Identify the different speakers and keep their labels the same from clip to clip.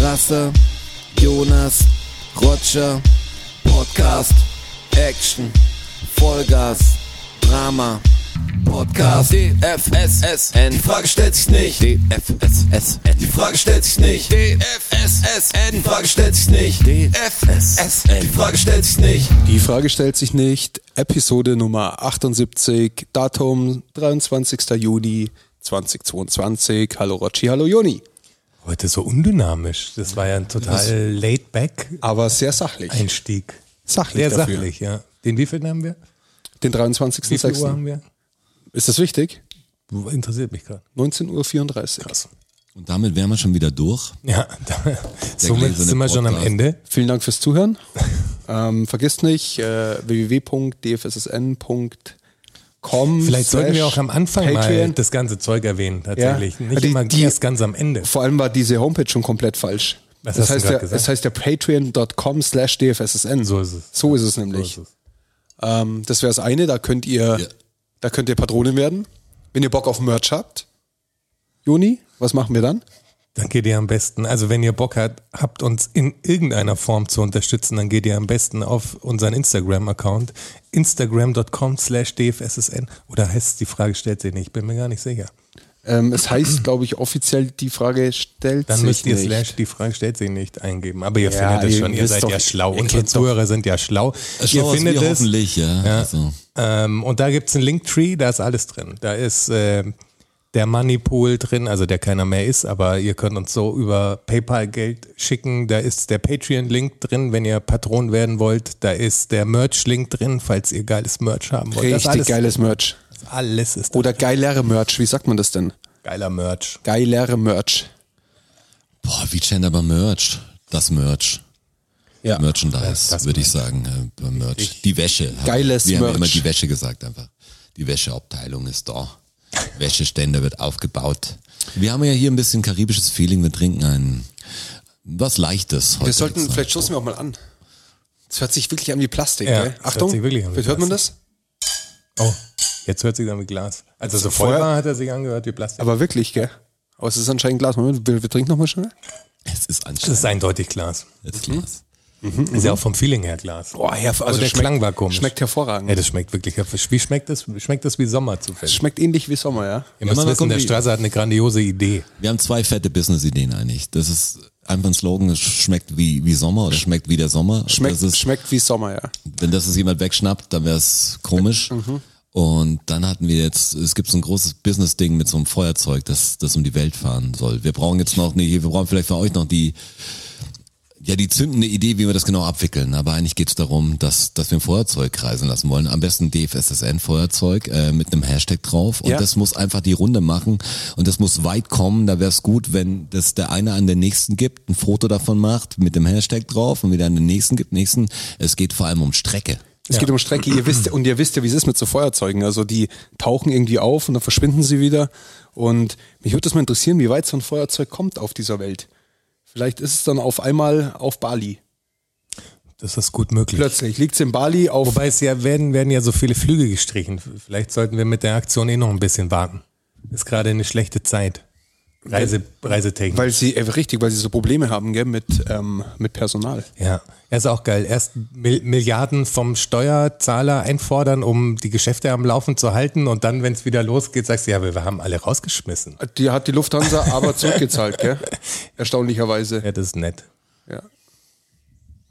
Speaker 1: Rasse, Jonas, Roger, Podcast, Action, Vollgas, Drama, Podcast, DFSSN, die Frage stellt sich nicht, DFSSN, die Frage stellt sich nicht, DFSSN, die Frage stellt sich nicht, DFSSN, die Frage stellt sich nicht.
Speaker 2: Die Frage stellt sich nicht. Episode Nummer 78, Datum 23. Juni 2022. Hallo Rocci, hallo Joni.
Speaker 3: Heute so undynamisch. Das war ja ein total laid-back
Speaker 2: Aber sehr sachlich.
Speaker 3: Einstieg.
Speaker 2: Sachlich
Speaker 3: Sehr
Speaker 2: dafür.
Speaker 3: sachlich, ja. Den wievielten haben wir?
Speaker 2: Den
Speaker 3: Wie viel Uhr
Speaker 2: 23.06.
Speaker 3: haben wir?
Speaker 2: Ist das wichtig?
Speaker 3: Interessiert mich gerade.
Speaker 2: 19.34 Uhr.
Speaker 4: Und damit wären wir schon wieder durch.
Speaker 3: Ja, da, somit
Speaker 4: gläserne
Speaker 3: sind wir schon am
Speaker 4: Podcast.
Speaker 3: Ende.
Speaker 2: Vielen Dank fürs Zuhören. ähm, vergesst nicht, äh, www.dfssn.com.
Speaker 3: Vielleicht sollten wir auch am Anfang mal
Speaker 2: Patreon.
Speaker 3: das ganze Zeug erwähnen, tatsächlich.
Speaker 2: Ja.
Speaker 3: Nicht
Speaker 2: Die-
Speaker 3: immer
Speaker 2: die-
Speaker 3: erst ganz am Ende.
Speaker 2: Vor allem war diese Homepage schon komplett falsch.
Speaker 3: Was
Speaker 2: das
Speaker 3: hast du
Speaker 2: heißt
Speaker 3: grad
Speaker 2: ja,
Speaker 3: gesagt?
Speaker 2: es heißt ja patreon.com slash dfssn.
Speaker 3: So ist es.
Speaker 2: So ist es nämlich.
Speaker 3: So ist
Speaker 2: Ähm, das wäre das eine, da könnt ihr,
Speaker 4: Ja.
Speaker 2: da könnt ihr Patronen werden. Wenn ihr Bock auf Merch habt. Juni, was machen wir dann?
Speaker 3: Dann geht ihr am besten, also wenn ihr Bock habt, habt uns in irgendeiner Form zu unterstützen, dann geht ihr am besten auf unseren Instagram-Account, instagram.com slash dfssn oder heißt es, die Frage stellt sich nicht, ich bin mir gar nicht sicher.
Speaker 2: Ähm, es heißt, glaube ich, offiziell, die Frage stellt
Speaker 3: Dann
Speaker 2: sich
Speaker 3: müsst ihr
Speaker 2: nicht.
Speaker 3: slash die Frage stellt sie nicht eingeben. Aber ihr
Speaker 2: Ja,
Speaker 3: findet es
Speaker 2: ihr
Speaker 3: schon, ihr
Speaker 2: wisst
Speaker 3: seid
Speaker 2: doch,
Speaker 3: ja schlau.
Speaker 2: ihr
Speaker 3: Unsere
Speaker 2: kennt doch-
Speaker 3: Zuhörer sind ja schlau.
Speaker 4: Schlauer
Speaker 3: ihr
Speaker 4: als
Speaker 3: findet
Speaker 4: Äh, wir
Speaker 3: es.
Speaker 4: hoffentlich, ja. Also,
Speaker 3: Ähm, und da gibt's einen Linktree, da ist alles drin. Da ist äh, der Moneypool drin, also der keiner mehr ist, aber ihr könnt uns so über PayPal Geld schicken. Da ist der Patreon-Link drin, wenn ihr Patron werden wollt. Da ist der Merch-Link drin, falls ihr geiles Merch haben wollt.
Speaker 2: Richtig
Speaker 3: das alles,
Speaker 2: geiles Merch.
Speaker 3: alles ist da.
Speaker 2: Oder geilere Merch, wie sagt man das denn?
Speaker 3: geiler Merch.
Speaker 2: Geilere Merch.
Speaker 4: boah, wie gendert aber Merch? Das Merch.
Speaker 2: Ja.
Speaker 4: Merchandise, würde ich sagen. äh, beim Merch. Die Wäsche. haben-
Speaker 2: Geiles
Speaker 4: Wir haben ja
Speaker 2: Merch.
Speaker 4: immer die Wäsche gesagt einfach. Die Wäscheabteilung ist da. Wäscheständer wird aufgebaut. Wir haben ja hier ein bisschen karibisches Feeling. Wir trinken ein was Leichtes heute.
Speaker 2: Wir sollten,
Speaker 4: extra.
Speaker 2: vielleicht stoßen wir auch mal an. Das hört sich wirklich an wie Plastik,
Speaker 3: Ja,
Speaker 2: gell?
Speaker 3: das hört
Speaker 2: Achtung,
Speaker 3: sich wirklich an wie
Speaker 2: hört man das?
Speaker 3: Oh, jetzt hört sich an wie Glas. Als er so voll
Speaker 2: Vorher-
Speaker 3: war, hat er sich angehört wie Plastik.
Speaker 2: Aber wirklich, gell? Aber es ist anscheinend Glas. Moment, wir, wir trinken nochmal schnell.
Speaker 4: Es ist
Speaker 3: das
Speaker 4: anstrengend.
Speaker 3: ist eindeutig Glas.
Speaker 4: Jetzt
Speaker 2: hm?
Speaker 4: Glas.
Speaker 3: Ist ja auch vom Feeling her Glas.
Speaker 2: Mhm. Boah, ja, also
Speaker 3: Und der Klang war komisch.
Speaker 2: Schmeckt hervorragend.
Speaker 3: Ja, das schmeckt wirklich. hervorragend. Wie schmeckt das? Schmeckt das wie Sommer zufällig?
Speaker 2: schmeckt ähnlich wie Sommer, ja?
Speaker 3: Ihr müsst
Speaker 4: Immer noch
Speaker 3: wissen, der
Speaker 4: irgendwie-
Speaker 3: Straße hat eine grandiose Idee.
Speaker 4: Wir haben zwei fette Business-Ideen eigentlich. Das ist einfach ein Slogan, es schmeckt wie, wie Sommer oder schmeckt wie der Sommer.
Speaker 2: Schmeckt,
Speaker 4: das ist,
Speaker 2: schmeckt wie Sommer, ja.
Speaker 4: wenn das jetzt jemand wegschnappt, dann wäre es komisch. Und dann hatten wir jetzt, es gibt so ein großes Business-Ding mit so einem Feuerzeug, das, das um die Welt fahren soll. Wir brauchen jetzt noch, nee, wir brauchen vielleicht für euch noch die, ja, die zündende Idee, wie wir das genau abwickeln. Aber eigentlich geht's darum, dass, dass wir ein Feuerzeug kreisen lassen wollen. Am besten DFSSN-Feuerzeug äh, mit einem Hashtag drauf. Und
Speaker 2: Ja.
Speaker 4: das muss einfach die Runde machen. Und das muss weit kommen. Da wäre es gut, wenn das der eine an den nächsten gibt, ein Foto davon macht mit dem Hashtag drauf und wieder an den nächsten gibt, nächsten. Es geht vor allem um Strecke.
Speaker 2: Es geht um Strecke, ihr wisst und ihr wisst ja, wie es ist mit so Feuerzeugen. Also die tauchen irgendwie auf und dann verschwinden sie wieder. Und mich würde das mal interessieren, wie weit so ein Feuerzeug kommt auf dieser Welt. Vielleicht ist es dann auf einmal auf Bali.
Speaker 3: Das ist gut möglich.
Speaker 2: Plötzlich liegt es in Bali auf.
Speaker 3: Wobei es ja werden, werden ja so viele Flüge gestrichen. Vielleicht sollten wir mit der Aktion eh noch ein bisschen warten. Ist gerade eine schlechte Zeit. Reise, Reisetechnik.
Speaker 2: weil sie, äh, richtig, weil sie so Probleme haben, gell, mit, ähm, mit Personal.
Speaker 3: Ja, er ist auch geil. Erst Mil Milliarden vom Steuerzahler einfordern, um die Geschäfte am Laufen zu halten und dann, wenn es wieder losgeht, sagst du, ja, wir wir haben alle rausgeschmissen.
Speaker 2: Die hat die Lufthansa aber zurückgezahlt, gell? Erstaunlicherweise.
Speaker 3: Ja, das ist nett.
Speaker 2: Ja.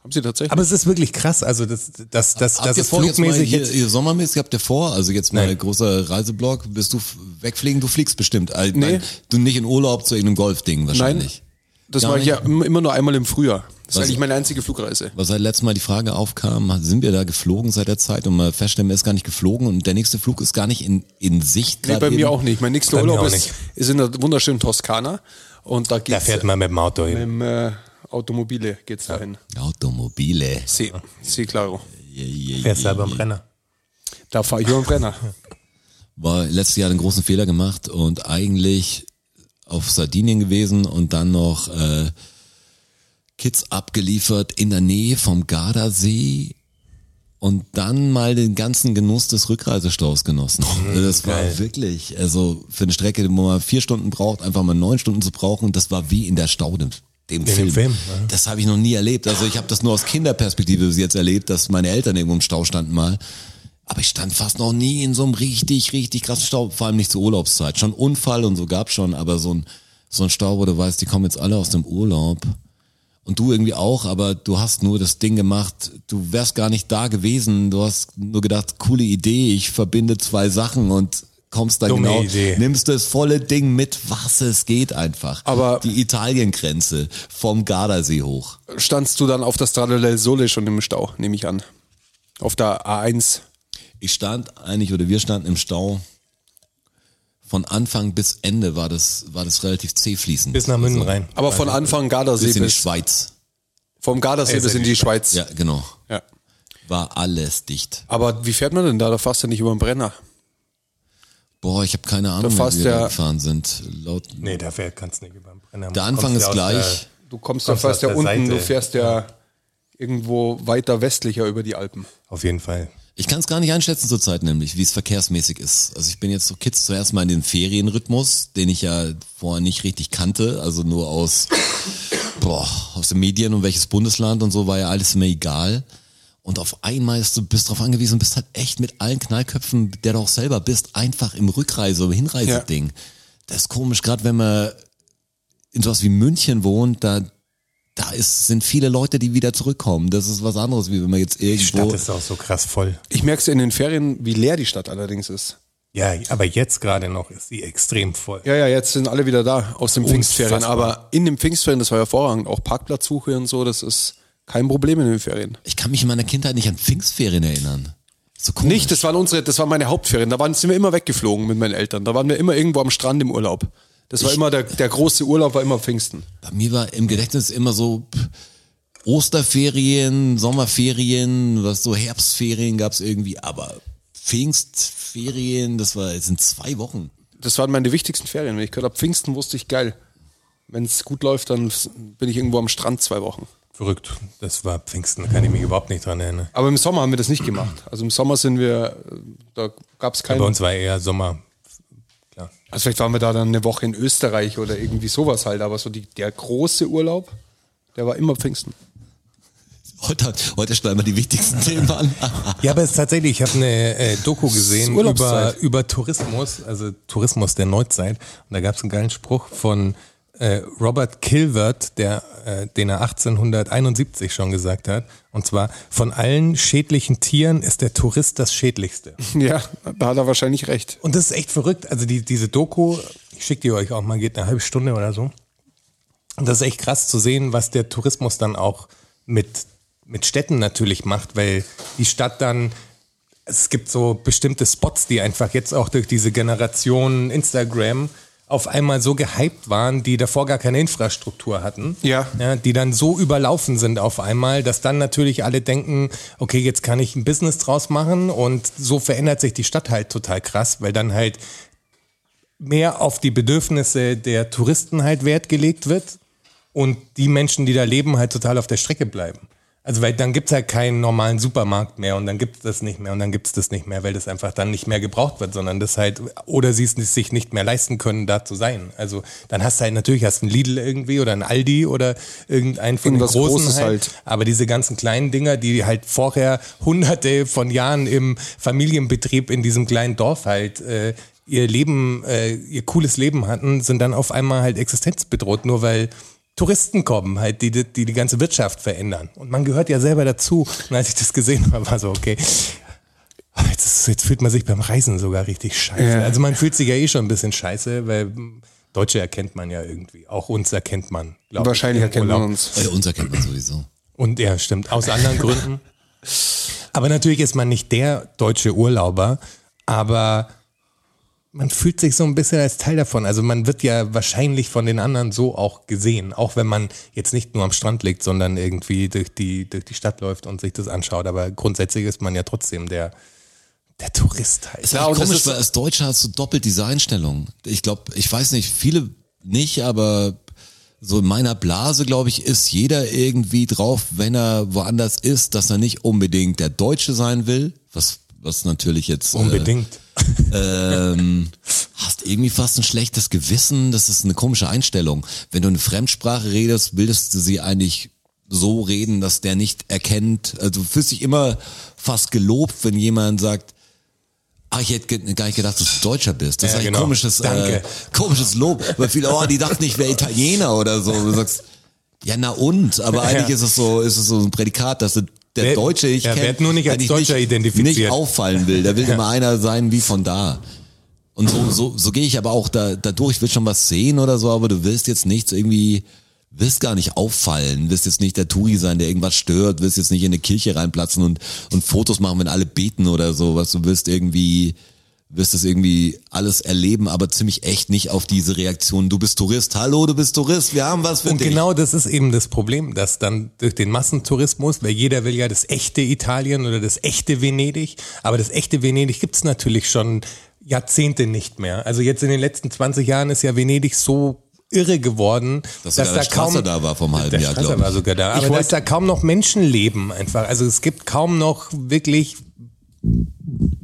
Speaker 2: Haben sie tatsächlich.
Speaker 3: Aber es ist wirklich krass, also das, das, das,
Speaker 4: Habt
Speaker 3: das
Speaker 4: ihr
Speaker 3: ist
Speaker 4: vor, jetzt mal
Speaker 3: flugmäßig
Speaker 4: hier,
Speaker 3: jetzt.
Speaker 4: ihr sommermäßig habt ihr vor, also jetzt mal
Speaker 3: Nein.
Speaker 4: großer Reiseblock, bist du f- wegfliegen, du fliegst bestimmt. Also,
Speaker 2: Nee.
Speaker 4: nein, du nicht in Urlaub zu irgendeinem Golfding wahrscheinlich.
Speaker 2: das
Speaker 4: gar
Speaker 2: war ich ja
Speaker 4: nicht.
Speaker 2: im- immer nur einmal im Frühjahr. Das ist
Speaker 4: Was-
Speaker 2: eigentlich meine einzige Flugreise.
Speaker 4: Was seit letztem Mal die Frage aufkam, sind wir da geflogen seit der Zeit und mal feststellen, wir ist gar nicht geflogen und der nächste Flug ist gar nicht in, in Sicht.
Speaker 2: Nee,
Speaker 4: gerade
Speaker 2: bei
Speaker 4: eben.
Speaker 2: mir auch nicht. Mein nächster
Speaker 3: Bei mir
Speaker 2: Urlaub
Speaker 3: auch
Speaker 2: ist,
Speaker 3: nicht.
Speaker 2: ist in der wunderschönen Toskana und da
Speaker 3: Da
Speaker 2: geht's
Speaker 3: fährt man mit dem Auto hin.
Speaker 2: im äh, Automobile geht's dahin.
Speaker 4: Automobile.
Speaker 2: Sie, Sie claro.
Speaker 3: Fährst selber am Brenner.
Speaker 2: Da fahre ich über den Brenner.
Speaker 4: War letztes Jahr einen großen Fehler gemacht und eigentlich auf Sardinien gewesen und dann noch äh, Kids abgeliefert in der Nähe vom Gardasee und dann mal den ganzen Genuss des Rückreisestaus genossen. Also das war
Speaker 3: Mhm, geil.
Speaker 4: wirklich, also für eine Strecke, wo man vier Stunden braucht, einfach mal neun Stunden zu brauchen, das war wie in der Staude. Dem
Speaker 3: dem
Speaker 4: Film.
Speaker 3: Film, ja.
Speaker 4: Das habe ich noch nie erlebt. Also ich habe das nur aus Kinderperspektive bis jetzt erlebt, dass meine Eltern irgendwo im Stau standen mal. Aber ich stand fast noch nie in so einem richtig, richtig krassen Stau, vor allem nicht zur Urlaubszeit. Schon Unfall und so gab's schon, aber so ein, so ein Stau, wo du weißt, die kommen jetzt alle aus dem Urlaub. Und du irgendwie auch, aber du hast nur das Ding gemacht, du wärst gar nicht da gewesen, du hast nur gedacht, coole Idee, ich verbinde zwei Sachen und kommst da
Speaker 3: Dumme
Speaker 4: genau,
Speaker 3: Idee.
Speaker 4: nimmst das volle Ding mit, was es geht einfach.
Speaker 2: Aber-
Speaker 4: die Italiengrenze vom Gardasee hoch.
Speaker 2: Standst du dann auf der Strada del Sole schon im Stau, nehme ich an. Auf der A1.
Speaker 4: Ich stand eigentlich oder wir standen im Stau. Von Anfang bis Ende war das war das relativ zähfließend.
Speaker 3: Bis nach München rein.
Speaker 2: Aber von Anfang Gardasee
Speaker 4: bis in die
Speaker 2: bis,
Speaker 4: Schweiz.
Speaker 2: vom Gardasee
Speaker 3: Also
Speaker 2: bis in die Schweiz.
Speaker 4: Ja, genau.
Speaker 2: Ja.
Speaker 4: War alles dicht.
Speaker 2: Aber wie fährt man denn da? Da fährst du nicht über den Brenner.
Speaker 4: Boah, ich habe keine Ahnung,
Speaker 2: fährst
Speaker 4: wie wir
Speaker 2: ja-
Speaker 4: da gefahren sind. Laut
Speaker 3: Nee, da fährt- kannst du nicht über den Brenner.
Speaker 4: Der Anfang
Speaker 3: Kommst
Speaker 4: ist
Speaker 3: du aus
Speaker 4: gleich.
Speaker 2: Du kommst, da
Speaker 3: Kommst
Speaker 2: fährst
Speaker 3: aus
Speaker 2: ja
Speaker 3: der
Speaker 2: unten,
Speaker 3: Seite.
Speaker 2: du fährst ja irgendwo weiter westlicher über die Alpen.
Speaker 3: Der, auf jeden Fall.
Speaker 4: Ich kann es gar nicht einschätzen zurzeit nämlich, wie es verkehrsmäßig ist. Also ich bin jetzt so Kids zuerst mal in den Ferienrhythmus, den ich ja vorher nicht richtig kannte, also nur aus boah, aus den Medien und welches Bundesland und so war ja alles mir egal. Und auf einmal ist du bist drauf angewiesen und bist halt echt mit allen Knallköpfen, der du auch selber bist, einfach im Rückreise- oder Hinreiseding. Das ist komisch, gerade wenn man in sowas wie München wohnt, da da ist, sind viele Leute, die wieder zurückkommen. Das ist was anderes, wie wenn man jetzt
Speaker 3: Die Stadt
Speaker 4: irgendwo
Speaker 3: ist auch so krass voll.
Speaker 2: Ich merke es in den Ferien, wie leer die Stadt allerdings ist.
Speaker 3: Ja, aber jetzt gerade noch ist sie extrem voll.
Speaker 2: Ja, ja, jetzt sind alle wieder da aus den Pfingstferien.
Speaker 3: Unfassbar.
Speaker 2: Aber in den Pfingstferien, das war hervorragend. Auch Parkplatzsuche und so, das ist kein Problem in den Ferien.
Speaker 4: Ich kann mich in meiner Kindheit nicht an Pfingstferien erinnern. So komisch.
Speaker 2: Nicht, das waren unsere, das waren meine Hauptferien. Da waren, sind wir immer weggeflogen mit meinen Eltern. Da waren wir immer irgendwo am Strand im Urlaub. Das war immer der, der große Urlaub, war immer Pfingsten.
Speaker 4: Bei mir war im Gedächtnis immer so pff, Osterferien, Sommerferien, was so Herbstferien gab's irgendwie, aber Pfingstferien, das war jetzt in zwei Wochen.
Speaker 2: Das waren meine wichtigsten Ferien. Wenn ich gehört habe, Pfingsten wusste ich geil. Wenn es gut läuft, dann bin ich irgendwo am Strand zwei Wochen.
Speaker 3: Verrückt. Das war Pfingsten, kann ich mich überhaupt nicht dran erinnern.
Speaker 2: Aber im Sommer haben wir das nicht gemacht. Also im Sommer sind wir, äh, da gab es
Speaker 3: Bei
Speaker 2: keinen.
Speaker 3: uns war eher Sommer. Klar.
Speaker 2: Also vielleicht waren wir da dann eine Woche in Österreich oder irgendwie sowas halt. Aber so die, der große Urlaub, der war immer Pfingsten.
Speaker 4: Heute, heute schneiden wir die wichtigsten Themen an.
Speaker 3: Ja, aber es ist tatsächlich, ich habe eine äh, Doku gesehen über,
Speaker 2: Urlaubszeit.
Speaker 3: über Tourismus, also Tourismus der Neuzeit. Und da gab es einen geilen Spruch von äh, Robert Kilvert, der, äh, den er 1871 schon gesagt hat. Und zwar, von allen schädlichen Tieren ist der Tourist das schädlichste.
Speaker 2: Ja, da hat er wahrscheinlich recht.
Speaker 3: Und das ist echt verrückt. Also die, diese Doku, ich schicke die euch auch mal, geht eine halbe Stunde oder so. Und das ist echt krass zu sehen, was der Tourismus dann auch mit, mit Städten natürlich macht, weil die Stadt dann, es gibt so bestimmte Spots, die einfach jetzt auch durch diese Generation Instagram auf einmal so gehypt waren, die davor gar keine Infrastruktur hatten.
Speaker 2: Ja.
Speaker 3: ja. Die dann so überlaufen sind auf einmal, dass dann natürlich alle denken, okay, jetzt kann ich ein Business draus machen und so verändert sich die Stadt halt total krass, weil dann halt mehr auf die Bedürfnisse der Touristen halt Wert gelegt wird und die Menschen, die da leben, halt total auf der Strecke bleiben. Also weil dann gibt's halt keinen normalen Supermarkt mehr und dann gibt's das nicht mehr und dann gibt's das nicht mehr, weil das einfach dann nicht mehr gebraucht wird, sondern das halt, oder sie es nicht- sich nicht mehr leisten können, da zu sein. Also dann hast du halt natürlich hast du einen Lidl irgendwie oder einen Aldi oder irgendeinen von
Speaker 2: Irgendwas
Speaker 3: den Großen
Speaker 2: Großes
Speaker 3: halt.
Speaker 2: halt.
Speaker 3: Aber diese ganzen kleinen Dinger, die halt vorher hunderte von Jahren im Familienbetrieb in diesem kleinen Dorf halt äh, ihr Leben, äh, ihr cooles Leben hatten, sind dann auf einmal halt existenzbedroht, nur weil Touristen kommen, halt, die, die die die ganze Wirtschaft verändern. Und man gehört ja selber dazu. Und als ich das gesehen habe, war so, okay. aber Jetzt, ist, jetzt fühlt man sich beim Reisen sogar richtig scheiße.
Speaker 2: Ja.
Speaker 3: Also man fühlt sich ja eh schon ein bisschen scheiße, weil hm, Deutsche erkennt man ja irgendwie. Auch uns erkennt man. glaub ich,
Speaker 2: Wahrscheinlich
Speaker 3: im
Speaker 2: erkennt man
Speaker 3: Urlaub.
Speaker 2: uns.
Speaker 4: Äh, uns erkennt man sowieso.
Speaker 3: Und ja, stimmt. Aus anderen Gründen. Aber natürlich ist man nicht der deutsche Urlauber, aber man fühlt sich so ein bisschen als Teil davon. Also man wird ja wahrscheinlich von den anderen so auch gesehen, auch wenn man jetzt nicht nur am Strand liegt, sondern irgendwie durch die, durch die Stadt läuft und sich das anschaut. Aber grundsätzlich ist man ja trotzdem der, der Tourist halt.
Speaker 4: Ist
Speaker 2: Ja, und
Speaker 4: ja,
Speaker 2: das
Speaker 4: komisch,
Speaker 2: ist-
Speaker 4: weil als Deutscher hast du doppelt diese Einstellung. Ich glaube, ich weiß nicht, viele nicht, aber so in meiner Blase, glaube ich, ist jeder irgendwie drauf, wenn er woanders ist, dass er nicht unbedingt der Deutsche sein will, was was natürlich jetzt.
Speaker 3: Unbedingt.
Speaker 4: Äh, ähm, hast irgendwie fast ein schlechtes Gewissen. Das ist eine komische Einstellung. Wenn du eine Fremdsprache redest, bildest du sie eigentlich so reden, dass der nicht erkennt. Also du fühlst dich immer fast gelobt, wenn jemand sagt, Ah, ich hätte ge- gar nicht gedacht, dass du Deutscher bist. Das ist
Speaker 3: Ja,
Speaker 4: ein
Speaker 3: genau.
Speaker 4: komisches, äh,
Speaker 3: Danke.
Speaker 4: komisches Lob. Weil viele, oh, die dachten, ich wäre Italiener oder so. Du sagst, ja, na und? Aber eigentlich
Speaker 3: Ja.
Speaker 4: ist es so, ist es so ein Prädikat, dass du der
Speaker 3: Wer-
Speaker 4: Deutsche, ich
Speaker 3: ja,
Speaker 4: kenn,
Speaker 3: werd nur nicht als
Speaker 4: eigentlich
Speaker 3: Deutscher identifiziert.
Speaker 4: Nicht auffallen will. Da will immer einer sein wie von da. Und so, so, so gehe ich aber auch da, da durch. Ich will schon was sehen oder so, aber du willst jetzt nichts irgendwie, willst gar nicht auffallen, willst jetzt nicht der Touri sein, der irgendwas stört, willst jetzt nicht in eine Kirche reinplatzen und, und Fotos machen, wenn alle beten oder so. Was du willst irgendwie, wirst es irgendwie alles erleben, aber ziemlich echt nicht auf diese Reaktion. Du bist Tourist, hallo, du bist Tourist, wir haben was für
Speaker 3: Und
Speaker 4: dich.
Speaker 3: genau das ist eben das Problem, dass dann durch den Massentourismus, weil jeder will ja das echte Italien oder das echte Venedig, aber das echte Venedig gibt's natürlich schon Jahrzehnte nicht mehr. Also jetzt in den letzten 20 Jahren ist ja Venedig so irre geworden, dass,
Speaker 4: Dass sogar
Speaker 3: da
Speaker 4: der Strasser
Speaker 3: kaum
Speaker 4: da war vom halben
Speaker 3: der
Speaker 4: Jahr,
Speaker 3: Strasser
Speaker 4: glaub ich.
Speaker 3: war sogar da, aber dass da kaum noch Menschen leben einfach. Also es gibt kaum noch wirklich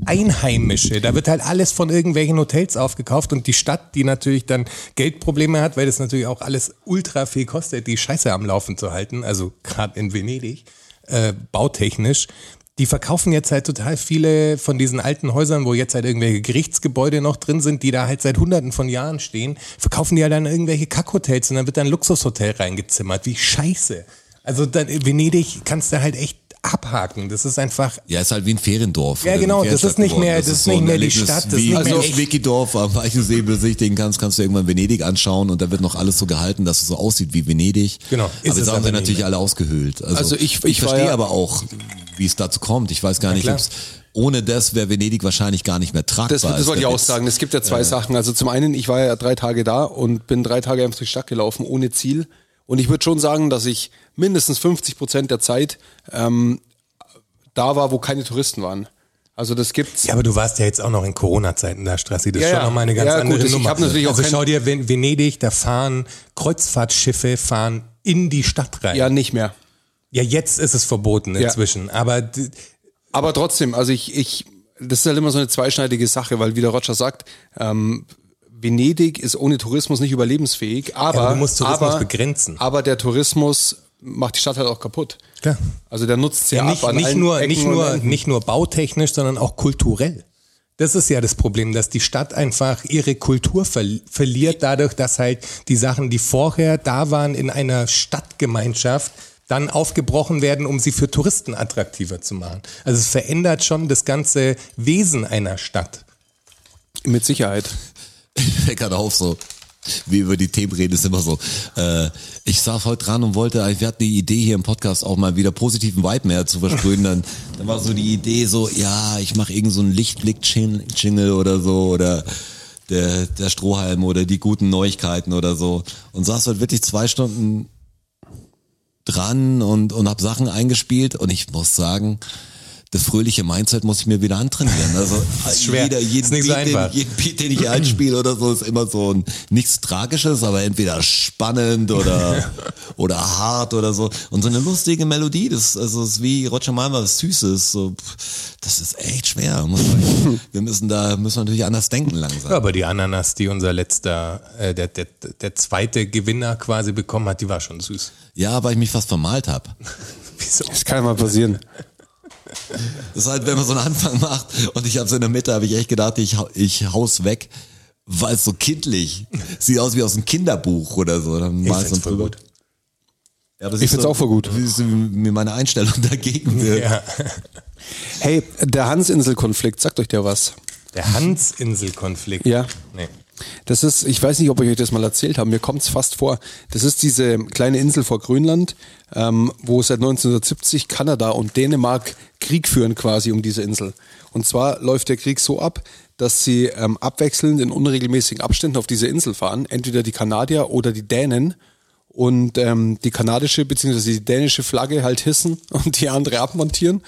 Speaker 3: Einheimische. Da wird halt alles von irgendwelchen Hotels aufgekauft und die Stadt, die natürlich dann Geldprobleme hat, weil das natürlich auch alles ultra viel kostet, die Scheiße am Laufen zu halten, also gerade in Venedig, äh, bautechnisch. Die verkaufen jetzt halt total viele von diesen alten Häusern, wo jetzt halt irgendwelche Gerichtsgebäude noch drin sind, die da halt seit hunderten von Jahren stehen, verkaufen die halt dann irgendwelche Kackhotels und dann wird da ein Luxushotel reingezimmert. Wie scheiße. Also dann in Venedig kannst du halt echt abhaken. Das ist einfach
Speaker 4: Ja, ist halt wie ein Feriendorf.
Speaker 3: Ja,
Speaker 4: oder
Speaker 3: genau,
Speaker 4: eine
Speaker 3: das ist
Speaker 4: Ferienstadt
Speaker 3: nicht mehr-
Speaker 4: geworden.
Speaker 3: das ist nicht
Speaker 4: ein
Speaker 3: mehr die
Speaker 4: Erlebnis
Speaker 3: Stadt, das ist
Speaker 4: Wie,
Speaker 3: nicht
Speaker 4: also
Speaker 3: mehr
Speaker 4: auf
Speaker 3: echt.
Speaker 4: Wikidorf am Weichensee besichtigen kannst, kannst du irgendwann Venedig anschauen und da wird noch alles so gehalten, dass es so aussieht wie Venedig.
Speaker 3: Genau, ist
Speaker 4: aber
Speaker 3: es
Speaker 4: jetzt haben
Speaker 3: aber
Speaker 4: sie
Speaker 3: nicht
Speaker 4: natürlich
Speaker 3: mehr.
Speaker 4: alle ausgehöhlt. Also,
Speaker 2: Also ich-
Speaker 4: ich,
Speaker 2: ich war
Speaker 4: verstehe
Speaker 2: ja-
Speaker 4: aber auch, wie es dazu kommt. Ich weiß gar nicht,
Speaker 3: klar.
Speaker 4: ob's, ohne das wäre Venedig wahrscheinlich gar nicht mehr tragbar.
Speaker 2: Das, das
Speaker 4: ist
Speaker 2: wollte ich
Speaker 4: der
Speaker 2: auch
Speaker 4: Witz.
Speaker 2: sagen. Es gibt ja zwei Sachen. Also zum einen, ich war ja drei Tage da und bin drei Tage einfach durch die Stadt gelaufen, ohne Ziel. Und ich würde schon sagen, dass ich mindestens 50 Prozent der Zeit ähm, da war, wo keine Touristen waren. Also das gibt's.
Speaker 3: Ja, aber du warst ja jetzt auch noch in Corona-Zeiten da, Strassi. Das ist
Speaker 2: Ja,
Speaker 3: schon
Speaker 2: ja.
Speaker 3: nochmal eine ganz
Speaker 2: Ja, gut,
Speaker 3: andere
Speaker 2: ich
Speaker 3: Nummer.
Speaker 2: hab natürlich auch
Speaker 3: also
Speaker 2: kein-
Speaker 3: schau dir Ven- Venedig, da fahren Kreuzfahrtschiffe, fahren in die Stadt rein.
Speaker 2: ja,
Speaker 3: Ja,
Speaker 2: nicht mehr.
Speaker 3: jetzt ist es verboten inzwischen. Aber d-
Speaker 2: Aber trotzdem, also ich, ich, das ist halt immer so eine zweischneidige Sache, weil wie der Roger sagt, ähm, Venedig ist ohne Tourismus nicht überlebensfähig, aber,
Speaker 3: aber du musst Tourismus
Speaker 2: aber,
Speaker 3: begrenzen.
Speaker 2: Aber der Tourismus macht die Stadt halt auch kaputt.
Speaker 3: Klar.
Speaker 2: Also der nutzt ja,
Speaker 3: ja,
Speaker 2: ab
Speaker 3: nicht,
Speaker 2: an
Speaker 3: nicht,
Speaker 2: allen
Speaker 3: nur,
Speaker 2: Ecken
Speaker 3: nicht,
Speaker 2: und
Speaker 3: nur,
Speaker 2: Enden.
Speaker 3: nicht nur bautechnisch, sondern auch kulturell. Das ist ja das Problem, dass die Stadt einfach ihre Kultur verli- verliert, dadurch, dass halt die Sachen, die vorher da waren, in einer Stadtgemeinschaft dann aufgebrochen werden, um sie für Touristen attraktiver zu machen. Also es verändert schon das ganze Wesen einer Stadt.
Speaker 2: Mit Sicherheit.
Speaker 4: fällt gerade auf, so wie über die Themen reden, ist immer so. Äh, ich saß heute dran und wollte, ich hatte die Idee hier im Podcast auch mal wieder positiven Vibe mehr zu versprühen. Dann, dann war so die Idee so, ja, ich mache irgend so einen Lichtblick-Jingle oder so oder der, der Strohhalm oder die guten Neuigkeiten oder so. Und saß halt wirklich zwei Stunden dran und, und hab Sachen eingespielt und ich muss sagen, das fröhliche Mindset muss ich mir wieder antrainieren. Also
Speaker 3: ist schwer.
Speaker 4: jeder, jeden,
Speaker 3: Ist nicht so
Speaker 4: Beat, den,
Speaker 3: einfach.
Speaker 4: jeden Beat, den ich einspiele oder so, ist immer so ein nichts Tragisches, aber entweder spannend oder oder hart oder so. Und so eine lustige Melodie, das also ist wie Roger Malmer was Süßes. So, pff, das ist echt schwer. Muss man, wir müssen da müssen wir natürlich anders denken langsam.
Speaker 3: Ja, aber die Ananas, die unser letzter, äh, der, der, der zweite Gewinner quasi bekommen hat, die war schon süß.
Speaker 4: Ja, weil ich mich fast vermalt habe.
Speaker 3: Wieso?
Speaker 2: Das kann ja mal passieren.
Speaker 4: Das ist halt, wenn man so einen Anfang macht und ich habe so in der Mitte, habe ich echt gedacht, ich, hau- ich hau's weg, weil es so kindlich sieht aus wie aus einem Kinderbuch oder so. Dann mal
Speaker 3: find's
Speaker 4: so
Speaker 3: voll
Speaker 4: drüber.
Speaker 3: gut.
Speaker 4: Ja, das
Speaker 2: Ich
Speaker 4: ist
Speaker 2: find's
Speaker 4: so,
Speaker 2: auch voll gut.
Speaker 4: Wie ist mir meine Einstellung dagegen wirkt.
Speaker 3: Ja.
Speaker 2: Hey, der Hansinsel-Konflikt, sagt euch der was?
Speaker 3: Der Hans-Insel-Konflikt.
Speaker 2: Ja.
Speaker 3: Nee.
Speaker 2: Das ist, ich weiß nicht, ob ich euch das mal erzählt habe, mir kommt's fast vor. Das ist diese kleine Insel vor Grönland, ähm, wo seit 1970 Kanada und Dänemark Krieg führen quasi um diese Insel. Und zwar läuft der Krieg so ab, dass sie ähm, abwechselnd in unregelmäßigen Abständen auf diese Insel fahren, entweder die Kanadier oder die Dänen und ähm, die kanadische bzw. die dänische Flagge halt hissen und die andere abmontieren.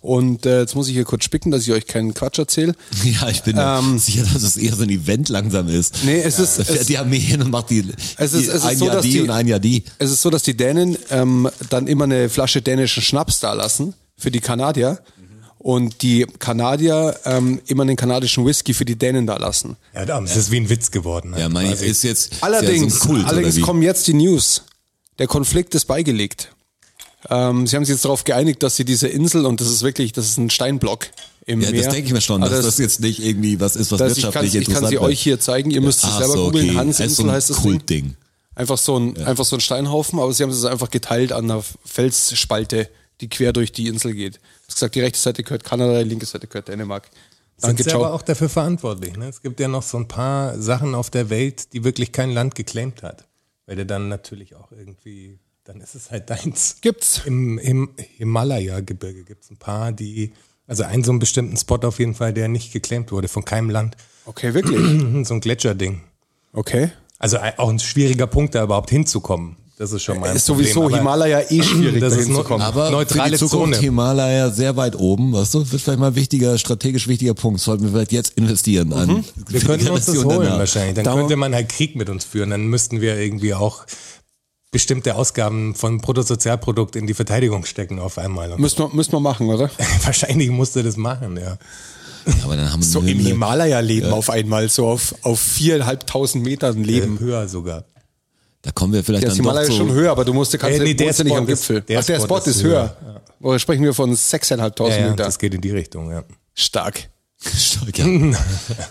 Speaker 2: Und äh, jetzt muss ich hier kurz spicken, dass ich euch keinen Quatsch erzähle.
Speaker 4: Ja, ich bin mir sicher, dass es eher so ein Event langsam ist.
Speaker 2: Ähm, Nee, es ist-
Speaker 4: Da fährt
Speaker 2: es-
Speaker 4: die Armee hin und macht die,
Speaker 2: Es ist-
Speaker 4: die
Speaker 2: es ist
Speaker 4: ein
Speaker 2: so,
Speaker 4: Jahr
Speaker 2: dass
Speaker 4: die,
Speaker 2: die-
Speaker 4: und ein Jahr die.
Speaker 2: Es ist so, dass die Dänen ähm, dann immer eine Flasche dänischen Schnaps da lassen für die Kanadier. und die Kanadier ähm, immer den kanadischen Whisky für die Dänen da lassen.
Speaker 3: Ja, damn, es ist wie ein Witz geworden. ne?
Speaker 4: Ja, mein,
Speaker 3: quasi.
Speaker 4: ist jetzt ist ja
Speaker 2: Allerdings,
Speaker 4: so ein Kult,
Speaker 2: allerdings
Speaker 4: oder wie?
Speaker 2: kommen jetzt die News. Der Konflikt ist beigelegt. Ähm, sie haben sich jetzt darauf geeinigt, dass sie diese Insel, und das ist wirklich, das ist ein Steinblock im
Speaker 4: Ja,
Speaker 2: Meer.
Speaker 4: das denke ich mir schon,
Speaker 2: Also
Speaker 4: dass das jetzt nicht irgendwie was ist, was
Speaker 2: das- ich kann,
Speaker 4: wirtschaftlich
Speaker 2: ich kann
Speaker 4: interessant
Speaker 2: sie
Speaker 4: bleibt.
Speaker 2: euch hier zeigen, ihr müsst es
Speaker 4: Ach
Speaker 2: selber
Speaker 4: so,
Speaker 2: googeln.
Speaker 4: okay. ist so
Speaker 2: Hansinsel
Speaker 4: ein
Speaker 2: heißt das Ding.
Speaker 4: Kultding.
Speaker 2: Einfach so, ein, einfach so ein Steinhaufen, aber sie haben es einfach geteilt an einer Felsspalte, die quer durch die Insel geht. Ich gesagt, die rechte Seite gehört Kanada, die linke Seite gehört Dänemark. Danke,
Speaker 3: sind sie aber
Speaker 2: ciao.
Speaker 3: auch dafür verantwortlich. Ne? Es gibt ja noch so ein paar Sachen auf der Welt, die wirklich kein Land geclaimt hat. Weil du dann natürlich auch irgendwie, dann ist es halt deins.
Speaker 2: Gibt's.
Speaker 3: Im, im Himalaya-Gebirge gibt es ein paar, die, also einen so einen bestimmten Spot auf jeden Fall, der nicht geclaimt wurde von keinem Land. Mhm,
Speaker 2: Okay, wirklich.
Speaker 3: So ein Gletscherding.
Speaker 2: Okay.
Speaker 3: Also ein- auch ein schwieriger Punkt, da überhaupt hinzukommen. Das ist schon mal ein
Speaker 2: Ist
Speaker 3: Problem.
Speaker 2: sowieso
Speaker 3: aber-
Speaker 2: Himalaya eh schwierig,
Speaker 3: Das
Speaker 2: da
Speaker 3: ist nur-
Speaker 2: hinzukommen.
Speaker 4: Aber
Speaker 3: Neutrale
Speaker 4: für die Zukunft
Speaker 3: Zone.
Speaker 4: Himalaya sehr weit oben, weißt du? Wird vielleicht mal ein wichtiger, strategisch wichtiger Punkt. Sollten wir vielleicht jetzt investieren an.
Speaker 2: Mhm.
Speaker 4: für
Speaker 3: Wir
Speaker 4: die
Speaker 3: könnten uns das
Speaker 4: Generation
Speaker 3: holen
Speaker 4: danach.
Speaker 3: wahrscheinlich. Dann
Speaker 2: Dauer-
Speaker 3: könnte man halt Krieg mit uns führen. Dann müssten wir irgendwie auch bestimmte Ausgaben von Bruttosozialprodukt in die Verteidigung stecken auf einmal. Und
Speaker 2: Müssen wir, müssen wir machen, oder?
Speaker 3: wahrscheinlich musste das machen, ja. Äh,
Speaker 4: Aber dann haben
Speaker 2: So
Speaker 4: wir
Speaker 2: im
Speaker 4: eine-
Speaker 2: Himalaya leben auf einmal, so auf, auf viereinhalbtausend Metern leben.
Speaker 3: Höher sogar.
Speaker 4: Da kommen wir vielleicht
Speaker 2: Der
Speaker 4: dann
Speaker 2: Himalaya
Speaker 4: doch
Speaker 2: ist
Speaker 4: zu.
Speaker 2: schon höher, aber du musst, du kannst
Speaker 3: Äh, nee, der
Speaker 2: wohnst ja nicht
Speaker 3: Spot
Speaker 2: am
Speaker 3: ist-
Speaker 2: Gipfel.
Speaker 3: der
Speaker 2: Ach, der Spot,
Speaker 3: Spot
Speaker 2: ist
Speaker 3: ist
Speaker 2: höher. Oder sprechen wir von 6.500
Speaker 3: Ja, ja,
Speaker 2: Meter?
Speaker 3: das geht in die Richtung, ja.
Speaker 2: Stark.
Speaker 4: Stark, ja.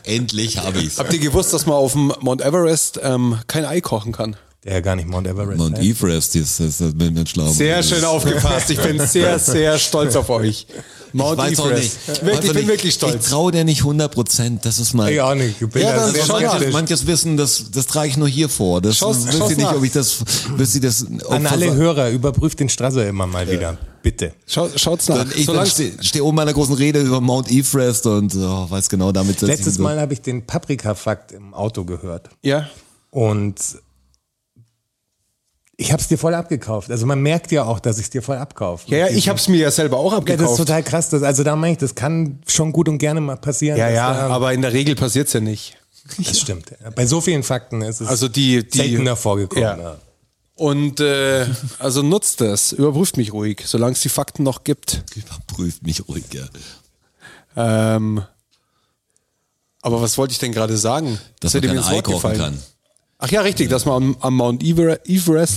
Speaker 4: Endlich habe ich's.
Speaker 2: Habt ihr gewusst, dass man auf dem Mount Everest ähm, kein Ei kochen kann?
Speaker 3: Der ja gar nicht Mount Everest. ne?
Speaker 4: Mount
Speaker 3: heißt.
Speaker 4: Everest ist das ist mit mit Schlauen.
Speaker 2: Sehr schön aufgepasst. Ich bin sehr, sehr stolz auf euch. Mount
Speaker 4: Weiß auch
Speaker 2: Everest.
Speaker 4: nicht.
Speaker 2: Wirklich,
Speaker 4: Weiß
Speaker 2: ich bin
Speaker 4: auch nicht.
Speaker 2: wirklich stolz.
Speaker 4: Ich traue dir nicht 100 Prozent. Das ist mein.
Speaker 3: Ich auch nicht. Ich bin
Speaker 2: Ja,
Speaker 3: da
Speaker 2: das
Speaker 3: sehr
Speaker 2: ist schon
Speaker 4: manches,
Speaker 3: skeptisch.
Speaker 4: manches Wissen, das, das trage ich nur hier vor. Das
Speaker 2: Schau's-
Speaker 4: wisst
Speaker 2: schau's
Speaker 4: ihr nicht,
Speaker 2: nach.
Speaker 4: ob ich das, wisst ihr das, ob
Speaker 3: An alle
Speaker 4: versa-
Speaker 3: Hörer, überprüft den Strasser immer mal wieder. Bitte.
Speaker 2: Schau, schaut's nach.
Speaker 4: Dann- Ich
Speaker 2: Solange-
Speaker 4: dann stehe steh oben bei einer großen Rede über Mount Everest und oh, weiß genau, damit setze ich
Speaker 3: Letztes
Speaker 4: mich
Speaker 3: Mal habe ich den Paprika-Fakt im Auto gehört.
Speaker 2: ja.
Speaker 3: Und ich habe es dir voll abgekauft. Also man merkt ja auch, dass ich es dir voll abkaufe.
Speaker 2: ja, ja, ich hab's mir ja selber auch
Speaker 3: Ja, das ist
Speaker 2: abgekauft.
Speaker 3: total krass. Das, also da meine ich, das kann schon gut und gerne mal passieren.
Speaker 2: Ja,
Speaker 3: dass
Speaker 2: ja,
Speaker 3: da-
Speaker 2: aber in der Regel passiert's ja nicht.
Speaker 3: das stimmt. Bei so vielen Fakten ist es
Speaker 2: Also die, die
Speaker 3: seltener vorgekommen.
Speaker 2: Ja.
Speaker 3: Ja.
Speaker 2: Und äh, also nutzt das, überprüft mich ruhig, solange es die Fakten noch gibt.
Speaker 4: Überprüft mich ruhig, ja.
Speaker 2: Ähm, aber was wollte ich denn gerade sagen?
Speaker 4: Dass
Speaker 2: Seid ihr
Speaker 4: man
Speaker 2: mir
Speaker 4: kein
Speaker 2: ins
Speaker 4: Ei
Speaker 2: Wort
Speaker 4: kochen
Speaker 2: gefallen?
Speaker 4: kann.
Speaker 2: Ach ja, richtig, dass man am, am Mount Ever- Everest,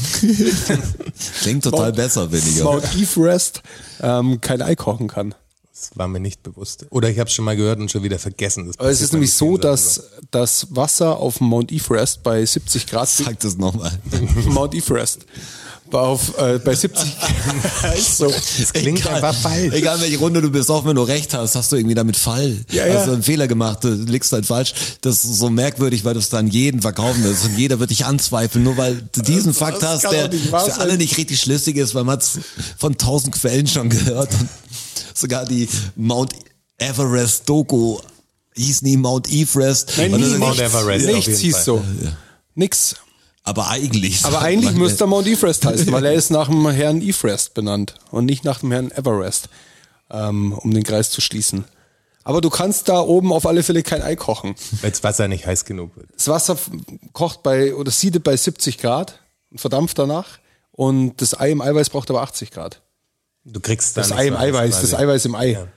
Speaker 4: Klingt total
Speaker 2: Mount-
Speaker 4: besser, wenn ich.
Speaker 2: Mount Everest ähm, kein Ei kochen kann.
Speaker 3: Das war mir nicht bewusst. Oder ich habe es schon mal gehört und schon wieder vergessen. Das
Speaker 2: Aber es
Speaker 3: passiert
Speaker 2: ist nämlich
Speaker 3: bei
Speaker 2: so,
Speaker 3: vielen Sachen
Speaker 2: dass das Wasser auf dem Mount Everest bei 70 Grad
Speaker 4: Sag das nochmal.
Speaker 2: Mount Everest bei, auf, äh, bei 70 so.
Speaker 3: klingt einfach falsch.
Speaker 4: Egal welche Runde du bist, auch wenn du recht hast, hast du irgendwie damit Fall.
Speaker 2: Ja, ja.
Speaker 4: Hast du einen Fehler gemacht, du liegst halt falsch. Das ist so merkwürdig, weil du es dann jeden verkaufen willst und jeder wird dich anzweifeln, nur weil du diesen Fakt
Speaker 2: das
Speaker 4: hast,
Speaker 2: kann
Speaker 4: der
Speaker 2: doch nicht wahr
Speaker 4: für alle
Speaker 2: sein.
Speaker 4: nicht richtig schlüssig ist, weil man es von tausend Quellen schon gehört. Und sogar die Mount Everest Doku hieß nie Mount Everest.
Speaker 2: Nein,
Speaker 4: Und
Speaker 2: nie
Speaker 4: das ist
Speaker 3: Mount
Speaker 4: nichts.
Speaker 3: Everest. auf
Speaker 2: Nichts
Speaker 3: jeden
Speaker 2: hieß
Speaker 3: Fall.
Speaker 2: so. Nix.
Speaker 4: Aber eigentlich.
Speaker 2: Aber eigentlich müsste er Mount Everest heißen, weil er ist nach dem Herrn Everest benannt und nicht nach dem Herrn Everest, ähm, um den Kreis zu schließen. Aber du kannst da oben auf alle Fälle kein Ei kochen.
Speaker 3: so. Weil das Wasser nicht heiß genug wird.
Speaker 2: Das Wasser f- kocht bei oder siedet bei 70 Grad und verdampft danach. Und das Ei im Eiweiß braucht aber 80 Grad.
Speaker 3: Du kriegst da
Speaker 2: Das
Speaker 3: nicht
Speaker 2: Ei im
Speaker 3: so
Speaker 2: Eiweiß,
Speaker 3: quasi.
Speaker 2: das Eiweiß im Ei.
Speaker 3: Ja.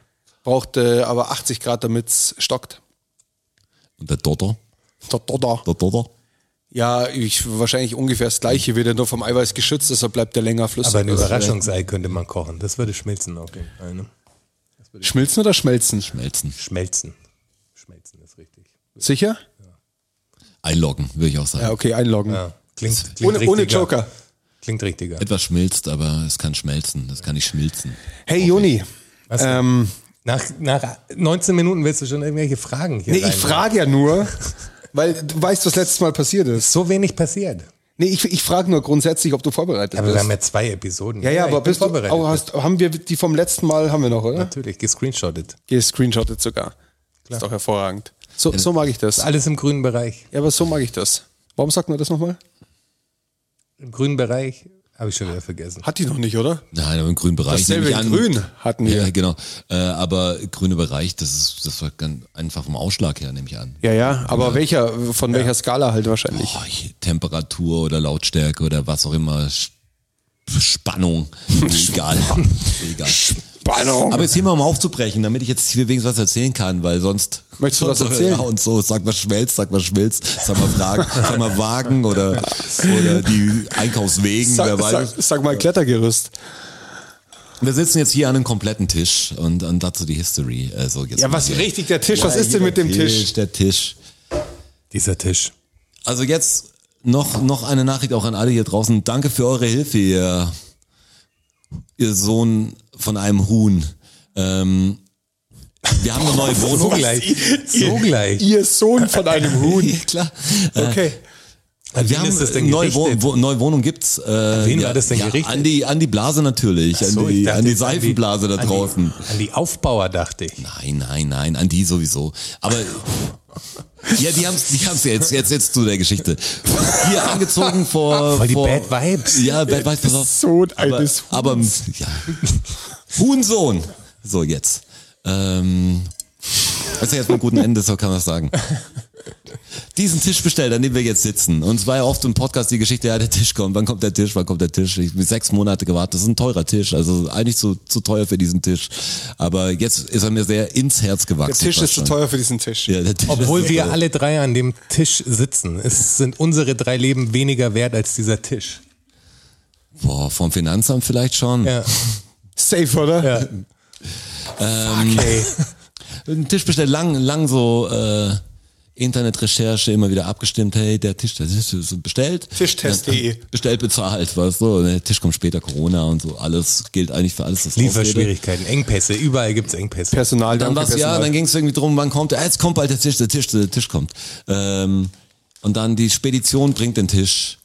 Speaker 2: Braucht äh, aber 80 Grad, damit's stockt.
Speaker 4: Und der Dotter,
Speaker 2: Da, da, da.
Speaker 4: der Dotter.
Speaker 2: Ja, ich, wahrscheinlich ungefähr das gleiche, wieder nur vom Eiweiß geschützt, deshalb bleibt der länger flüssig.
Speaker 3: Aber ein
Speaker 2: Also,
Speaker 3: Überraschungsei könnte man kochen. Das würde schmilzen auf jeden Fall. Ne?
Speaker 2: Schmilzen oder schmelzen?
Speaker 4: Melzen.
Speaker 3: Schmelzen. Schmelzen ist richtig.
Speaker 2: Sicher?
Speaker 4: Einloggen, würde ich auch sagen.
Speaker 2: Ja, okay, einloggen.
Speaker 3: Ja. Klingt, klingt
Speaker 2: Ohne, ohne
Speaker 3: richtiger.
Speaker 2: Joker.
Speaker 3: Klingt richtiger.
Speaker 2: Äh,
Speaker 4: Etwas schmilzt, aber es kann schmelzen. Das kann nicht schmilzen.
Speaker 2: Hey Joni,
Speaker 3: Was denn?
Speaker 2: ähm,
Speaker 3: Nach, nach 19 Minuten willst du schon irgendwelche Fragen hier
Speaker 2: nee, ich
Speaker 3: rein-
Speaker 2: frage ja nur, weil du weißt, was letztes Mal passiert ist.
Speaker 3: So wenig passiert.
Speaker 2: Nee, ich, ich frage nur grundsätzlich, ob du vorbereitet
Speaker 3: Aber wir haben
Speaker 2: bist.
Speaker 3: ja zwei Episoden.
Speaker 2: Ja, ja,
Speaker 3: ich
Speaker 2: aber
Speaker 3: bin
Speaker 2: bist du,
Speaker 3: vorbereitet.
Speaker 2: aber hast, haben wir die vom letzten Mal, haben wir noch, oder?
Speaker 3: Natürlich, gescreenshottet.
Speaker 2: Gescreenshottet sogar. Ist doch hervorragend. So, so mag ich das.
Speaker 3: Alles im grünen Bereich.
Speaker 2: Ja, aber so mag ich das. Warum sagt man das nochmal?
Speaker 3: Im grünen Bereich habe ich schon wieder vergessen.
Speaker 2: Hat die noch nicht, oder?
Speaker 4: Nein, aber im grünen Bereich.
Speaker 2: Dasselbe
Speaker 4: nehme ich
Speaker 2: in grün hatten wir.
Speaker 4: Ja, genau. Äh, aber grüne Bereich, das ist, das war ganz einfach vom Ausschlag her, nehme ich an.
Speaker 2: Ja, ja, aber welcher, von welcher Skala halt wahrscheinlich?
Speaker 4: Boah, ich- Temperatur oder
Speaker 2: Oh,
Speaker 4: Lautstärke oder was auch immer. Sch- Spannung. Egal. Egal.
Speaker 2: Spannung.
Speaker 4: Aber jetzt hier mal um aufzubrechen, damit ich jetzt hier wenigstens was erzählen kann, weil sonst.
Speaker 2: Möchtest du was
Speaker 4: sonst-
Speaker 2: erzählen?
Speaker 4: Ja, und so, sag mal Schmelz, sag mal Schmelz, sag mal Fragen, sag mal Wagen oder, oder die Einkaufswegen,
Speaker 2: Sag,
Speaker 4: wer weiß.
Speaker 2: sag, sag mal Klettergerüst.
Speaker 4: Wir sitzen jetzt hier an einem kompletten Tisch und, und dazu die History. Also jetzt
Speaker 2: Ja,
Speaker 4: mal
Speaker 2: was
Speaker 4: hier.
Speaker 2: richtig der Tisch.
Speaker 4: Ja,
Speaker 2: was ist denn
Speaker 4: hier
Speaker 2: mit
Speaker 4: der
Speaker 2: dem Tisch?
Speaker 4: Der Tisch.
Speaker 3: Dieser Tisch.
Speaker 4: Also jetzt noch, noch eine Nachricht auch an alle hier draußen. Danke für eure Hilfe, ihr, ihr Sohn von einem Huhn. Ähm, wir haben eine neue
Speaker 3: So
Speaker 4: Wohnung.
Speaker 3: gleich. So gleich.
Speaker 2: Ihr Sohn von einem Huhn.
Speaker 4: Klar. Äh,
Speaker 2: Okay.
Speaker 4: Wir haben
Speaker 3: ist das denn
Speaker 4: neue, Wo
Speaker 3: gerichtet?
Speaker 4: Wo neue Wohnung gibt's. Äh,
Speaker 3: wen war das denn gerichtet?
Speaker 4: An die, an die Blase natürlich, an,
Speaker 3: So, ich
Speaker 4: die,
Speaker 3: dachte
Speaker 4: an die
Speaker 3: jetzt an
Speaker 4: Seifenblase da
Speaker 3: an die-
Speaker 4: draußen.
Speaker 3: An die Aufbauer dachte ich.
Speaker 4: Nein, nein, nein, an die sowieso. Aber ja, die haben's, die haben's jetzt, jetzt, jetzt zu der Geschichte. Hier angezogen vor.
Speaker 3: Weil die
Speaker 4: vor,
Speaker 3: Bad Vibes.
Speaker 4: Ja, Bad Vibes, pass auf.
Speaker 2: Sohn eines Huhns.
Speaker 4: Aber, ja. Huhnsohn. So, jetzt. Ähm, das ist ja jetzt mit einem guten Ende, so kann man das sagen. Diesen Tisch bestellt, an dem wir jetzt sitzen. Und es war ja oft im Podcast die Geschichte, ja, der Tisch kommt, wann kommt der Tisch, wann kommt der Tisch? Ich bin sechs Monate gewartet, das ist ein teurer Tisch, also eigentlich zu, zu teuer für diesen Tisch. Aber jetzt ist er mir sehr ins Herz gewachsen.
Speaker 2: Der Tisch
Speaker 4: fast
Speaker 2: ist zu
Speaker 4: schon.
Speaker 2: teuer für diesen Tisch.
Speaker 4: Ja, der Tisch
Speaker 3: Obwohl
Speaker 4: ist
Speaker 3: wir alle drei an dem Tisch sitzen, es sind unsere drei Leben weniger wert als dieser Tisch.
Speaker 4: Boah, vom Finanzamt vielleicht schon.
Speaker 3: Ja.
Speaker 2: Safe, oder?
Speaker 3: ja.
Speaker 4: Ähm,
Speaker 3: Okay.
Speaker 4: Ein Tisch bestellt, lang, lang so äh, Internetrecherche immer wieder abgestimmt, hey, der Tisch, der Tisch ist bestellt.
Speaker 2: Tischtest.de.
Speaker 4: Dann Bestellt, bezahlt, weißt du. Der Tisch kommt später, Corona und so, alles gilt eigentlich für alles. Das ist Ausrede.
Speaker 3: Lieferschwierigkeiten, Engpässe, überall gibt's Engpässe.
Speaker 2: Personal,
Speaker 4: Dann
Speaker 2: danke,
Speaker 4: war's ja,
Speaker 2: Personal.
Speaker 4: dann ging es irgendwie drum, wann kommt der? Ah, Jetzt kommt bald der Tisch, der Tisch, der Tisch kommt. Ähm, und dann die Spedition bringt den Tisch.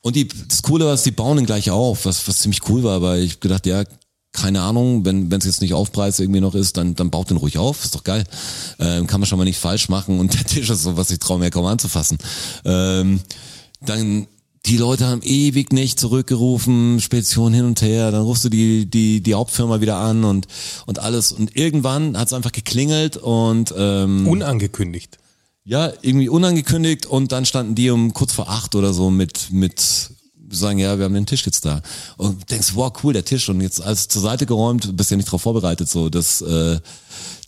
Speaker 4: Und die, das Coole war, die bauen ihn gleich auf, was, was ziemlich cool war, weil ich gedacht, ja, keine Ahnung, wenn es jetzt nicht Aufpreis irgendwie noch ist, dann, dann baut den ruhig auf, ist doch geil. Ähm, kann man schon mal nicht falsch machen und der Tisch ist so, was ich traue mir kaum anzufassen. Ähm, dann die Leute haben ewig nicht zurückgerufen, Spedition hin und her, dann rufst du die, die, die Hauptfirma wieder an und, und alles. Und irgendwann hat es einfach geklingelt und ähm,
Speaker 3: Unangekündigt.
Speaker 4: ja, irgendwie unangekündigt und dann standen die um kurz vor acht oder so mit, mit sagen, ja, wir haben den Tisch jetzt da. Und du denkst, wow, cool, der Tisch. Und jetzt alles zur Seite geräumt, bist ja nicht drauf vorbereitet. So, das, äh,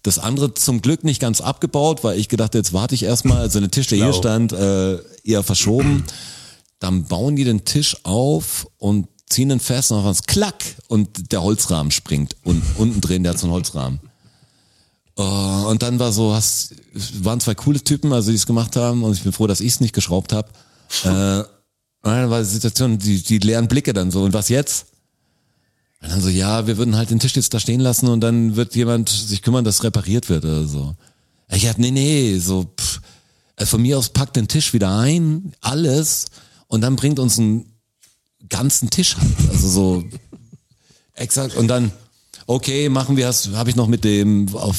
Speaker 4: das andere zum Glück nicht ganz abgebaut, weil ich gedacht, jetzt warte ich erstmal. Also der Tisch, der hier
Speaker 3: Schlau.
Speaker 4: stand, äh, eher verschoben. Dann bauen die den Tisch auf und ziehen den fest und auf was klack und der Holzrahmen springt. Und unten drin, der hat so einen Holzrahmen. Oh, und dann war so, hast, waren zwei coole Typen, also die es gemacht haben, und ich bin froh, dass ich es nicht geschraubt habe. Äh, und dann war die Situation, die, die leeren Blicke dann so, und was jetzt? Und dann so, ja, wir würden halt den Tisch jetzt da stehen lassen und dann wird jemand sich kümmern, dass repariert wird oder so. Ich hab, nee, nee, so, pff, äh, von mir aus packt den Tisch wieder ein, alles, und dann bringt uns einen ganzen Tisch halt, also so, exakt, und dann, okay, machen wir, habe ich noch mit dem, auf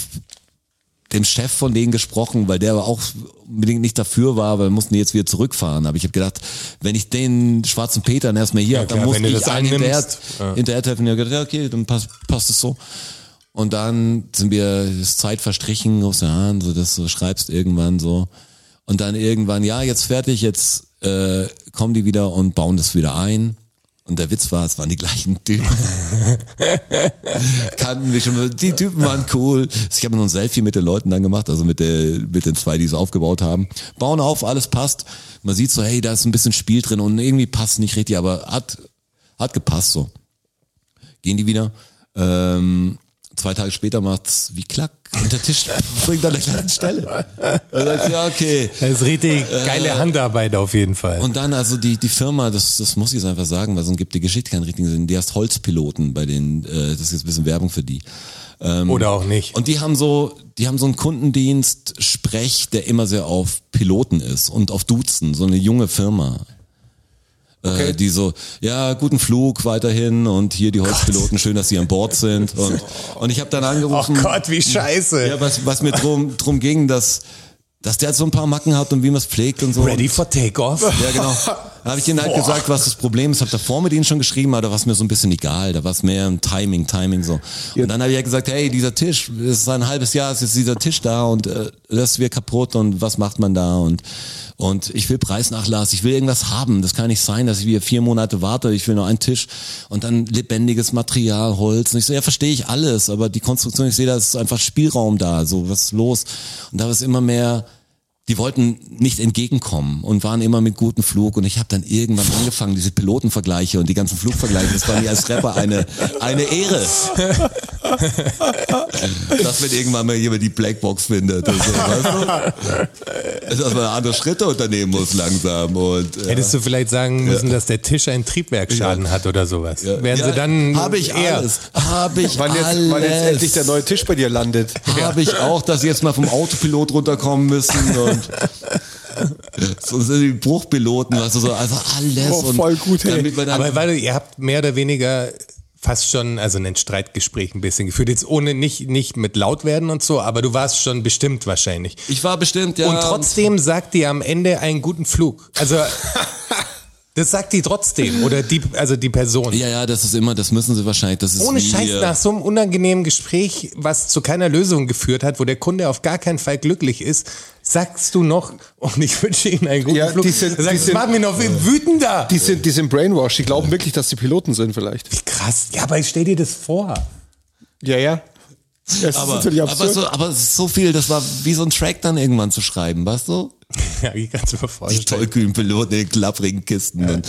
Speaker 4: dem Chef von denen gesprochen, weil der aber auch unbedingt nicht dafür war, weil wir mussten die jetzt wieder zurückfahren. Aber ich habe gedacht, wenn ich den schwarzen Peter dann erstmal hier
Speaker 3: Ja,
Speaker 4: hab, dann
Speaker 3: klar,
Speaker 4: muss
Speaker 3: wenn du
Speaker 4: ich
Speaker 3: das
Speaker 4: einen hinterher,
Speaker 3: annimmst. Ja.
Speaker 4: hinterher treffen. Ich hab gedacht, ja, okay, dann passt, passt es so. Und dann sind wir, ist Zeit verstrichen, rufst du an, so dass du schreibst irgendwann so. Und dann irgendwann, ja, jetzt fertig, jetzt äh, kommen die wieder und bauen das wieder ein. Und der Witz war, es waren die gleichen Typen kannten mich schon. Die Typen waren cool. Ich habe noch ein Selfie mit den Leuten dann gemacht, also mit, der, mit den zwei, die es aufgebaut haben. Bauen auf, alles passt. Man sieht so, hey, da ist ein bisschen Spiel drin und irgendwie passt nicht richtig, aber hat, hat gepasst so. Gehen die wieder. Ähm, zwei Tage später macht's wie klack und der Tisch springt an der gleichen Stelle. Und dann, ja, okay.
Speaker 3: Das ist richtig geile Handarbeit auf jeden Fall.
Speaker 4: Und dann also die, die Firma, das, das muss ich jetzt einfach sagen, weil sonst gibt die Geschichte keinen richtigen Sinn. Die heißt Holzpiloten, bei denen, äh, das ist jetzt ein bisschen Werbung für die.
Speaker 3: Oder auch nicht.
Speaker 4: Und die haben so, die haben so einen Kundendienst, Sprech, der immer sehr auf Piloten ist und auf Duzen, so eine junge Firma. Äh, die so, ja, guten Flug weiterhin und hier die Holzpiloten, schön, dass sie an Bord sind. Und, und ich habe dann
Speaker 3: Oh
Speaker 4: angerufen,
Speaker 3: Gott, wie scheiße.
Speaker 4: ja, was, was mir drum, drum ging, dass, dass der halt so ein paar Macken hat und wie man es pflegt und so.
Speaker 3: Ready for takeoff?
Speaker 4: Ja, genau. Da habe ich ihnen halt gesagt, was das Problem ist. Habe davor mit ihnen schon geschrieben, aber da war es mir so ein bisschen egal. Da war es mehr ein Timing, Timing so. Und dann habe ich ja gesagt, hey, dieser Tisch, es ist ein halbes Jahr, ist jetzt dieser Tisch da und äh, das ist wieder kaputt und was macht man da? Und Und ich will Preisnachlass, ich will irgendwas haben. Das kann nicht sein, dass ich wieder vier Monate warte. Ich will nur einen Tisch und dann lebendiges Material, Holz. Und ich so, ja, verstehe ich alles, aber die Konstruktion, ich sehe, da ist einfach Spielraum da. So, was ist los? Und da ist immer mehr, die wollten nicht entgegenkommen und waren immer mit gutem Flug und ich habe dann irgendwann angefangen diese Pilotenvergleiche und die ganzen Flugvergleiche das war mir als Rapper eine eine Ehre dass man irgendwann mal jemand die Blackbox findet und so, weißt du? Also, dass man andere Schritte unternehmen muss langsam und äh,
Speaker 3: Hättest du vielleicht sagen müssen, dass der Tisch einen Triebwerksschaden hat oder sowas. Wären
Speaker 4: ja,
Speaker 3: sie dann
Speaker 4: habe ich
Speaker 3: eher.
Speaker 4: alles habe ich
Speaker 2: Wann jetzt,
Speaker 4: alles
Speaker 2: wann jetzt endlich der neue Tisch bei dir landet.
Speaker 4: habe ich auch, dass sie jetzt mal vom Autopilot runterkommen müssen und so sind die Bruchpiloten, weißt du so, also alles
Speaker 2: Oh, voll
Speaker 4: und
Speaker 2: gut, ey.
Speaker 4: damit man dann
Speaker 3: Aber warte, ihr habt mehr oder weniger fast schon, also ein Streitgespräch ein bisschen geführt. Jetzt ohne nicht, nicht mit laut werden und so, aber du warst schon bestimmt wahrscheinlich.
Speaker 4: ich war bestimmt ja
Speaker 3: Und trotzdem sagt die am Ende einen guten Flug. Also das sagt die trotzdem oder die also die Person.
Speaker 4: ja ja, das ist immer, das müssen sie wahrscheinlich, das ist
Speaker 3: Ohne
Speaker 4: wie,
Speaker 3: Scheiß
Speaker 4: äh,
Speaker 3: nach so einem unangenehmen Gespräch, was zu keiner Lösung geführt hat, wo der Kunde auf gar keinen Fall glücklich ist, sagst du noch und ich wünsche Ihnen einen guten
Speaker 2: Ja,
Speaker 3: Flug.
Speaker 2: die sind-
Speaker 3: sagst,
Speaker 2: die
Speaker 3: das
Speaker 2: sind-
Speaker 3: macht mich noch viel wütender.
Speaker 2: Die sind, die sind brainwashed, die glauben wirklich, dass die Piloten sind vielleicht.
Speaker 3: Krass. Ja, aber stell dir das vor.
Speaker 2: Ja, ja. Das
Speaker 4: aber, aber, so, aber es ist so viel, das war wie so ein Track dann irgendwann zu schreiben, weißt du?
Speaker 3: Ja, ich kann es mir
Speaker 4: Die
Speaker 3: vorstellen.
Speaker 4: tollkühlen Piloten in den klapprigen Kisten und,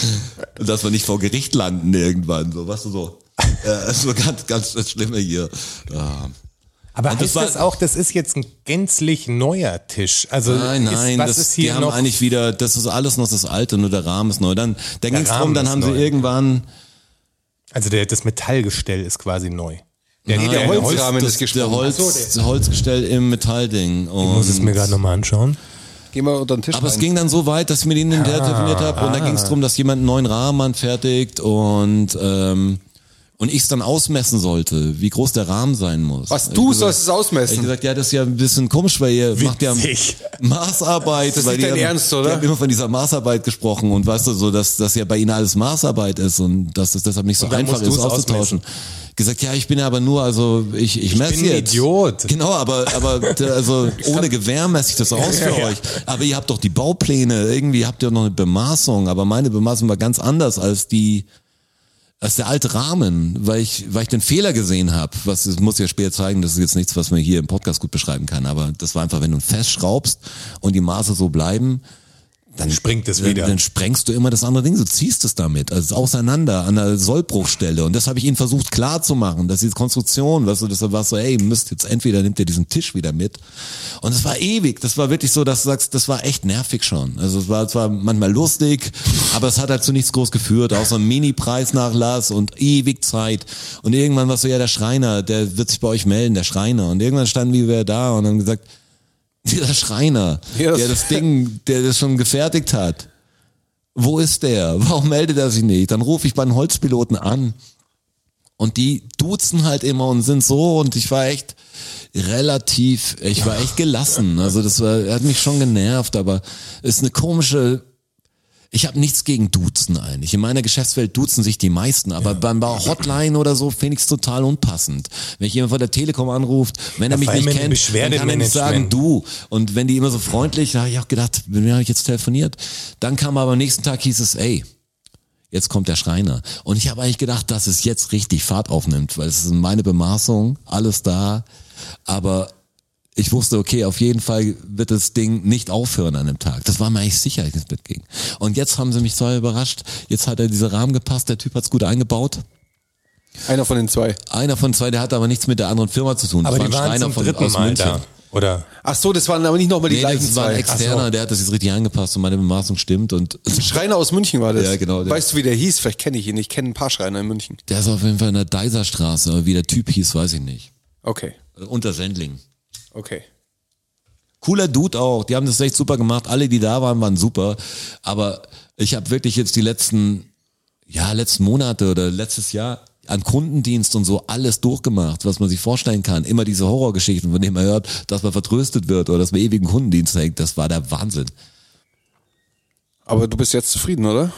Speaker 4: und dass wir nicht vor Gericht landen irgendwann, so, weißt du so. Ja, das ist so ganz, ganz das Schlimme hier. Ja.
Speaker 3: Aber
Speaker 4: Und
Speaker 3: heißt
Speaker 4: das
Speaker 3: das,
Speaker 4: war-
Speaker 3: auch, das ist jetzt ein gänzlich neuer Tisch? Also
Speaker 4: Nein, nein,
Speaker 3: ist, was
Speaker 4: das,
Speaker 3: ist hier
Speaker 4: die haben
Speaker 3: noch?
Speaker 4: eigentlich wieder, das ist alles noch das Alte, nur der Rahmen ist neu. Dann, dann ging es drum,
Speaker 3: Rahmen
Speaker 4: dann
Speaker 3: ist
Speaker 4: haben
Speaker 3: neu.
Speaker 4: sie irgendwann
Speaker 3: Also der, das Metallgestell ist quasi neu. Der,
Speaker 4: Nein,
Speaker 2: der Holz- Ah, Holzrahmen
Speaker 4: das,
Speaker 2: ist
Speaker 4: der
Speaker 2: gesprungen.
Speaker 4: Holz,
Speaker 2: Ach so,
Speaker 4: der Holzgestell im Metallding.
Speaker 3: muss es
Speaker 4: Und,
Speaker 3: mir gerade nochmal anschauen.
Speaker 2: Geh mal unter den Tisch
Speaker 4: aber es
Speaker 2: rein.
Speaker 4: ging dann so weit, dass ich mit ihnen ah, telefoniert habe und dann ging es darum, dass jemand einen neuen Rahmen anfertigt und ähm, und ich es dann ausmessen sollte, wie groß der Rahmen sein muss. Also,
Speaker 2: Was,
Speaker 4: Hab
Speaker 2: du
Speaker 4: ich
Speaker 2: sollst es ausmessen?
Speaker 4: hab Ich gesagt, ja, das ist ja ein bisschen komisch, weil ihr macht ja
Speaker 3: Witzig.
Speaker 4: Maßarbeit.
Speaker 2: Das ist
Speaker 4: weil
Speaker 2: nicht
Speaker 4: die
Speaker 2: dein
Speaker 4: haben,
Speaker 2: Ernst, oder?
Speaker 4: Die haben immer von dieser Maßarbeit gesprochen und weißt du, so, dass, dass ja bei ihnen alles Maßarbeit ist und dass es deshalb nicht so
Speaker 3: dann
Speaker 4: einfach
Speaker 3: musst
Speaker 4: ist,
Speaker 3: du's
Speaker 4: auszutauschen. Gesagt, ja, ich bin ja aber nur, also ich, ich, messe
Speaker 3: bin ein
Speaker 4: jetzt.
Speaker 3: Idiot.
Speaker 4: Genau, aber, aber da- also ohne Gewehr messe ich das aus für euch. Aber ihr habt doch die Baupläne, irgendwie habt ihr noch eine Bemaßung, aber meine Bemaßung war ganz anders als die als der alte Rahmen, weil ich, weil ich den Fehler gesehen habe. Was es muss ich ja später zeigen, das ist jetzt nichts, was man hier im Podcast gut beschreiben kann, aber das war einfach, wenn du festschraubst und die Maße so bleiben,
Speaker 3: Dann springt es
Speaker 4: dann,
Speaker 3: wieder.
Speaker 4: dann sprengst du immer das andere Ding, du ziehst es damit, also es ist auseinander an der Sollbruchstelle. Und das habe ich ihnen versucht klar zu machen, dass diese Konstruktion, weißt du, das war so, ey, ihr müsst jetzt entweder nimmt ihr diesen Tisch wieder mit. Und es war ewig, das war wirklich so, dass du sagst, das war echt nervig schon. Also es war zwar manchmal lustig, aber es hat halt zu nichts groß geführt, außer einem Mini-Preisnachlass und ewig Zeit. Und irgendwann warst du ja der Schreiner, der wird sich bei euch melden, der Schreiner. Und irgendwann standen wir wieder da und haben gesagt, dieser Schreiner,
Speaker 2: Ja, das-
Speaker 4: der das Ding, der das schon gefertigt hat. Wo ist der? Warum meldet er sich nicht? Dann rufe ich bei den Holzpiloten an. Und die duzen halt immer und sind so und ich war echt relativ, ich war echt gelassen. Also das war, hat mich schon genervt, aber ist eine komische, ich habe nichts gegen Duzen eigentlich. In meiner Geschäftswelt duzen sich die meisten, aber beim bei Hotline oder so finde ich es total unpassend. Wenn ich jemand von der Telekom anruft, wenn er mich
Speaker 3: vor allem
Speaker 4: nicht
Speaker 3: im
Speaker 4: kennt, dann kann er nicht sagen
Speaker 3: Beschwerdemanagement.
Speaker 4: du. Und wenn die immer so freundlich, da habe ich auch gedacht, mit wem habe ich jetzt telefoniert? Dann kam aber am nächsten Tag hieß es, ey, jetzt kommt der Schreiner. Und ich habe eigentlich gedacht, dass es jetzt richtig Fahrt aufnimmt, weil es ist meine Bemaßung, alles da. Aber ich wusste, okay, auf jeden Fall wird das Ding nicht aufhören an dem Tag. Das war mir eigentlich sicher, als ich ins Bett ging. Und jetzt haben sie mich so überrascht. Jetzt hat er diese Rahmen gepasst, der Typ hat's gut eingebaut.
Speaker 2: Einer von den zwei.
Speaker 4: Einer von zwei, der hat aber nichts mit der anderen Firma zu tun.
Speaker 3: aber
Speaker 4: das
Speaker 3: die
Speaker 4: war ein
Speaker 3: waren
Speaker 4: Schreiner
Speaker 3: zum
Speaker 4: von,
Speaker 3: dritten
Speaker 4: aus
Speaker 3: Mal
Speaker 4: München.
Speaker 3: da. Oder?
Speaker 2: Ach so, das waren aber nicht nochmal die
Speaker 4: Nee,
Speaker 2: gleichen
Speaker 4: das war ein
Speaker 2: zwei.
Speaker 4: externer,
Speaker 2: Ach
Speaker 4: der hat das jetzt richtig angepasst und meine Bemaßung stimmt und
Speaker 2: so. Schreiner aus München war das.
Speaker 4: Ja, genau, der-
Speaker 2: Weißt du, wie der hieß? Vielleicht kenne ich ihn. Ich kenne ein paar Schreiner in München.
Speaker 4: der ist auf jeden Fall in der Deiserstraße, aber wie der Typ hieß, weiß ich nicht.
Speaker 2: Okay,
Speaker 4: Unter Sendling.
Speaker 2: okay.
Speaker 4: cooler Dude auch. Die haben das echt super gemacht. Alle, die da waren, waren super. Aber ich habe wirklich jetzt die letzten, ja, letzten Monate oder letztes Jahr an Kundendienst und so alles durchgemacht, was man sich vorstellen kann. Immer diese Horrorgeschichten, von denen man hört, dass man vertröstet wird oder dass man ewigen Kundendienst hängt. Das war der Wahnsinn.
Speaker 2: Aber du bist jetzt zufrieden, oder?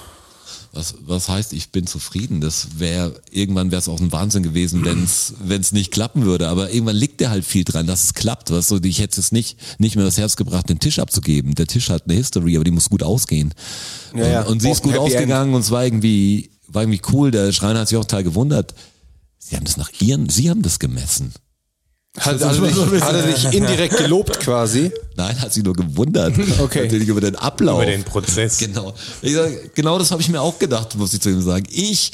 Speaker 4: Was, was heißt, ich bin zufrieden? Das wäre, irgendwann wäre es auch ein Wahnsinn gewesen, wenn es nicht klappen würde. Aber irgendwann liegt da halt viel dran, dass es klappt. Weißt du, ich hätte es nicht, nicht mehr das Herz gebracht, den Tisch abzugeben. Der Tisch hat eine History, aber die muss gut ausgehen.
Speaker 2: Ja, ja.
Speaker 4: Und, und sie ist
Speaker 2: Braucht ein
Speaker 4: gut
Speaker 2: Happy End.
Speaker 4: ausgegangen und es war irgendwie, war irgendwie cool. Der Schreiner hat sich auch total gewundert. Sie haben das nach ihren, sie haben das gemessen.
Speaker 2: Hat, hat, er dich, hat er dich indirekt gelobt quasi?
Speaker 4: Nein, hat sich nur gewundert.
Speaker 2: Okay.
Speaker 4: Natürlich über den Ablauf.
Speaker 3: Über den Prozess.
Speaker 4: Genau. Ich sag, genau das habe ich mir auch gedacht, muss ich zu ihm sagen. Ich,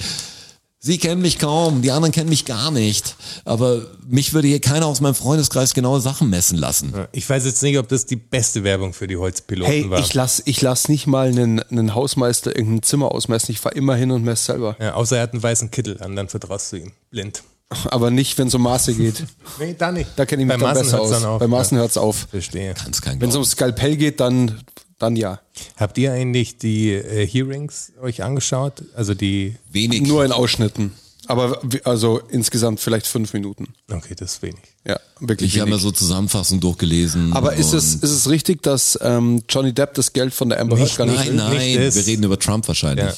Speaker 4: sie kennen mich kaum, die anderen kennen mich gar nicht. Aber mich würde hier keiner aus meinem Freundeskreis genaue Sachen messen lassen.
Speaker 3: Ich weiß jetzt nicht, ob das die beste Werbung für die Holzpiloten
Speaker 2: Hey,
Speaker 3: war.
Speaker 2: ich lass, ich lass nicht mal einen, einen Hausmeister irgendein Zimmer ausmessen. Ich fahr immer hin und messe selber.
Speaker 3: ja, außer er hat einen weißen Kittel an, dann vertraust du ihm. Blind.
Speaker 2: Aber nicht, wenn es um Maße geht.
Speaker 3: Nee, da nicht.
Speaker 2: Da kenne ich mich
Speaker 3: Bei
Speaker 2: dann
Speaker 3: Maßen
Speaker 2: besser
Speaker 3: hört's
Speaker 2: aus.
Speaker 3: dann auf.
Speaker 2: Bei Maßen
Speaker 3: ja.
Speaker 2: hört's auf.
Speaker 3: Verstehe.
Speaker 4: Ganz kein
Speaker 2: Wenn es
Speaker 4: Glauben.
Speaker 2: ums Skalpell geht, dann, dann ja.
Speaker 3: Habt ihr eigentlich die äh, Hearings euch angeschaut? Also die.
Speaker 4: Wenig.
Speaker 2: Nur in Ausschnitten. Aber w- also insgesamt vielleicht fünf Minuten.
Speaker 3: Okay, das ist wenig.
Speaker 2: Ja, wirklich.
Speaker 4: ich habe mir
Speaker 2: wenig.
Speaker 4: so Zusammenfassung durchgelesen.
Speaker 2: Aber ist es,
Speaker 4: und-
Speaker 2: ist es richtig, dass ähm, Johnny Depp das Geld von der Amber Heard gar nicht
Speaker 4: Nein,
Speaker 2: will?
Speaker 4: nein,
Speaker 3: nicht das-
Speaker 4: wir reden über Trump wahrscheinlich.
Speaker 3: Ja.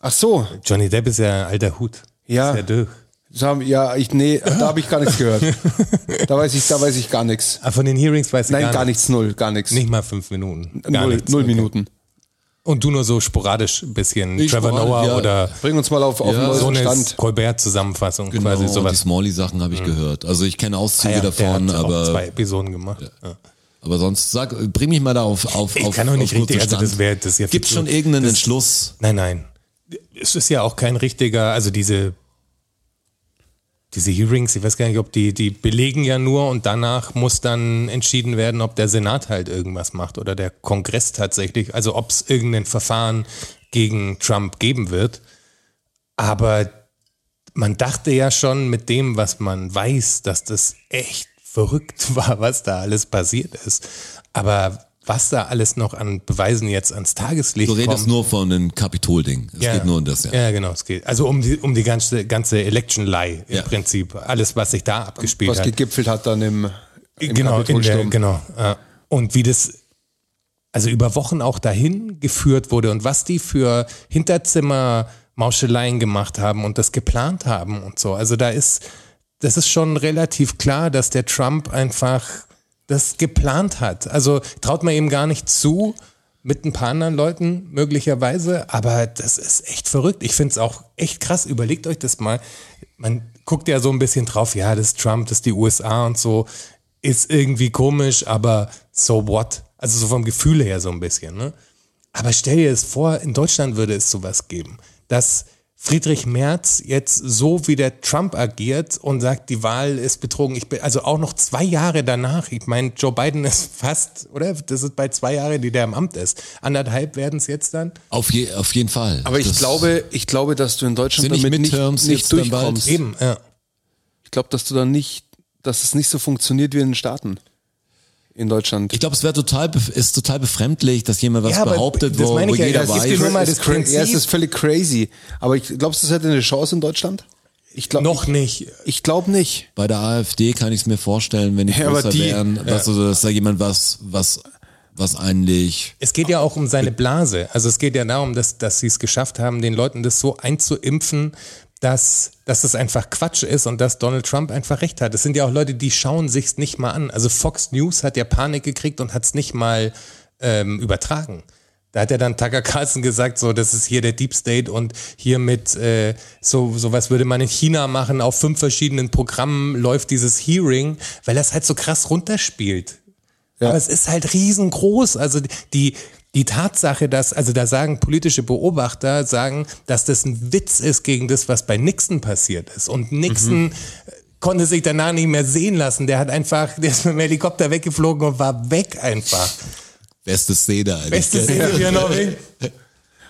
Speaker 2: Ach so.
Speaker 3: Johnny Depp ist ja ein alter Hut.
Speaker 2: Ja.
Speaker 3: Ist ja durch.
Speaker 2: Das haben, ja, ich, nee, da habe ich gar nichts gehört. Da weiß ich, da weiß ich gar nichts.
Speaker 3: Ah, von den Hearings weiß ich
Speaker 2: Nein,
Speaker 3: gar,
Speaker 2: gar
Speaker 3: nichts.
Speaker 2: nichts, null, gar nichts.
Speaker 3: Nicht mal fünf Minuten. Gar
Speaker 2: null
Speaker 3: nichts.
Speaker 2: null
Speaker 3: Okay.
Speaker 2: Minuten.
Speaker 3: Und du nur so sporadisch ein bisschen.
Speaker 4: Ich
Speaker 3: Trevor
Speaker 4: sporadisch,
Speaker 3: Noah
Speaker 4: ja. also
Speaker 3: oder
Speaker 2: Bring uns mal auf, auf den
Speaker 3: so
Speaker 2: neuesten
Speaker 3: eine
Speaker 2: Stand.
Speaker 3: Colbert-Zusammenfassung
Speaker 4: Genau,
Speaker 3: quasi
Speaker 4: und die
Speaker 3: sowas. Mhm.
Speaker 4: Smalley-Sachen habe ich gehört. Also ich kenne Auszüge
Speaker 3: Ah ja, der
Speaker 4: davon,
Speaker 3: hat auch zwei
Speaker 4: aber,
Speaker 3: Episoden gemacht. Ja.
Speaker 4: aber sonst sag, bring mich mal da auf auf
Speaker 3: Ich
Speaker 4: auf,
Speaker 3: kann doch
Speaker 4: auf
Speaker 3: nicht
Speaker 4: kurzen
Speaker 3: richtig- also
Speaker 4: Stand.
Speaker 3: das wär- das ist ja
Speaker 4: Gibt's
Speaker 3: viel
Speaker 4: schon
Speaker 3: zu-
Speaker 4: irgendeinen Entschluss?
Speaker 3: Nein, nein. Es ist ja auch kein richtiger, also diese, diese Hearings, ich weiß gar nicht, ob die, die belegen ja nur und danach muss dann entschieden werden, ob der Senat halt irgendwas macht oder der Kongress tatsächlich, also ob es irgendein Verfahren gegen Trump geben wird. Aber man dachte ja schon mit dem, was man weiß, dass das echt verrückt war, was da alles passiert ist. Aber was da alles noch an Beweisen jetzt ans Tageslicht
Speaker 4: Du redest
Speaker 3: kommt,
Speaker 4: nur von dem Kapitol-Ding. Es geht nur um das, ja.
Speaker 3: ja, genau, es geht. Also um die, um die ganze, ganze Election-Lie im
Speaker 4: Ja.
Speaker 3: Prinzip. Alles, was sich da abgespielt
Speaker 2: Was
Speaker 3: hat.
Speaker 2: gegipfelt hat dann im, im
Speaker 3: genau, in der,
Speaker 2: Kapitolsturm.
Speaker 3: genau. ja. Und wie das also über Wochen auch dahin geführt wurde und was die für Hinterzimmer Mauscheleien gemacht haben und das geplant haben und so. Also da ist, das ist schon relativ klar, dass der Trump einfach das geplant hat. Also traut man ihm gar nicht zu, mit ein paar anderen Leuten möglicherweise, aber das ist echt verrückt. Ich finde es auch echt krass. Überlegt euch das mal. Man guckt ja so ein bisschen drauf, ja, das ist Trump, das ist die USA und so, ist irgendwie komisch, aber so what? Also so vom Gefühl her so ein bisschen, ne? Aber stell dir es vor, in Deutschland würde es sowas geben, dass Friedrich Merz jetzt so wie der Trump agiert und sagt, die Wahl ist betrogen. Ich bin also auch noch zwei Jahre danach. Ich meine, Joe Biden ist fast, oder? Das ist bei zwei Jahren, die der im Amt ist. Anderthalb werden es jetzt dann.
Speaker 4: Auf, je, auf jeden Fall.
Speaker 2: Aber ich
Speaker 4: Das-
Speaker 2: glaube, ich glaube, dass du in Deutschland
Speaker 4: Sind nicht
Speaker 2: damit nicht,
Speaker 4: Midterms
Speaker 2: nicht
Speaker 4: jetzt dann bald?
Speaker 2: durchkommst.
Speaker 3: Eben, ja.
Speaker 2: Ich glaube, dass du dann nicht, dass es nicht so funktioniert wie in den Staaten. In Deutschland.
Speaker 4: Ich glaube, es wäre total, bef- ist total befremdlich, dass jemand was
Speaker 3: Ja, aber
Speaker 4: behauptet,
Speaker 3: das
Speaker 4: wo,
Speaker 3: meine
Speaker 4: wo
Speaker 3: ich ja,
Speaker 4: jeder
Speaker 3: das ist
Speaker 4: weiß.
Speaker 3: die Nummer- das
Speaker 2: Es ist cra-
Speaker 3: Prinzip-
Speaker 2: ja, es ist völlig crazy. Aber ich glaubst du, es hätte eine Chance in Deutschland? Ich glaube
Speaker 3: Noch nicht.
Speaker 2: Ich glaube nicht.
Speaker 4: Bei der AfD kann ich es mir vorstellen, wenn die
Speaker 2: Ja, aber
Speaker 4: größer
Speaker 2: die-
Speaker 4: wären, dass, so, dass da jemand was, was, was eigentlich,
Speaker 3: Es geht ja auch um seine Blase. Also es geht ja darum, dass, dass sie es geschafft haben, den Leuten das so einzuimpfen, dass, dass das einfach Quatsch ist und dass Donald Trump einfach recht hat. Es sind ja auch Leute, die schauen sich's nicht mal an. Also Fox News hat ja Panik gekriegt und hat's nicht mal ähm, übertragen. Da hat ja dann Tucker Carlson gesagt, so, das ist hier der Deep State und hier mit äh, so sowas würde man in China machen. Auf fünf verschiedenen Programmen läuft dieses Hearing, weil das halt so krass runterspielt. Aber es ist halt riesengroß. Also die, die Tatsache, dass, also da sagen politische Beobachter, sagen, dass das ein Witz ist gegen das, was bei Nixon passiert ist. Und Nixon äh, konnte sich danach nicht mehr sehen lassen. Der hat einfach, der ist mit dem Helikopter weggeflogen und war weg einfach.
Speaker 4: beste Szene eigentlich.
Speaker 3: Beste
Speaker 4: gell?
Speaker 3: Szene, wie er noch will.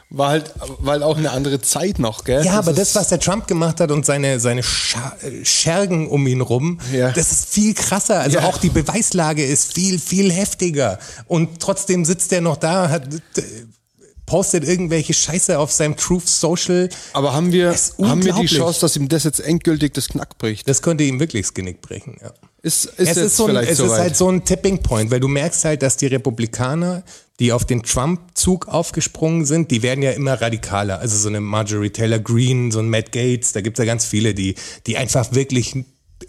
Speaker 2: War halt, weil auch eine andere Zeit noch, gell?
Speaker 3: Ja, aber das,
Speaker 2: ist-
Speaker 3: was der Trump gemacht hat und seine, seine Scha äh, Schergen um ihn rum,
Speaker 2: Ja.
Speaker 3: das ist viel krasser. Also
Speaker 2: Ja.
Speaker 3: auch die Beweislage ist viel, viel heftiger. Und trotzdem sitzt er noch da, hat, äh, postet irgendwelche Scheiße auf seinem Truth Social.
Speaker 2: Aber haben wir,
Speaker 3: Das ist
Speaker 2: haben wir die
Speaker 3: unglaublich.
Speaker 2: Chance, dass ihm das jetzt endgültig das Knack bricht?
Speaker 3: Das könnte ihm wirklich das Genick brechen. Ja.
Speaker 2: Ist, ist
Speaker 3: Es
Speaker 2: jetzt
Speaker 3: ist, so ein,
Speaker 2: vielleicht
Speaker 3: es ist
Speaker 2: soweit.
Speaker 3: halt so ein Tipping Point, weil du merkst halt, dass die halt, Republikaner die auf den Trump-Zug aufgesprungen sind, die werden ja immer radikaler. Also so eine Marjorie Taylor Greene, so ein Matt Gates, da gibt's ja ganz viele, die, die einfach wirklich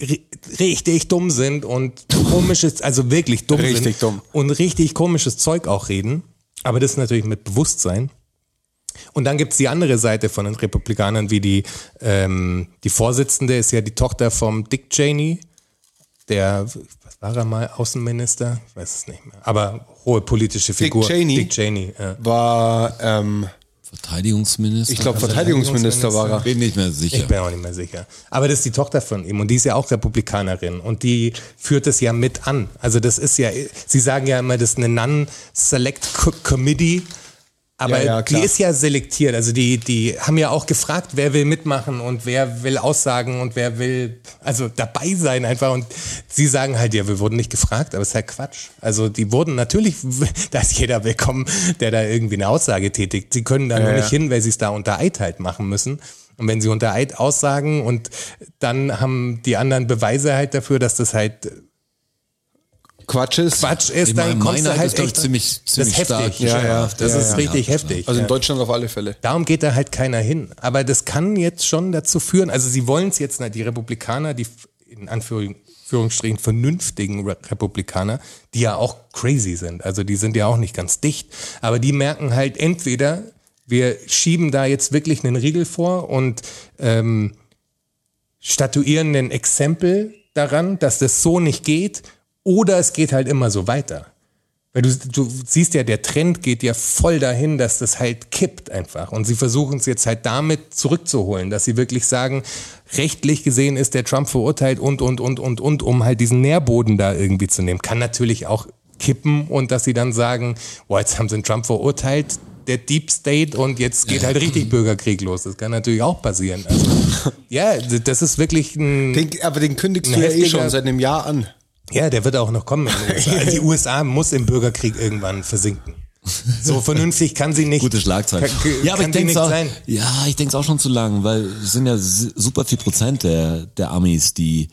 Speaker 3: ri- richtig dumm sind und komisches, also wirklich dumm sind.
Speaker 2: Richtig dumm.
Speaker 3: Und richtig komisches Zeug auch reden. Aber das natürlich mit Bewusstsein. Und dann gibt's die andere Seite von den Republikanern, wie die, ähm, die Vorsitzende ist ja die Tochter vom Dick Cheney, der, was war er mal, Außenminister? Ich weiß es nicht mehr. Aber hohe politische Figur.
Speaker 2: Cheney?
Speaker 3: Dick Cheney, ja.
Speaker 2: War, ähm,
Speaker 4: Verteidigungsminister?
Speaker 2: ich
Speaker 3: Also
Speaker 2: glaube, Verteidigungsminister war er.
Speaker 4: Bin nicht mehr
Speaker 3: Ich
Speaker 4: sicher.
Speaker 3: bin auch nicht mehr sicher. Aber das ist die Tochter von ihm und die ist ja auch Republikanerin und die führt das ja mit an. Also das ist ja, sie sagen ja immer, das ist eine Non-Select Co- Committee, aber
Speaker 2: Ja, ja,
Speaker 3: die
Speaker 2: klar.
Speaker 3: ist ja selektiert. Also die, die haben ja auch gefragt, wer will mitmachen und wer will aussagen und wer will, also dabei sein einfach. Und sie sagen halt, ja, wir wurden nicht gefragt, aber es ist halt Quatsch. Also die wurden natürlich, da ist jeder willkommen, der da irgendwie eine Aussage tätigt. Sie können da nur
Speaker 2: ja.
Speaker 3: nicht hin, weil sie es da unter Eid halt machen müssen. Und wenn sie unter Eid aussagen und dann haben die anderen Beweise halt dafür, dass das halt
Speaker 2: Quatsch ist.
Speaker 3: Quatsch ist,
Speaker 4: Ich meine,
Speaker 3: dann kommst
Speaker 4: meine
Speaker 3: du halt
Speaker 4: ist, glaub ich,
Speaker 3: echt-
Speaker 4: ziemlich- ziemlich
Speaker 3: das ist heftig.
Speaker 4: stark. Ja,
Speaker 2: ja.
Speaker 3: das
Speaker 2: Ja,
Speaker 3: ist
Speaker 2: ja.
Speaker 3: richtig heftig.
Speaker 2: Also in
Speaker 3: ja.
Speaker 2: Deutschland auf alle Fälle.
Speaker 3: Darum geht da halt keiner hin. Aber das kann jetzt schon dazu führen, also sie wollen es jetzt, nicht. die Republikaner, die f- in Anführung- Anführungsstrichen vernünftigen Re Republikaner, die ja auch crazy sind, also die sind ja auch nicht ganz dicht, aber die merken halt entweder, wir schieben da jetzt wirklich einen Riegel vor und ähm, statuieren ein Exempel daran, dass das so nicht geht, oder es geht halt immer so weiter. Weil du, du siehst ja, der Trend geht ja voll dahin, dass das halt kippt einfach. Und sie versuchen es jetzt halt damit zurückzuholen, dass sie wirklich sagen, rechtlich gesehen ist der Trump verurteilt und, und, und, und, und, um halt diesen Nährboden da irgendwie zu nehmen. Kann natürlich auch kippen und dass sie dann sagen, boah, jetzt haben sie den Trump verurteilt, der Deep State und jetzt geht halt richtig Bürgerkrieg los. Das kann natürlich auch passieren. Also, ja, d- das ist wirklich ein
Speaker 2: Den, aber den kündigst
Speaker 3: Ein
Speaker 2: du ja eh
Speaker 3: heftiger-
Speaker 2: schon seit einem Jahr an.
Speaker 3: ja, der wird auch noch kommen. In den USA. Also die USA muss im Bürgerkrieg irgendwann versinken. So vernünftig kann sie nicht.
Speaker 4: Gute Schlagzeilen.
Speaker 3: Kann, ja, aber kann ich
Speaker 4: denk's
Speaker 3: nicht
Speaker 4: auch,
Speaker 3: sein.
Speaker 4: ja, ich denke es auch schon zu lang, weil es sind ja s- super viel Prozent der, der Amis, die,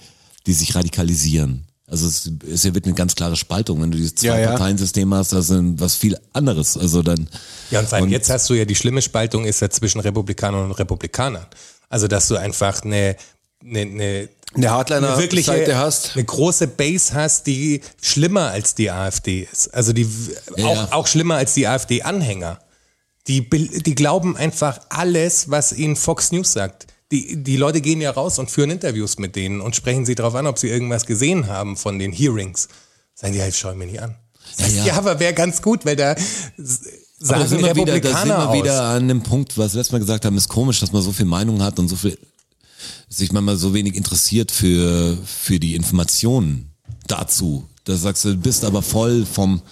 Speaker 4: die sich radikalisieren. Also es, es wird eine ganz klare Spaltung, wenn du dieses
Speaker 2: Ja, ja.
Speaker 4: Zwei-Parteien-System hast, das ist was viel anderes. Also dann,
Speaker 3: Ja, und vor allem
Speaker 4: Und-
Speaker 3: jetzt hast du ja die schlimme Spaltung ist ja zwischen Republikanern und Republikanern. Also, dass du einfach eine, eine, eine
Speaker 2: Eine Hardliner
Speaker 3: eine wirkliche,
Speaker 2: Seite hast.
Speaker 3: eine große Base hast, die schlimmer als die AfD ist. Also die
Speaker 4: Ja,
Speaker 3: auch,
Speaker 4: ja.
Speaker 3: auch schlimmer als die AfD-Anhänger. Die, bel- die glauben einfach alles, was ihnen Fox News sagt. Die, die Leute gehen ja raus und führen Interviews mit denen und sprechen sie darauf an, ob sie irgendwas gesehen haben von den Hearings. Sagen die, halt, schau ich mir nicht an. Ja,
Speaker 4: ja.
Speaker 3: aber wäre ganz gut, weil da s-
Speaker 4: Aber da
Speaker 3: sagen
Speaker 4: sind wir wieder, da sind
Speaker 3: Republikaner
Speaker 4: wir
Speaker 3: aus.
Speaker 4: wieder an dem Punkt, was wir letztes Mal gesagt haben, ist komisch, dass man so viel Meinung hat und so viel, sich manchmal so wenig interessiert für, für die Informationen dazu. Da sagst du, du bist aber voll vom,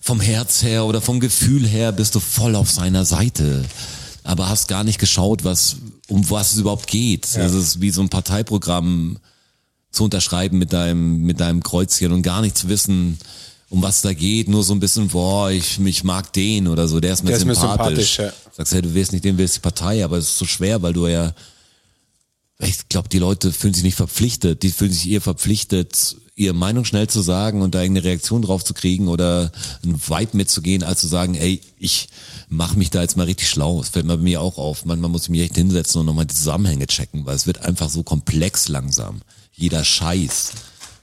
Speaker 4: vom Herz her oder vom Gefühl her bist du voll auf seiner Seite. Aber hast gar nicht geschaut, was, um was es überhaupt geht. Das ist wie so ein Parteiprogramm zu unterschreiben mit deinem, mit deinem Kreuzchen und gar nicht zu wissen, um was da geht, nur so ein bisschen, boah, ich, ich mag den oder so, der ist mir
Speaker 2: Der ist mir
Speaker 4: sympathisch.
Speaker 2: sympathisch, ja.
Speaker 4: Sagst ja, du willst nicht den, willst die Partei, aber es ist so schwer, weil du ja, ich glaube, die Leute fühlen sich nicht verpflichtet, die fühlen sich eher verpflichtet, ihre Meinung schnell zu sagen und da irgendeine Reaktion drauf zu kriegen oder ein Vibe mitzugehen, als zu sagen, ey, ich mach mich da jetzt mal richtig schlau. Das fällt mir bei mir auch auf. Manchmal muss ich mich echt hinsetzen und nochmal die Zusammenhänge checken, weil es wird einfach so komplex langsam. Jeder Scheiß.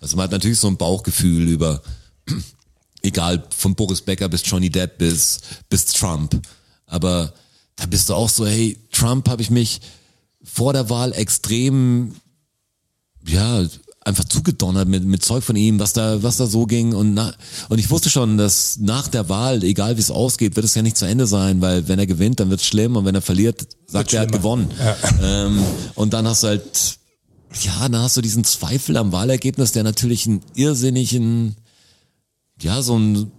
Speaker 4: Also man hat natürlich so ein Bauchgefühl über, egal, von Boris Becker bis Johnny Depp bis, bis Trump. Aber da bist du auch so, hey, Trump habe ich mich vor der Wahl extrem, ja, einfach zugedonnert mit, mit Zeug von ihm, was da, was da so ging. Und, na, und ich wusste schon, dass nach der Wahl, egal wie es ausgeht, wird es ja nicht zu Ende sein, weil wenn er gewinnt, dann wird's schlimm und wenn er verliert, sagt er, er hat gewonnen. Ähm, und dann hast du halt, ja, dann hast du diesen Zweifel am Wahlergebnis, der natürlich einen irrsinnigen, ja, so ein,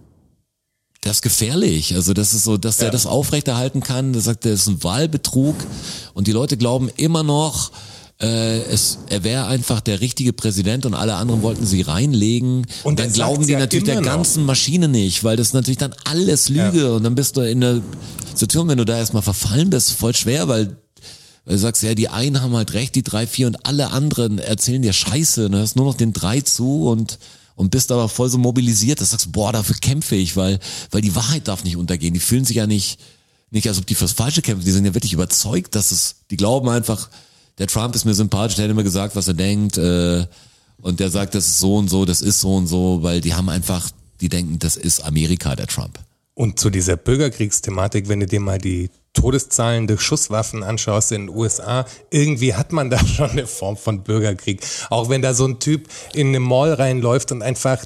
Speaker 4: das ist gefährlich. Also das ist so, dass der das aufrechterhalten kann. Der sagt, das ist ein Wahlbetrug und die Leute glauben immer noch, äh, es, er wäre einfach der richtige Präsident und alle anderen wollten sie reinlegen. Und,
Speaker 3: Und
Speaker 4: dann
Speaker 3: das
Speaker 4: glauben
Speaker 3: sagt's
Speaker 4: die
Speaker 3: ja
Speaker 4: natürlich
Speaker 3: immer
Speaker 4: der
Speaker 3: noch.
Speaker 4: ganzen Maschine nicht, weil das natürlich dann alles Lüge und dann bist du in der Situation, wenn du da erstmal verfallen bist, voll schwer, weil weil du sagst, ja, die einen ne? haben halt recht, die drei, vier und alle anderen erzählen dir Scheiße. Und du hörst nur noch den drei zu und, und bist aber voll so mobilisiert, dass du sagst, boah, dafür kämpfe ich, weil, weil die Wahrheit darf nicht untergehen. Die fühlen sich ja nicht, nicht als ob die fürs Falsche kämpfen. Die sind ja wirklich überzeugt, dass es, die glauben einfach, der Trump ist mir sympathisch, der hat immer gesagt, was er denkt, äh, und der sagt, das ist so und so, das ist so und so, weil die haben einfach, die denken, das ist Amerika, der Trump.
Speaker 3: Und zu dieser Bürgerkriegsthematik, wenn du dir mal die Todeszahlen durch Schusswaffen anschaust in den USA, irgendwie hat man da schon eine Form von Bürgerkrieg. Auch wenn da so ein Typ in eine Mall reinläuft und einfach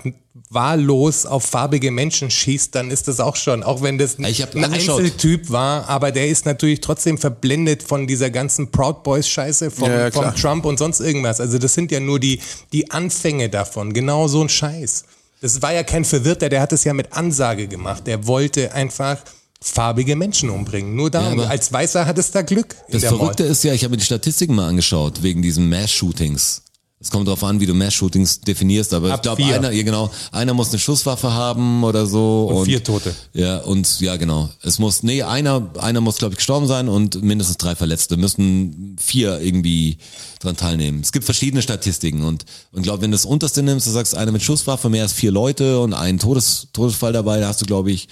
Speaker 3: wahllos auf farbige Menschen schießt, dann ist das auch schon, auch wenn das ein,
Speaker 4: Ich hab
Speaker 3: ein
Speaker 4: angeschaut.
Speaker 3: Einzeltyp war, aber der ist natürlich trotzdem verblendet von dieser ganzen Proud Boys Scheiße, vom,
Speaker 2: Ja, ja,
Speaker 3: vom
Speaker 2: klar.
Speaker 3: Trump und sonst irgendwas. Also das sind ja nur die, die Anfänge davon, genau so ein Scheiß. Das war ja kein Verwirrter, der hat es ja mit Ansage gemacht. Der wollte einfach farbige Menschen umbringen. Nur da.
Speaker 4: aber-
Speaker 3: als Weißer hat es da Glück. in
Speaker 4: Das
Speaker 3: der Mall.
Speaker 4: Verrückte ist ja, ich habe mir die Statistiken mal angeschaut, wegen diesen Mass-Shootings. Es kommt darauf an, wie du Mass-Shootings definierst, aber
Speaker 3: Ab
Speaker 4: ich glaube,
Speaker 3: vier.
Speaker 4: einer, ja genau, einer muss eine Schusswaffe haben oder so. Und,
Speaker 3: vier Tote.
Speaker 4: Ja, und ja, genau. Es muss, nee, einer, einer muss, glaube ich, gestorben sein und mindestens drei Verletzte. Müssen vier irgendwie dran teilnehmen. Es gibt verschiedene Statistiken und, und glaube, wenn du das unterste nimmst, du sagst, einer mit Schusswaffe, mehr als vier Leute und einen Todes, Todesfall dabei, da hast du, glaube ich,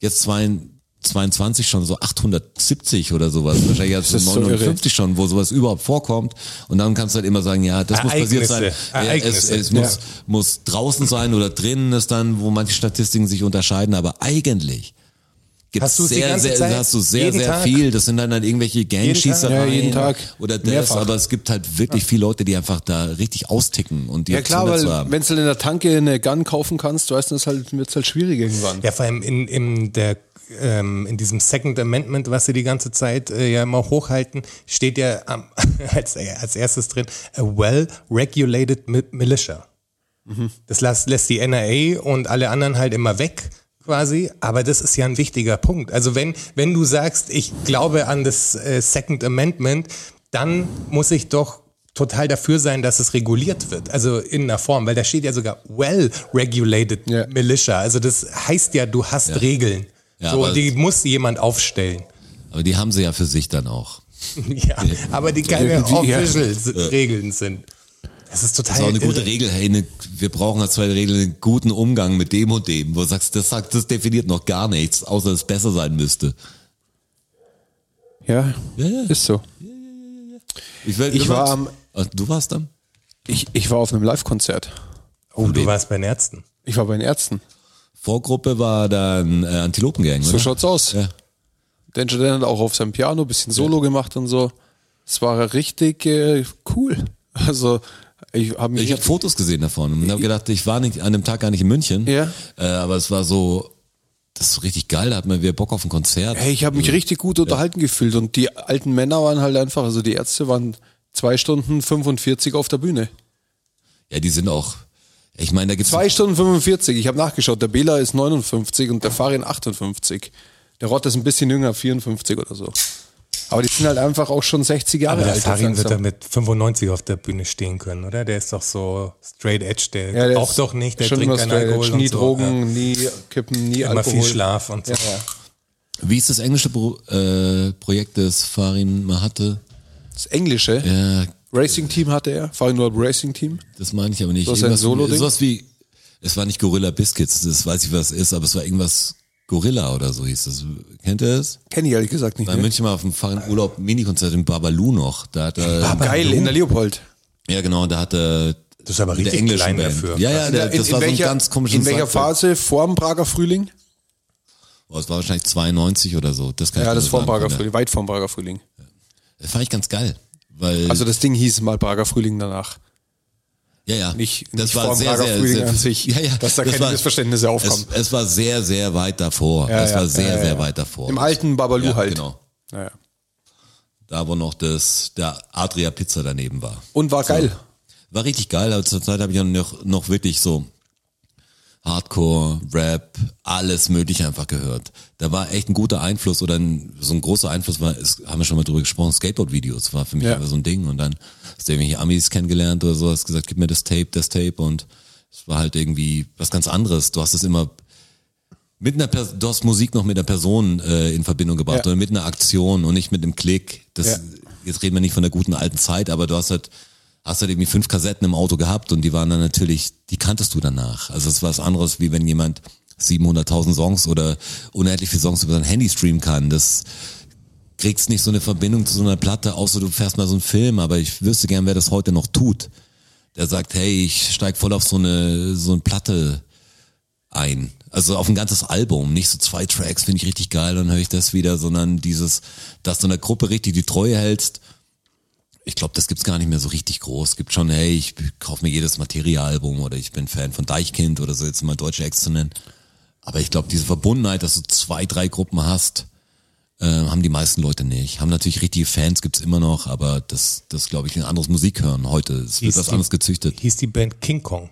Speaker 4: jetzt zwei, 22 schon so 870 oder sowas. Wahrscheinlich hast du
Speaker 2: ist so irre.
Speaker 4: 59 schon, wo sowas überhaupt vorkommt. Und dann kannst du halt immer sagen, ja, das muss passiert sein.
Speaker 3: Ereignisse.
Speaker 4: Ja, es,
Speaker 3: Ereignisse.
Speaker 4: es muss,
Speaker 3: Ja.
Speaker 4: muss draußen sein oder drinnen ist dann, wo manche Statistiken sich unterscheiden, aber eigentlich gibt's
Speaker 3: Hast du's die
Speaker 4: sehr,
Speaker 3: ganze
Speaker 4: sehr,
Speaker 3: Zeit?
Speaker 4: hast du sehr,
Speaker 3: Jeden
Speaker 4: sehr
Speaker 3: Tag?
Speaker 4: viel. Das sind dann halt irgendwelche Gangschießereien
Speaker 2: Ja, jeden Tag.
Speaker 4: oder das,
Speaker 2: Mehrfach.
Speaker 4: aber es gibt halt wirklich viele Leute, die einfach da richtig austicken und die
Speaker 2: Ja klar,
Speaker 4: Option dazu
Speaker 2: weil
Speaker 4: haben.
Speaker 2: wenn du in der Tanke eine Gun kaufen kannst, weißt du, das halt, wird's halt schwierig irgendwann.
Speaker 3: Ja, vor allem in, in, der, ähm, in diesem Second Amendment, was sie die ganze Zeit äh, ja immer hochhalten, steht ja am, als, als erstes drin, a well-regulated mi- militia. Das lässt, lässt die NRA und alle anderen halt immer weg quasi, aber das ist ja ein wichtiger Punkt. Also wenn, wenn du sagst, ich glaube an das äh, Second Amendment, dann muss ich doch total dafür sein, dass es reguliert wird, also in einer Form, weil da steht ja sogar well-regulated
Speaker 2: Ja.
Speaker 3: Militia. Also das heißt ja, du hast Regeln.
Speaker 4: Ja,
Speaker 3: so,
Speaker 4: aber-
Speaker 3: die muss jemand aufstellen.
Speaker 4: Aber die haben sie ja für sich dann auch.
Speaker 3: ja, aber die keine
Speaker 2: Irgendwie, ja.
Speaker 3: Official-Regeln sind. Das ist total
Speaker 4: Das ist auch eine gute
Speaker 3: irre.
Speaker 4: Regel. Hey, eine, wir brauchen als zweite Regel einen guten Umgang mit dem und dem, wo du sagst, das sagt, das definiert noch gar nichts, außer dass es besser sein müsste.
Speaker 2: Ja,
Speaker 4: ja.
Speaker 2: ist so.
Speaker 4: Ich, will,
Speaker 2: Ich
Speaker 4: du
Speaker 2: war
Speaker 4: warst-
Speaker 2: am-
Speaker 4: Ah, Du warst dann?
Speaker 2: Ich, ich war auf einem Live-Konzert.
Speaker 3: Oh, du warst bei den Ärzten.
Speaker 2: Ich war bei den Ärzten.
Speaker 4: Vorgruppe war dann äh, Antilopengang,
Speaker 2: So
Speaker 4: oder?
Speaker 2: schaut's aus.
Speaker 4: Ja.
Speaker 2: Danger Dan hat auch auf seinem Piano ein bisschen Solo gemacht und so. Es war richtig äh, cool. Also ich habe mich
Speaker 4: Ich habe Fotos gesehen davon und habe gedacht, ich war nicht, an dem Tag gar nicht in München,
Speaker 2: Ja.
Speaker 4: äh, aber es war so, das ist richtig geil, da hat man wieder Bock auf ein Konzert.
Speaker 2: Hey, ich habe mich richtig gut unterhalten gefühlt und die alten Männer waren halt einfach, also die Ärzte waren zwei Stunden 45 auf der Bühne.
Speaker 4: Ja, die sind auch, ich meine, da gibt's
Speaker 2: Zwei Stunden 45, ich habe nachgeschaut, der Bela ist 59 und der Farin 58. Der Rott ist ein bisschen jünger, 54 oder so. Aber die sind halt einfach auch schon 60 Jahre
Speaker 3: Aber der
Speaker 2: alt.
Speaker 3: Farin
Speaker 2: langsam.
Speaker 3: wird da mit 95 auf der Bühne stehen können, oder? Der ist doch so straight edge, der,
Speaker 2: Ja, der
Speaker 3: raucht
Speaker 2: ist
Speaker 3: doch nicht, der
Speaker 2: schon
Speaker 3: trinkt
Speaker 2: immer
Speaker 3: keinen
Speaker 2: straight edge,
Speaker 3: Alkohol.
Speaker 2: Nie
Speaker 3: und so.
Speaker 2: Drogen, nie Kippen, nie
Speaker 3: ja, immer
Speaker 2: Alkohol.
Speaker 3: viel Schlaf und so.
Speaker 2: Ja, ja.
Speaker 4: Wie ist das englische Pro, äh, Projekt des Farin Mahatte?
Speaker 2: Das Englische.
Speaker 4: Ja,
Speaker 2: Racing Team hatte er, Farin World Racing Team.
Speaker 4: Das meine ich aber nicht.
Speaker 2: So ist ein
Speaker 4: Irgendwas-
Speaker 2: Solo-Ding?
Speaker 4: Sowas wie, es war nicht Gorilla Biscuits, das weiß ich, was es ist, aber es war irgendwas Gorilla oder so hieß das. Kennt ihr es?
Speaker 2: Kenne ich ehrlich gesagt nicht. ne?
Speaker 4: Da in München mal auf dem fahrenden Urlaub Minikonzert in Babalu noch. Da hat äh, er,
Speaker 2: Geil, in der Leopold.
Speaker 4: ja genau, da hat er
Speaker 3: Das ist aber
Speaker 4: mit der
Speaker 3: richtig
Speaker 4: englischen
Speaker 3: klein
Speaker 4: Band.
Speaker 3: dafür.
Speaker 4: Ja, ja, der,
Speaker 2: Also In- in
Speaker 4: das war so ein
Speaker 2: welcher-
Speaker 4: ganz komisches
Speaker 2: In welcher Phase? Vor dem Prager Frühling?
Speaker 4: Oh, das war wahrscheinlich 92 oder so. Das genau. kann ich
Speaker 2: Ja,
Speaker 4: mir
Speaker 2: das
Speaker 4: nicht
Speaker 2: vor dem
Speaker 4: sagen.
Speaker 2: Prager Frühling, weit vor dem Prager Frühling.
Speaker 4: Das fand ich ganz geil. Weil,
Speaker 2: Also das Ding hieß mal Prager Frühling danach.
Speaker 4: ja, ja.
Speaker 2: Nicht,
Speaker 4: das
Speaker 2: nicht
Speaker 4: war
Speaker 2: vor dem
Speaker 4: sehr,
Speaker 2: Prager
Speaker 4: sehr,
Speaker 2: Frühling
Speaker 4: sehr,
Speaker 2: an sich,
Speaker 4: Ja, ja,
Speaker 2: dass da
Speaker 4: das
Speaker 2: keine
Speaker 4: war-
Speaker 2: Missverständnisse aufkommen.
Speaker 4: Es, es war sehr, sehr weit davor. es
Speaker 2: ja,
Speaker 4: war sehr,
Speaker 2: ja, ja,
Speaker 4: sehr
Speaker 2: ja.
Speaker 4: weit davor.
Speaker 2: Im
Speaker 4: Das-
Speaker 2: alten Babalu
Speaker 4: ja,
Speaker 2: halt.
Speaker 4: Genau.
Speaker 2: Naja.
Speaker 4: da wo noch das der Adria Pizza daneben war.
Speaker 2: Und war geil.
Speaker 4: War richtig geil, aber zur Zeit habe ich dann noch, noch wirklich so Hardcore, Rap, alles mögliche einfach gehört. Da war echt ein guter Einfluss oder ein, so ein großer Einfluss war, es, haben wir schon mal drüber gesprochen, Skateboard-Videos war für mich
Speaker 2: Ja.
Speaker 4: einfach so ein Ding und dann hast du irgendwelche Amis kennengelernt oder so, hast gesagt, gib mir das Tape, das Tape und es war halt irgendwie was ganz anderes. Du hast es immer mit einer Pers du hast Musik noch mit einer Person äh, in Verbindung gebracht
Speaker 2: Ja.
Speaker 4: oder mit einer Aktion und nicht mit einem Klick. Das
Speaker 2: Ja.
Speaker 4: jetzt reden wir nicht von der guten alten Zeit, aber du hast halt hast halt irgendwie fünf Kassetten im Auto gehabt und die waren dann natürlich, die kanntest du danach. Also es war was anderes, wie wenn jemand 700.000 Songs oder unendlich viele Songs über sein Handy streamen kann. Das kriegst nicht so eine Verbindung zu so einer Platte, außer du fährst mal so einen Film. Aber ich wüsste gern, wer das heute noch tut. Der sagt, hey, ich steig voll auf so eine, so eine Platte ein. Also auf ein ganzes Album, nicht so zwei Tracks, finde ich richtig geil, dann höre ich das wieder, sondern dieses, dass du einer Gruppe richtig die Treue hältst. Ich glaube, das gibt's gar nicht mehr so richtig groß. Gibt schon, hey, ich kaufe mir jedes Materialalbum oder ich bin Fan von Deichkind oder so jetzt mal deutsche Acts zu nennen. Aber ich glaube, diese Verbundenheit, dass du zwei, drei Gruppen hast, äh, haben die meisten Leute nicht. Haben natürlich richtige Fans, gibt's immer noch, aber das, das glaube ich, ein anderes Musik hören heute. Es wird
Speaker 3: Hieß
Speaker 4: was
Speaker 3: die-
Speaker 4: anderes gezüchtet.
Speaker 3: Hieß die Band King Kong.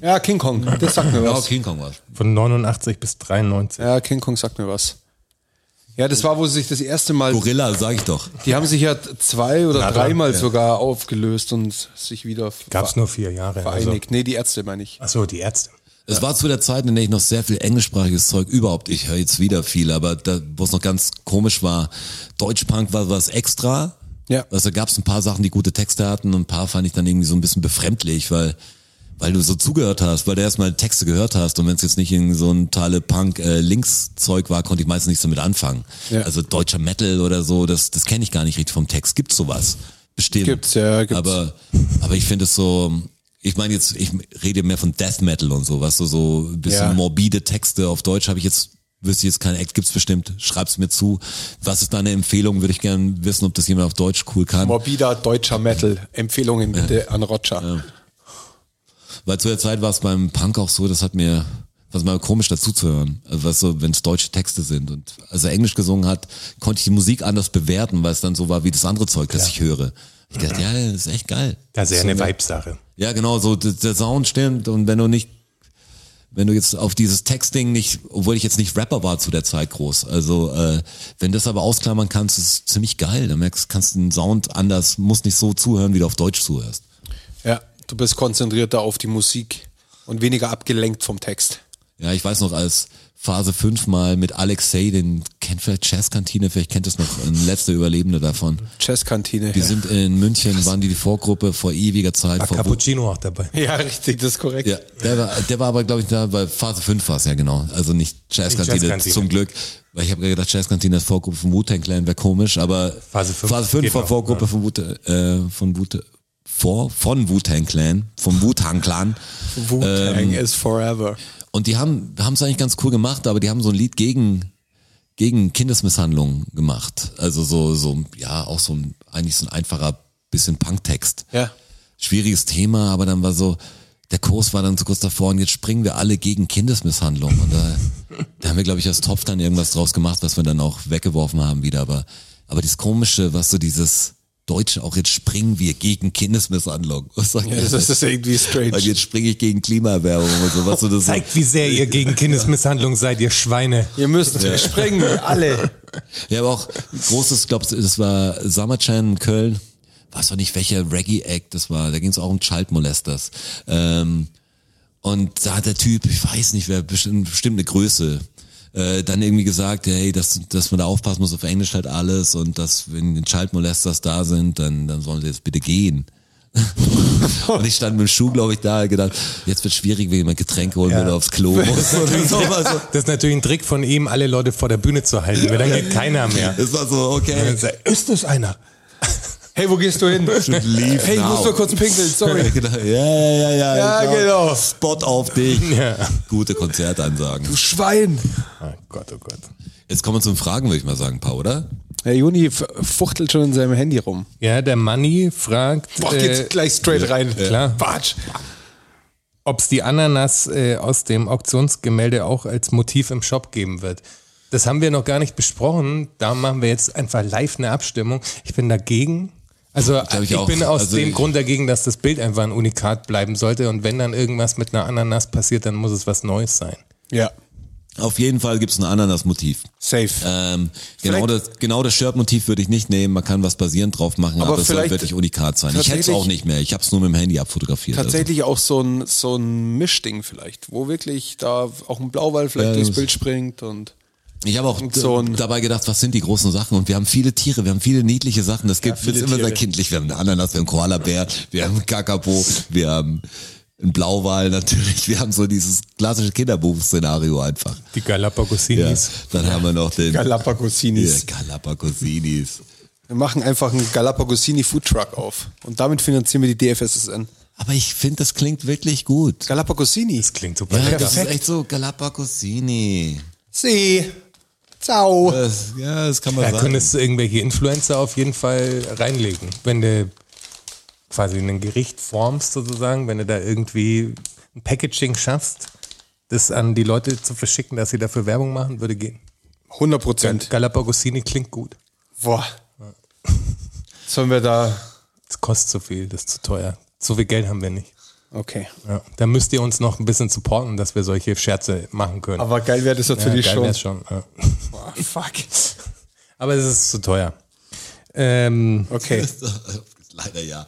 Speaker 2: Ja, King Kong, das sagt mir
Speaker 4: Ja,
Speaker 2: was.
Speaker 4: King Kong war's.
Speaker 3: Von 89 bis 93.
Speaker 2: Ja, King Kong sagt mir was. Ja, das war, wo sie sich das erste Mal,
Speaker 4: Gorilla, sag ich doch.
Speaker 2: die haben sich ja zwei oder
Speaker 3: Na dann,
Speaker 2: dreimal
Speaker 3: ja.
Speaker 2: sogar aufgelöst und sich wieder
Speaker 3: Gab's
Speaker 2: ver-
Speaker 3: nur vier Jahre. Also,
Speaker 2: vereinigt. Nee, die Ärzte meine ich.
Speaker 3: achso, die Ärzte.
Speaker 4: Es war zu der Zeit, in der ich noch sehr viel englischsprachiges Zeug überhaupt, ich höre jetzt wieder viel, aber da, wo es noch ganz komisch war, Deutschpunk war was extra.
Speaker 2: Ja.
Speaker 4: Also gab es ein paar Sachen, die gute Texte hatten und ein paar fand ich dann irgendwie so ein bisschen befremdlich, weil weil du so zugehört hast, weil du erstmal Texte gehört hast und wenn es jetzt nicht in so ein Tale Punk äh, Links Zeug war, konnte ich meistens nichts damit anfangen.
Speaker 2: Ja.
Speaker 4: Also deutscher Metal oder so, das das kenne ich gar nicht richtig vom Text. Gibt's sowas? Bestimmt.
Speaker 2: Gibt's, ja, gibt's.
Speaker 4: Aber aber ich finde es so ich meine jetzt, ich rede mehr von Death Metal und so, was so so ein bisschen
Speaker 2: Ja.
Speaker 4: morbide Texte auf Deutsch habe ich jetzt wüsste ich jetzt keinen Act, gibt's bestimmt, schreib's mir zu. Was ist deine Empfehlung? Würde ich gerne wissen, ob das jemand auf Deutsch cool kann.
Speaker 2: Morbider deutscher Metal. Empfehlungen bitte an Roger.
Speaker 4: Weil zu der Zeit war es beim Punk auch so, das hat mir, was mal komisch dazu zu hören, also was so, wenn es deutsche Texte sind und als er Englisch gesungen hat, konnte ich die Musik anders bewerten, weil es dann so war wie das andere Zeug, das ich höre. Ich dachte, ja, das ist echt geil.
Speaker 3: Das ist ja
Speaker 4: So
Speaker 3: eine Vibe-Sache.
Speaker 4: Ja, genau, so d- der Sound stimmt und wenn du nicht wenn du jetzt auf dieses Texting nicht, obwohl ich jetzt nicht Rapper war zu der Zeit groß, also äh, wenn das aber ausklammern kannst, ist es ziemlich geil. Dann merkst, kannst du den Sound anders, musst nicht so zuhören, wie du auf Deutsch zuhörst.
Speaker 2: Ja, du bist konzentrierter auf die Musik und weniger abgelenkt vom Text.
Speaker 4: Ja, ich weiß noch, als Phase 5 mal mit Alexei, den kennt vielleicht Jazzkantine, vielleicht kennt es noch ein letzter Überlebender davon.
Speaker 2: Jazzkantine.
Speaker 4: Die sind in München, waren die die Vorgruppe vor ewiger Zeit.
Speaker 3: War
Speaker 4: vor
Speaker 3: Cappuccino auch dabei.
Speaker 2: Ja, richtig, das ist korrekt.
Speaker 4: ja, der war, der war aber, glaube ich, da bei Phase 5 war es ja genau. Also nicht Jazzkantine,
Speaker 3: Nicht Jazzkantine.
Speaker 4: zum Glück. Weil ich habe gedacht, Jazzkantine ist Vorgruppe von Wu-Tang Clan, wäre komisch, aber
Speaker 3: Phase 5
Speaker 4: Phase 5
Speaker 3: geht
Speaker 4: war
Speaker 3: noch,
Speaker 4: Vorgruppe
Speaker 3: ja.
Speaker 4: von Wu, äh, von Wu, vor, von Wu-Tang Clan, vom Wu-Tang Clan. Ähm,
Speaker 2: Wu-Tang is forever.
Speaker 4: Und die haben haben's eigentlich ganz cool gemacht, aber die haben so ein Lied gegen gegen Kindesmisshandlung gemacht. Also so so ja auch so ein eigentlich so ein einfacher bisschen Punktext.
Speaker 2: Ja.
Speaker 4: Schwieriges Thema, aber dann war so der Kurs war dann so kurz davor und jetzt springen wir alle gegen Kindesmisshandlung und da, da haben wir glaube ich als Topf dann irgendwas draus gemacht, was wir dann auch weggeworfen haben wieder, aber aber dieses komische, was so dieses Deutsche auch jetzt springen wir gegen Kindesmisshandlung. Was sagt
Speaker 2: Ja, das ist irgendwie strange.
Speaker 4: Weil jetzt springe ich gegen Klimaerwärmung und sowas. Und das ist so-
Speaker 3: Zeigt, wie sehr ihr gegen Kindesmisshandlung seid, ihr Schweine.
Speaker 2: Ihr müsst springen, alle.
Speaker 4: Ja, aber auch großes, glaubst das war Summerchan in Köln. Weiß doch nicht, welcher Reggae-Act das war. Da ging es auch um Childmolesters. Ähm, und da hat der Typ, ich weiß nicht, wer bestimmt, bestimmt eine Größe, äh, dann irgendwie gesagt, hey, dass, dass man da aufpassen muss auf Englisch halt alles und dass wenn die Childmolesters da sind, dann, dann sollen sie jetzt bitte gehen. und ich stand mit dem Schuh, glaube ich, da und gedacht, jetzt wird schwierig, wenn jemand Getränke holen will oder aufs Klo muss. Und so war so,
Speaker 3: Das ist natürlich ein Trick von ihm, alle Leute vor der Bühne zu halten, weil dann geht keiner mehr.
Speaker 4: es war so, okay.
Speaker 3: Ist das einer?
Speaker 2: Hey, wo gehst du hin?
Speaker 4: leave
Speaker 2: Hey, ich
Speaker 4: now.
Speaker 2: muss nur kurz pinkeln, sorry.
Speaker 4: Genau. Ja, ja, ja, ja.
Speaker 2: Ja, genau.
Speaker 4: Spot auf dich.
Speaker 3: Ja.
Speaker 4: Gute Konzertansagen.
Speaker 2: Du Schwein.
Speaker 3: Oh Gott, oh Gott.
Speaker 4: Jetzt kommen wir zum Fragen, würde ich mal sagen, Paul, oder?
Speaker 2: Herr Juni f- fuchtelt schon in seinem Handy rum.
Speaker 3: Ja, der Manni fragt,
Speaker 2: Boah, geht's
Speaker 3: äh,
Speaker 2: gleich straight rein.
Speaker 3: klar.
Speaker 2: Batsch.
Speaker 3: ob es die Ananas äh, aus dem Auktionsgemälde auch als Motiv im Shop geben wird. Das haben wir noch gar nicht besprochen. Da machen wir jetzt einfach live eine Abstimmung. Ich bin dagegen. Also
Speaker 4: glaub ich
Speaker 3: ich,
Speaker 4: auch.
Speaker 3: bin aus
Speaker 4: Also
Speaker 3: dem
Speaker 4: ich-
Speaker 3: Grund dagegen, dass das Bild einfach ein Unikat bleiben sollte. Und wenn dann irgendwas mit einer Ananas passiert, dann muss es was Neues sein.
Speaker 2: Ja,
Speaker 4: Auf jeden Fall gibt's ein Ananas-Motiv.
Speaker 2: safe.
Speaker 4: Ähm, genau,
Speaker 2: Vielleicht-
Speaker 4: das, genau das Shirt-Motiv würde ich nicht nehmen. Man kann was basierend drauf machen, aber,
Speaker 2: Aber
Speaker 4: es soll
Speaker 2: vielleicht-
Speaker 4: wirklich unikat sein. Ich hätte es
Speaker 2: tatsächlich-
Speaker 4: auch nicht mehr. Ich habe es nur mit dem Handy abfotografiert. also.
Speaker 2: Tatsächlich auch so ein, so ein Mischding vielleicht, wo wirklich da auch ein Blauwall vielleicht
Speaker 4: Ja,
Speaker 2: durchs
Speaker 4: das-
Speaker 2: Bild springt und
Speaker 4: Ich habe auch
Speaker 2: so ein-
Speaker 4: dabei gedacht, was sind die großen Sachen? Und wir haben viele Tiere, wir haben viele niedliche Sachen. Das gibt
Speaker 2: viele
Speaker 4: es immer sehr
Speaker 2: Tiere.
Speaker 4: kindlich. Wir haben einen Ananas, wir haben einen Koala-Bär, wir haben einen Kakapo, wir haben einen Blauwal natürlich. Wir haben so dieses klassische Kinderbuch-Szenario einfach.
Speaker 3: Die
Speaker 4: Ja.
Speaker 3: Galapagosinis.
Speaker 4: Dann haben wir noch den
Speaker 2: Galapagosinis.
Speaker 4: Ja, Galapagosinis.
Speaker 2: Wir machen einfach einen Galapagosini Food Truck auf. Und damit finanzieren wir die DFSSN.
Speaker 4: Aber ich finde, das klingt wirklich gut.
Speaker 2: Galapagosini.
Speaker 3: Das klingt super
Speaker 4: Ja,
Speaker 3: lecker.
Speaker 4: das ist echt so Galapagosini.
Speaker 2: See. Ciao.
Speaker 4: Das, ja, das kann man
Speaker 3: Da
Speaker 4: sagen.
Speaker 3: könntest du irgendwelche Influencer auf jeden Fall reinlegen. Wenn du quasi ein Gericht formst, sozusagen, wenn du da irgendwie ein Packaging schaffst, das an die Leute zu verschicken, dass sie dafür Werbung machen, würde gehen.
Speaker 2: 100 Prozent.
Speaker 3: Galapagosini klingt gut.
Speaker 2: Boah. Sollen wir da.
Speaker 3: Das kostet zu viel, das ist zu teuer. So viel Geld haben wir nicht.
Speaker 2: Okay.
Speaker 3: Ja. Da müsst ihr uns noch ein bisschen supporten, dass wir solche Scherze machen können.
Speaker 2: Aber geil wäre das
Speaker 3: ja,
Speaker 2: natürlich
Speaker 3: geil
Speaker 2: schon.
Speaker 3: wär's schon. Ja.
Speaker 2: Boah, fuck.
Speaker 3: Aber es ist zu teuer. Ähm,
Speaker 2: Okay.
Speaker 4: Leider ja.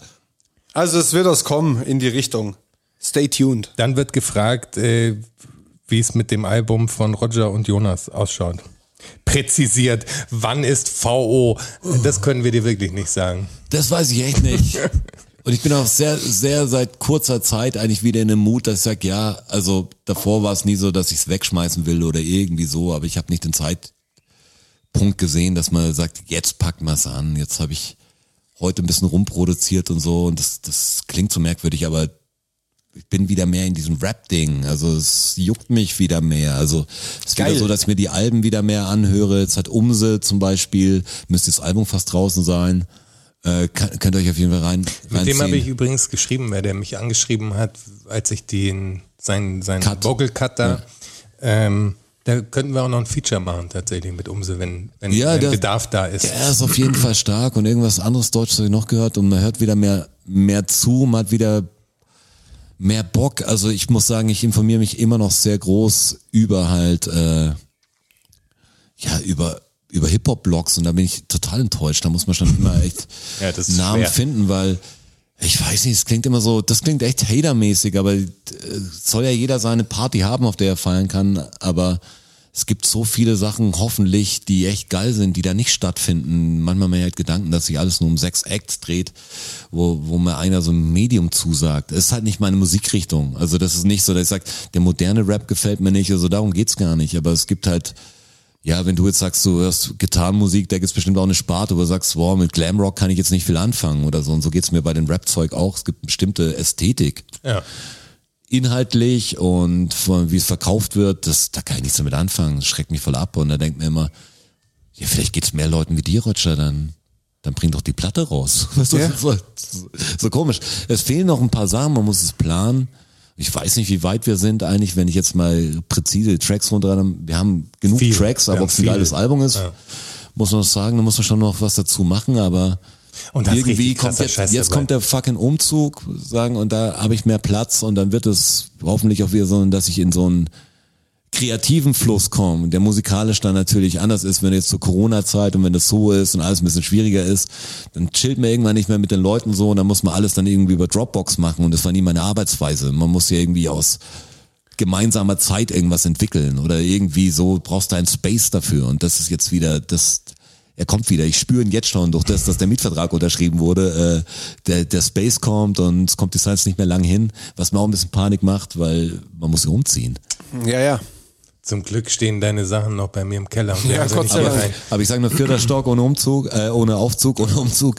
Speaker 2: Also es wird was kommen in die Richtung. Stay tuned.
Speaker 3: Dann wird gefragt, äh, wie es mit dem Album von Roger und Jonas ausschaut. Präzisiert, wann ist VO? Das können wir dir wirklich nicht sagen.
Speaker 4: Das weiß ich echt nicht. Und ich bin auch sehr, sehr seit kurzer Zeit eigentlich wieder in dem Mut, dass ich sage, ja, also davor war es nie so, dass ich es wegschmeißen will oder irgendwie so, aber ich habe nicht den Zeitpunkt gesehen, dass man sagt, jetzt packt man es an, jetzt habe ich heute ein bisschen rumproduziert und so und das, das klingt so merkwürdig, aber ich bin wieder mehr in diesem Rap-Ding. Also es juckt mich wieder mehr. Also es ist
Speaker 2: Geil.
Speaker 4: wieder so, dass ich mir die Alben wieder mehr anhöre. Jetzt hat Umse zum Beispiel, müsste das Album fast draußen sein. Äh, kann, könnt ihr euch auf jeden Fall rein,
Speaker 3: Mit dem habe ich
Speaker 4: reinziehen.
Speaker 3: übrigens geschrieben, wer der mich angeschrieben hat, als ich den, seinen, seinen
Speaker 4: Cut.
Speaker 3: Vocal Cut da, ähm, da könnten wir auch noch ein Feature machen tatsächlich mit Umse, wenn, wenn,
Speaker 4: Ja,
Speaker 3: wenn
Speaker 4: das-
Speaker 3: Bedarf da ist.
Speaker 4: Der ist auf jeden Fall stark und irgendwas anderes Deutsches habe ich noch gehört und man hört wieder mehr, mehr zu, man hat wieder mehr Bock. Also ich muss sagen, ich informiere mich immer noch sehr groß über halt, äh, ja, über, über Hip-Hop-Blogs und da bin ich total enttäuscht. Da muss man schon immer echt
Speaker 3: Ja, das ist
Speaker 4: Namen
Speaker 3: schwer.
Speaker 4: finden, weil ich weiß nicht, es klingt immer so, das klingt echt hatermäßig, aber äh, soll ja jeder seine Party haben, auf der er feiern kann, aber es gibt so viele Sachen, hoffentlich, die echt geil sind, die da nicht stattfinden. Manchmal mehr halt Gedanken, dass sich alles nur um sechs Acts dreht, wo, wo mir einer so ein Medium zusagt. Es ist halt nicht meine Musikrichtung. Also das ist nicht so, dass ich sage, der moderne Rap gefällt mir nicht, also darum geht's gar nicht. Aber es gibt halt, ja, wenn du jetzt sagst, du hörst Gitarrenmusik, da gibt's bestimmt auch eine Sparte, wo du sagst, wow, mit Glamrock kann ich jetzt nicht viel anfangen oder so. Und so geht's mir bei dem Rap-Zeug auch. Es gibt eine bestimmte Ästhetik.
Speaker 3: Ja.
Speaker 4: Inhaltlich und von, wie es verkauft wird, das, da kann ich nichts damit anfangen. Das schreckt mich voll ab. Und da denkt mir immer, ja, vielleicht geht's mehr Leuten wie dir, Roger, dann, dann bring doch die Platte raus. Weißt du,
Speaker 2: Ja.
Speaker 4: so, so, so komisch. Es fehlen noch ein paar Sachen, man muss es planen. Ich weiß nicht, wie weit wir sind eigentlich, wenn ich jetzt mal präzise Tracks runter, wir haben genug
Speaker 3: Viel.
Speaker 4: Tracks, aber
Speaker 3: Ja,
Speaker 4: ob es ein
Speaker 3: viel.
Speaker 4: geiles Album ist, muss man sagen, da muss man schon noch was dazu machen, aber
Speaker 3: Und das ist
Speaker 4: irgendwie
Speaker 3: richtig
Speaker 4: kommt
Speaker 3: krasser
Speaker 4: jetzt,
Speaker 3: Scheiß
Speaker 4: jetzt
Speaker 3: dabei.
Speaker 4: kommt der fucking Umzug, sagen, und da habe ich mehr Platz und dann wird es hoffentlich auch wieder so, dass ich in so einen kreativen Fluss kommen, der musikalisch dann natürlich anders ist, wenn jetzt zur Corona-Zeit und wenn das so ist und alles ein bisschen schwieriger ist, dann chillt man irgendwann nicht mehr mit den Leuten so und dann muss man alles dann irgendwie über Dropbox machen und das war nie meine Arbeitsweise. Man muss ja irgendwie aus gemeinsamer Zeit irgendwas entwickeln oder irgendwie so brauchst du einen Space dafür und das ist jetzt wieder das er kommt wieder. Ich spüre ihn jetzt schon durch das, dass der Mietvertrag unterschrieben wurde. Äh, der, der Space kommt und es kommt die Science nicht mehr lang hin, was mir auch ein bisschen Panik macht, weil man muss ja umziehen.
Speaker 2: Ja, ja.
Speaker 3: Zum Glück stehen deine Sachen noch bei mir im Keller. Und wir
Speaker 2: Ja,
Speaker 3: haben sie
Speaker 2: Gott
Speaker 3: nicht
Speaker 2: sei
Speaker 4: Aber,
Speaker 2: Dank.
Speaker 3: rein.
Speaker 4: aber ich sage nur vierter Stock ohne Umzug, äh, ohne Aufzug, ohne Umzug.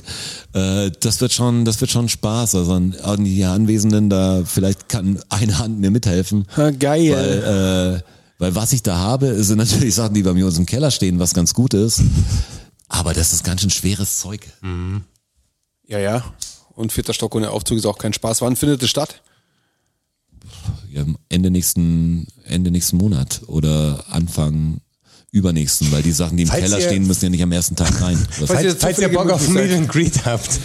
Speaker 4: Äh, das wird schon, das wird schon Spaß. Also an, an die Anwesenden, da vielleicht kann eine Hand mir mithelfen.
Speaker 2: Ha, geil.
Speaker 4: Weil, äh, weil was ich da habe, sind natürlich Sachen, die bei mir uns im Keller stehen, was ganz gut ist. Aber das ist ganz schön schweres Zeug.
Speaker 2: Ja, ja. Und vierter Stock ohne Aufzug ist auch kein Spaß. Wann findet es statt?
Speaker 4: Ja, Ähm, Ende nächsten, Ende nächsten Monat oder Anfang übernächsten, weil die Sachen, die im
Speaker 3: Falls
Speaker 4: Keller
Speaker 3: ihr-
Speaker 4: stehen, müssen ja nicht am ersten Tag rein. Das
Speaker 2: Falls
Speaker 3: Falls,
Speaker 2: ihr
Speaker 3: falls ihr
Speaker 2: zufällige
Speaker 3: Bock auf
Speaker 2: Möglichkeit-
Speaker 3: Meet and Greet habt,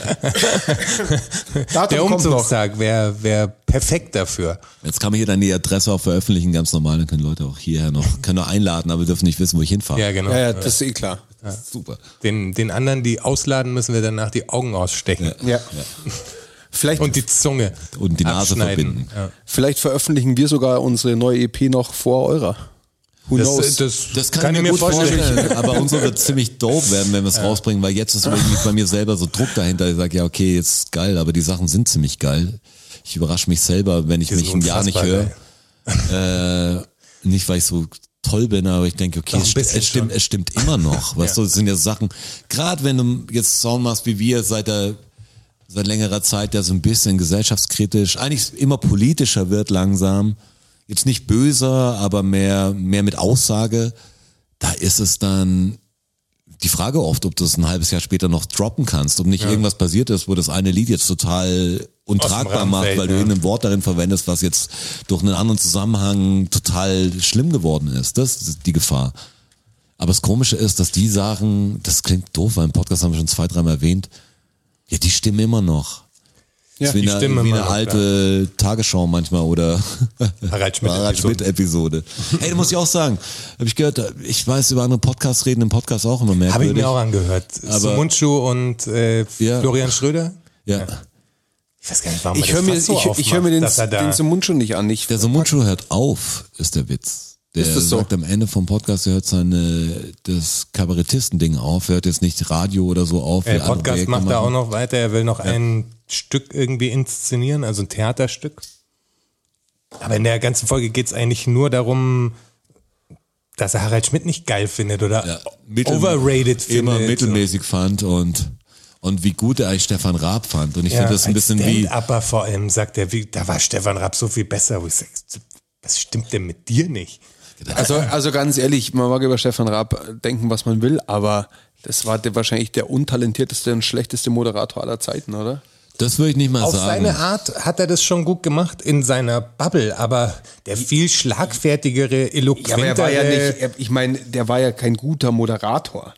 Speaker 2: Datum
Speaker 3: der
Speaker 2: kommt noch.
Speaker 3: Umzugstag wäre wär perfekt dafür.
Speaker 4: Jetzt kann man hier dann die Adresse auch veröffentlichen, ganz normal, dann können Leute auch hierher noch, können nur einladen, aber dürfen nicht wissen, wo ich hinfahre.
Speaker 3: Ja, genau.
Speaker 2: Ja, ja, das ist eh klar.
Speaker 4: Super.
Speaker 3: Den, den anderen, die ausladen, müssen wir danach die Augen ausstechen
Speaker 2: Ja. Vielleicht,
Speaker 3: und die Zunge
Speaker 4: Und die Nase
Speaker 3: abschneiden.
Speaker 4: verbinden.
Speaker 3: Ja.
Speaker 2: vielleicht veröffentlichen wir sogar unsere neue EP noch E vor eurer. Who
Speaker 3: Das,
Speaker 2: knows?
Speaker 3: das, das
Speaker 4: Das kann, ich mir gut vorstellen, aber unsere wird ziemlich dope werden, wenn wir es rausbringen, weil jetzt ist irgendwie bei mir selber so Druck dahinter. Ich sage, ja, okay, jetzt geil, aber die Sachen sind ziemlich geil. Ich überrasche mich selber, wenn ich
Speaker 3: Die sind
Speaker 4: mich ein Jahr nicht
Speaker 3: unfassbar ne?
Speaker 4: höre. Äh, nicht, weil ich so toll bin, aber ich denke, okay,
Speaker 3: Doch, ein
Speaker 4: es, st-
Speaker 3: bisschen
Speaker 4: es, stimmt,
Speaker 3: schon.
Speaker 4: es stimmt immer noch. Weißt du, es sind ja Sachen, gerade wenn du jetzt Sound machst wie wir seit der seit längerer Zeit ja so ein bisschen gesellschaftskritisch, eigentlich immer politischer wird langsam. Jetzt nicht böser, aber mehr, mehr mit Aussage. Da ist es dann die Frage oft, ob du es ein halbes Jahr später noch droppen kannst, ob nicht irgendwas passiert ist, wo das eine Lied jetzt total untragbar
Speaker 3: Rahmen
Speaker 4: macht,
Speaker 3: fällt,
Speaker 4: weil du
Speaker 3: ja.
Speaker 4: irgendein Wort darin verwendest, was jetzt durch einen anderen Zusammenhang total schlimm geworden ist. Das ist die Gefahr. Aber das Komische ist, dass die Sachen, das klingt doof, weil im Podcast haben wir schon zwei, dreimal erwähnt, ja, die stimmen immer noch.
Speaker 2: Ja,
Speaker 4: ist wie
Speaker 2: die
Speaker 4: eine,
Speaker 3: stimmen
Speaker 4: wie
Speaker 3: immer
Speaker 4: eine
Speaker 3: noch,
Speaker 4: alte Tagesschau manchmal oder
Speaker 3: Harald Schmidt
Speaker 4: Harald
Speaker 3: Episode.
Speaker 4: Schmidt-Episode. Hey, da muss ich auch sagen, habe ich gehört, ich weiß über andere Podcasts reden, im Podcast auch immer
Speaker 3: Habe
Speaker 4: merkwürdig.
Speaker 3: ich mir auch angehört. Zu
Speaker 4: Aber-
Speaker 3: Mundschuh und äh,
Speaker 4: Ja.
Speaker 3: Florian Schröder.
Speaker 4: Ja,
Speaker 3: Ich weiß gar nicht, warum
Speaker 2: Ich höre mir, ich, ich hör mir den, den zum Mund schon nicht an. Ich,
Speaker 4: der Sumunchu hört auf, ist der Witz. Der
Speaker 2: Ist das so?
Speaker 4: sagt am Ende vom Podcast, er hört seine, das Kabarettistending auf, er hört jetzt nicht Radio oder so auf.
Speaker 3: äh,
Speaker 4: wie andere
Speaker 3: Podcast
Speaker 4: Projekte
Speaker 3: macht er
Speaker 4: machen.
Speaker 3: auch noch weiter. Er will noch ein Stück irgendwie inszenieren, also ein Theaterstück. Aber in der ganzen Folge geht es eigentlich nur darum, dass er Harald Schmidt nicht geil findet oder
Speaker 4: ja, mittel-
Speaker 3: overrated findet.
Speaker 4: immer mittelmäßig fand und und wie gut er eigentlich Stefan Raab fand und ich finde das ein bisschen wie
Speaker 3: Aber vor allem sagt er, wie, da war Stefan Raab so viel besser. Wo ich sag, was stimmt denn mit dir nicht?
Speaker 2: also, also ganz ehrlich, man mag über Stefan Raab denken, was man will, aber das war der, wahrscheinlich der untalentierteste und schlechteste Moderator aller Zeiten, oder?
Speaker 4: das würde ich nicht mal
Speaker 3: Auf
Speaker 4: sagen
Speaker 3: seine Art hat er das schon gut gemacht in seiner Bubble, aber der viel schlagfertigere,
Speaker 2: Ja, aber
Speaker 3: eloquentere.
Speaker 2: er war ja nicht, er- ich meine, der war ja kein guter Moderator.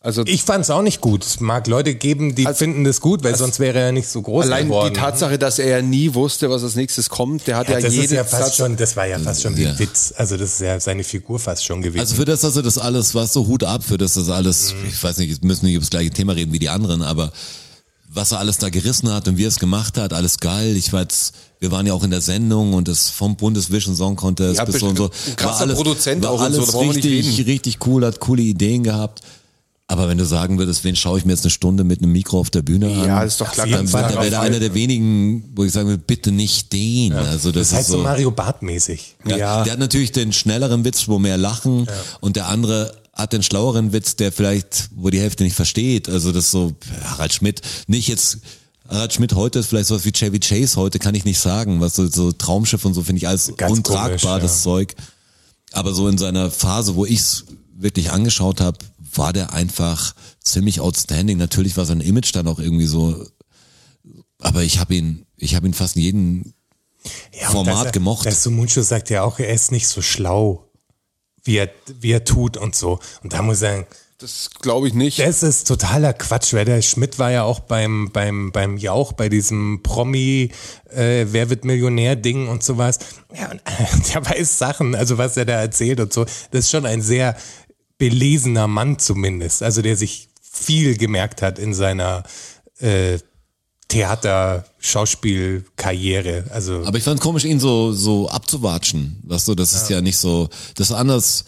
Speaker 2: Also
Speaker 3: ich fand es auch nicht gut. Es mag Leute geben, die
Speaker 2: Also-
Speaker 3: finden das gut, weil sonst wäre er ja nicht so groß
Speaker 2: allein
Speaker 3: geworden.
Speaker 2: die Tatsache, dass er ja nie wusste, was als nächstes kommt, der hat ja,
Speaker 3: ja, das,
Speaker 2: jeden
Speaker 3: ist ja fast
Speaker 2: Satz
Speaker 3: schon, das war ja fast schon wie ein
Speaker 4: Ja.
Speaker 3: Witz. Also das ist ja seine Figur fast schon gewesen.
Speaker 4: also für das dass er das alles was so Hut ab für das das alles
Speaker 2: Mhm.
Speaker 4: ich weiß nicht jetzt müssen wir nicht über das gleiche Thema reden wie die anderen aber was er alles da gerissen hat und wie er es gemacht hat alles geil ich war jetzt wir waren ja auch in der Sendung und das vom Bundesvision Song Contest
Speaker 2: Ja,
Speaker 4: bis
Speaker 2: best-
Speaker 4: so und so
Speaker 2: ein
Speaker 4: war
Speaker 2: krasser
Speaker 4: alles
Speaker 2: Produzent
Speaker 4: war
Speaker 2: auch und so,
Speaker 4: alles
Speaker 2: da brauchen wir nicht
Speaker 4: richtig richtig cool hat coole Ideen gehabt aber wenn du sagen würdest wen schaue ich mir jetzt eine Stunde mit einem Mikro auf der Bühne an
Speaker 2: ja, ist doch klar.
Speaker 3: jeden
Speaker 4: dann
Speaker 2: Ganz
Speaker 3: Fall.
Speaker 4: war
Speaker 2: klar.
Speaker 4: da wäre da einer der wenigen, wo ich sagen würde, bitte nicht den. Also das,
Speaker 3: das heißt
Speaker 4: ist
Speaker 3: so
Speaker 4: so.
Speaker 3: Mario Barth mäßig.
Speaker 4: ja. Der hat natürlich den schnelleren Witz, wo mehr lachen, und der andere hat den schlaueren Witz, der vielleicht, wo die Hälfte nicht versteht. Also das ist so Harald Schmidt, nicht jetzt. Harald Schmidt heute ist vielleicht sowas wie Chevy Chase heute, kann ich nicht sagen. Was so, so Traumschiff und so finde ich alles
Speaker 3: Ganz
Speaker 4: untragbar,
Speaker 3: komisch,
Speaker 4: das
Speaker 3: ja.
Speaker 4: Zeug. Aber so in seiner Phase, wo ich's wirklich angeschaut habe, war der einfach ziemlich outstanding. Natürlich war sein Image dann auch irgendwie so aber ich habe ihn, ich habe ihn fast in jedem
Speaker 3: Ja, und
Speaker 4: Format
Speaker 3: dass er,
Speaker 4: gemocht.
Speaker 3: Dass Sumunchu sagt ja auch, er ist nicht so schlau, wie er, wie er tut und so. Und da muss ich sagen,
Speaker 2: Das glaube ich nicht.
Speaker 3: das ist totaler Quatsch, weil der Schmidt war ja auch beim, beim, beim Jauch, bei diesem Promi, äh, Wer wird Millionär-Ding und sowas. Ja, und, der weiß Sachen, also was er da erzählt und so. Das ist schon ein sehr belesener Mann zumindest, also der sich viel gemerkt hat in seiner äh, Theater-Schauspielkarriere. Also
Speaker 4: Aber ich fand komisch, ihn so, so abzuwatschen. Weißt du, das ist ja nicht so, das ist anders,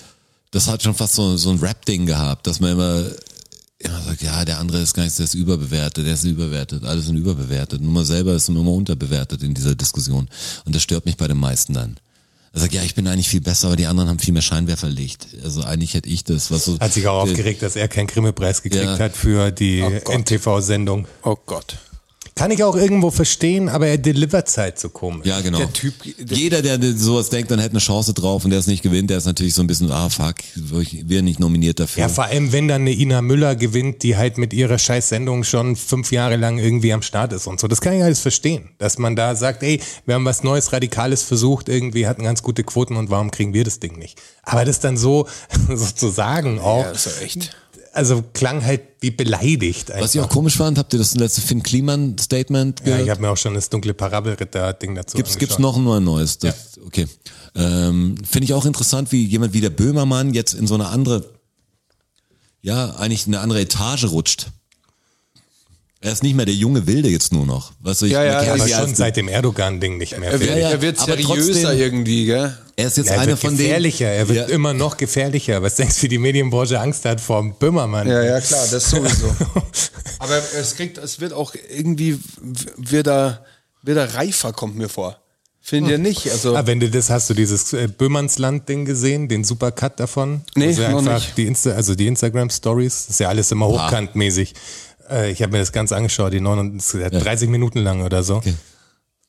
Speaker 4: das hat schon fast so, so ein Rap-Ding gehabt, dass man immer, immer sagt, ja, der andere ist gar nicht, der ist überbewertet, der ist überbewertet, alle sind überbewertet. Nur man selber ist immer unterbewertet in dieser Diskussion. Und das stört mich bei den meisten dann. Er sagt, ja, ich bin eigentlich viel besser, aber die anderen haben viel mehr Scheinwerferlicht. Also eigentlich hätte ich das, was so.
Speaker 3: Hat sich auch
Speaker 4: der-
Speaker 3: aufgeregt, dass er keinen Grimme-Preis gekriegt
Speaker 4: Ja. Oh
Speaker 3: hat für die
Speaker 2: Gott.
Speaker 3: NTV-Sendung.
Speaker 2: Oh Gott.
Speaker 3: Kann ich auch irgendwo verstehen, aber er delivert es halt so komisch.
Speaker 4: Ja, genau.
Speaker 2: Der Typ- der-
Speaker 4: Jeder, der sowas denkt, dann hätte eine Chance drauf und der es nicht gewinnt, der ist natürlich so ein bisschen, ah fuck, wir nicht nominiert dafür.
Speaker 3: Ja, vor allem, wenn dann eine Ina Müller gewinnt, die halt mit ihrer Scheiß-Sendung schon fünf Jahre lang irgendwie am Start ist und so. Das kann ich alles verstehen, dass man da sagt, ey, wir haben was Neues, Radikales versucht, irgendwie hatten ganz gute Quoten und warum kriegen wir das Ding nicht? Aber das dann so, so zu sagen auch,
Speaker 2: Ja, ist doch echt.
Speaker 3: also klang halt wie beleidigt. Einfach.
Speaker 4: Was ich auch komisch fand, habt ihr das letzte Finn Kliman Statement
Speaker 3: ja,
Speaker 4: gehört?
Speaker 3: ich habe mir auch schon das dunkle Parabelritter-Ding dazu
Speaker 4: Gibt's, gibt's
Speaker 3: angeschaut.
Speaker 4: noch nur ein neues? Das, Okay. Ähm, Finde ich auch interessant, wie jemand wie der Böhmermann jetzt in so eine andere, ja, eigentlich in eine andere Etage rutscht. Er ist nicht mehr der junge Wilde jetzt nur noch. Weißt du, ich,
Speaker 2: Ja, ja,
Speaker 4: man kennt
Speaker 2: aber
Speaker 3: Aber
Speaker 4: ihn
Speaker 3: schon
Speaker 4: als-
Speaker 3: seit dem Erdogan-Ding nicht mehr.
Speaker 2: Er wird,
Speaker 3: finde ich.
Speaker 4: Äh, ja,
Speaker 2: er wird
Speaker 4: aber
Speaker 2: seriöser
Speaker 4: trotzdem-
Speaker 2: irgendwie, gell?
Speaker 4: er ist jetzt
Speaker 3: Er
Speaker 4: einer
Speaker 3: wird
Speaker 4: von denen.
Speaker 3: gefährlicher, er wird immer noch gefährlicher. Was denkst du, wie die Medienbranche Angst hat vor dem Böhmermann?
Speaker 2: Ja, ja, klar, das sowieso. Aber es kriegt, es wird auch irgendwie, wird er, wird er reifer, kommt mir vor. Findet ihr nicht? Also,
Speaker 3: Ah, wenn du das hast, du dieses äh, Böhmernsland-Ding gesehen, den Supercut davon?
Speaker 2: Nee,
Speaker 3: Also
Speaker 2: noch
Speaker 3: einfach
Speaker 2: nicht. Ah.
Speaker 3: Die Insta, also die Instagram-Stories, ist ja alles immer hochkantmäßig. Äh, ich habe mir das ganz angeschaut, die 39, 30 Minuten lang oder so.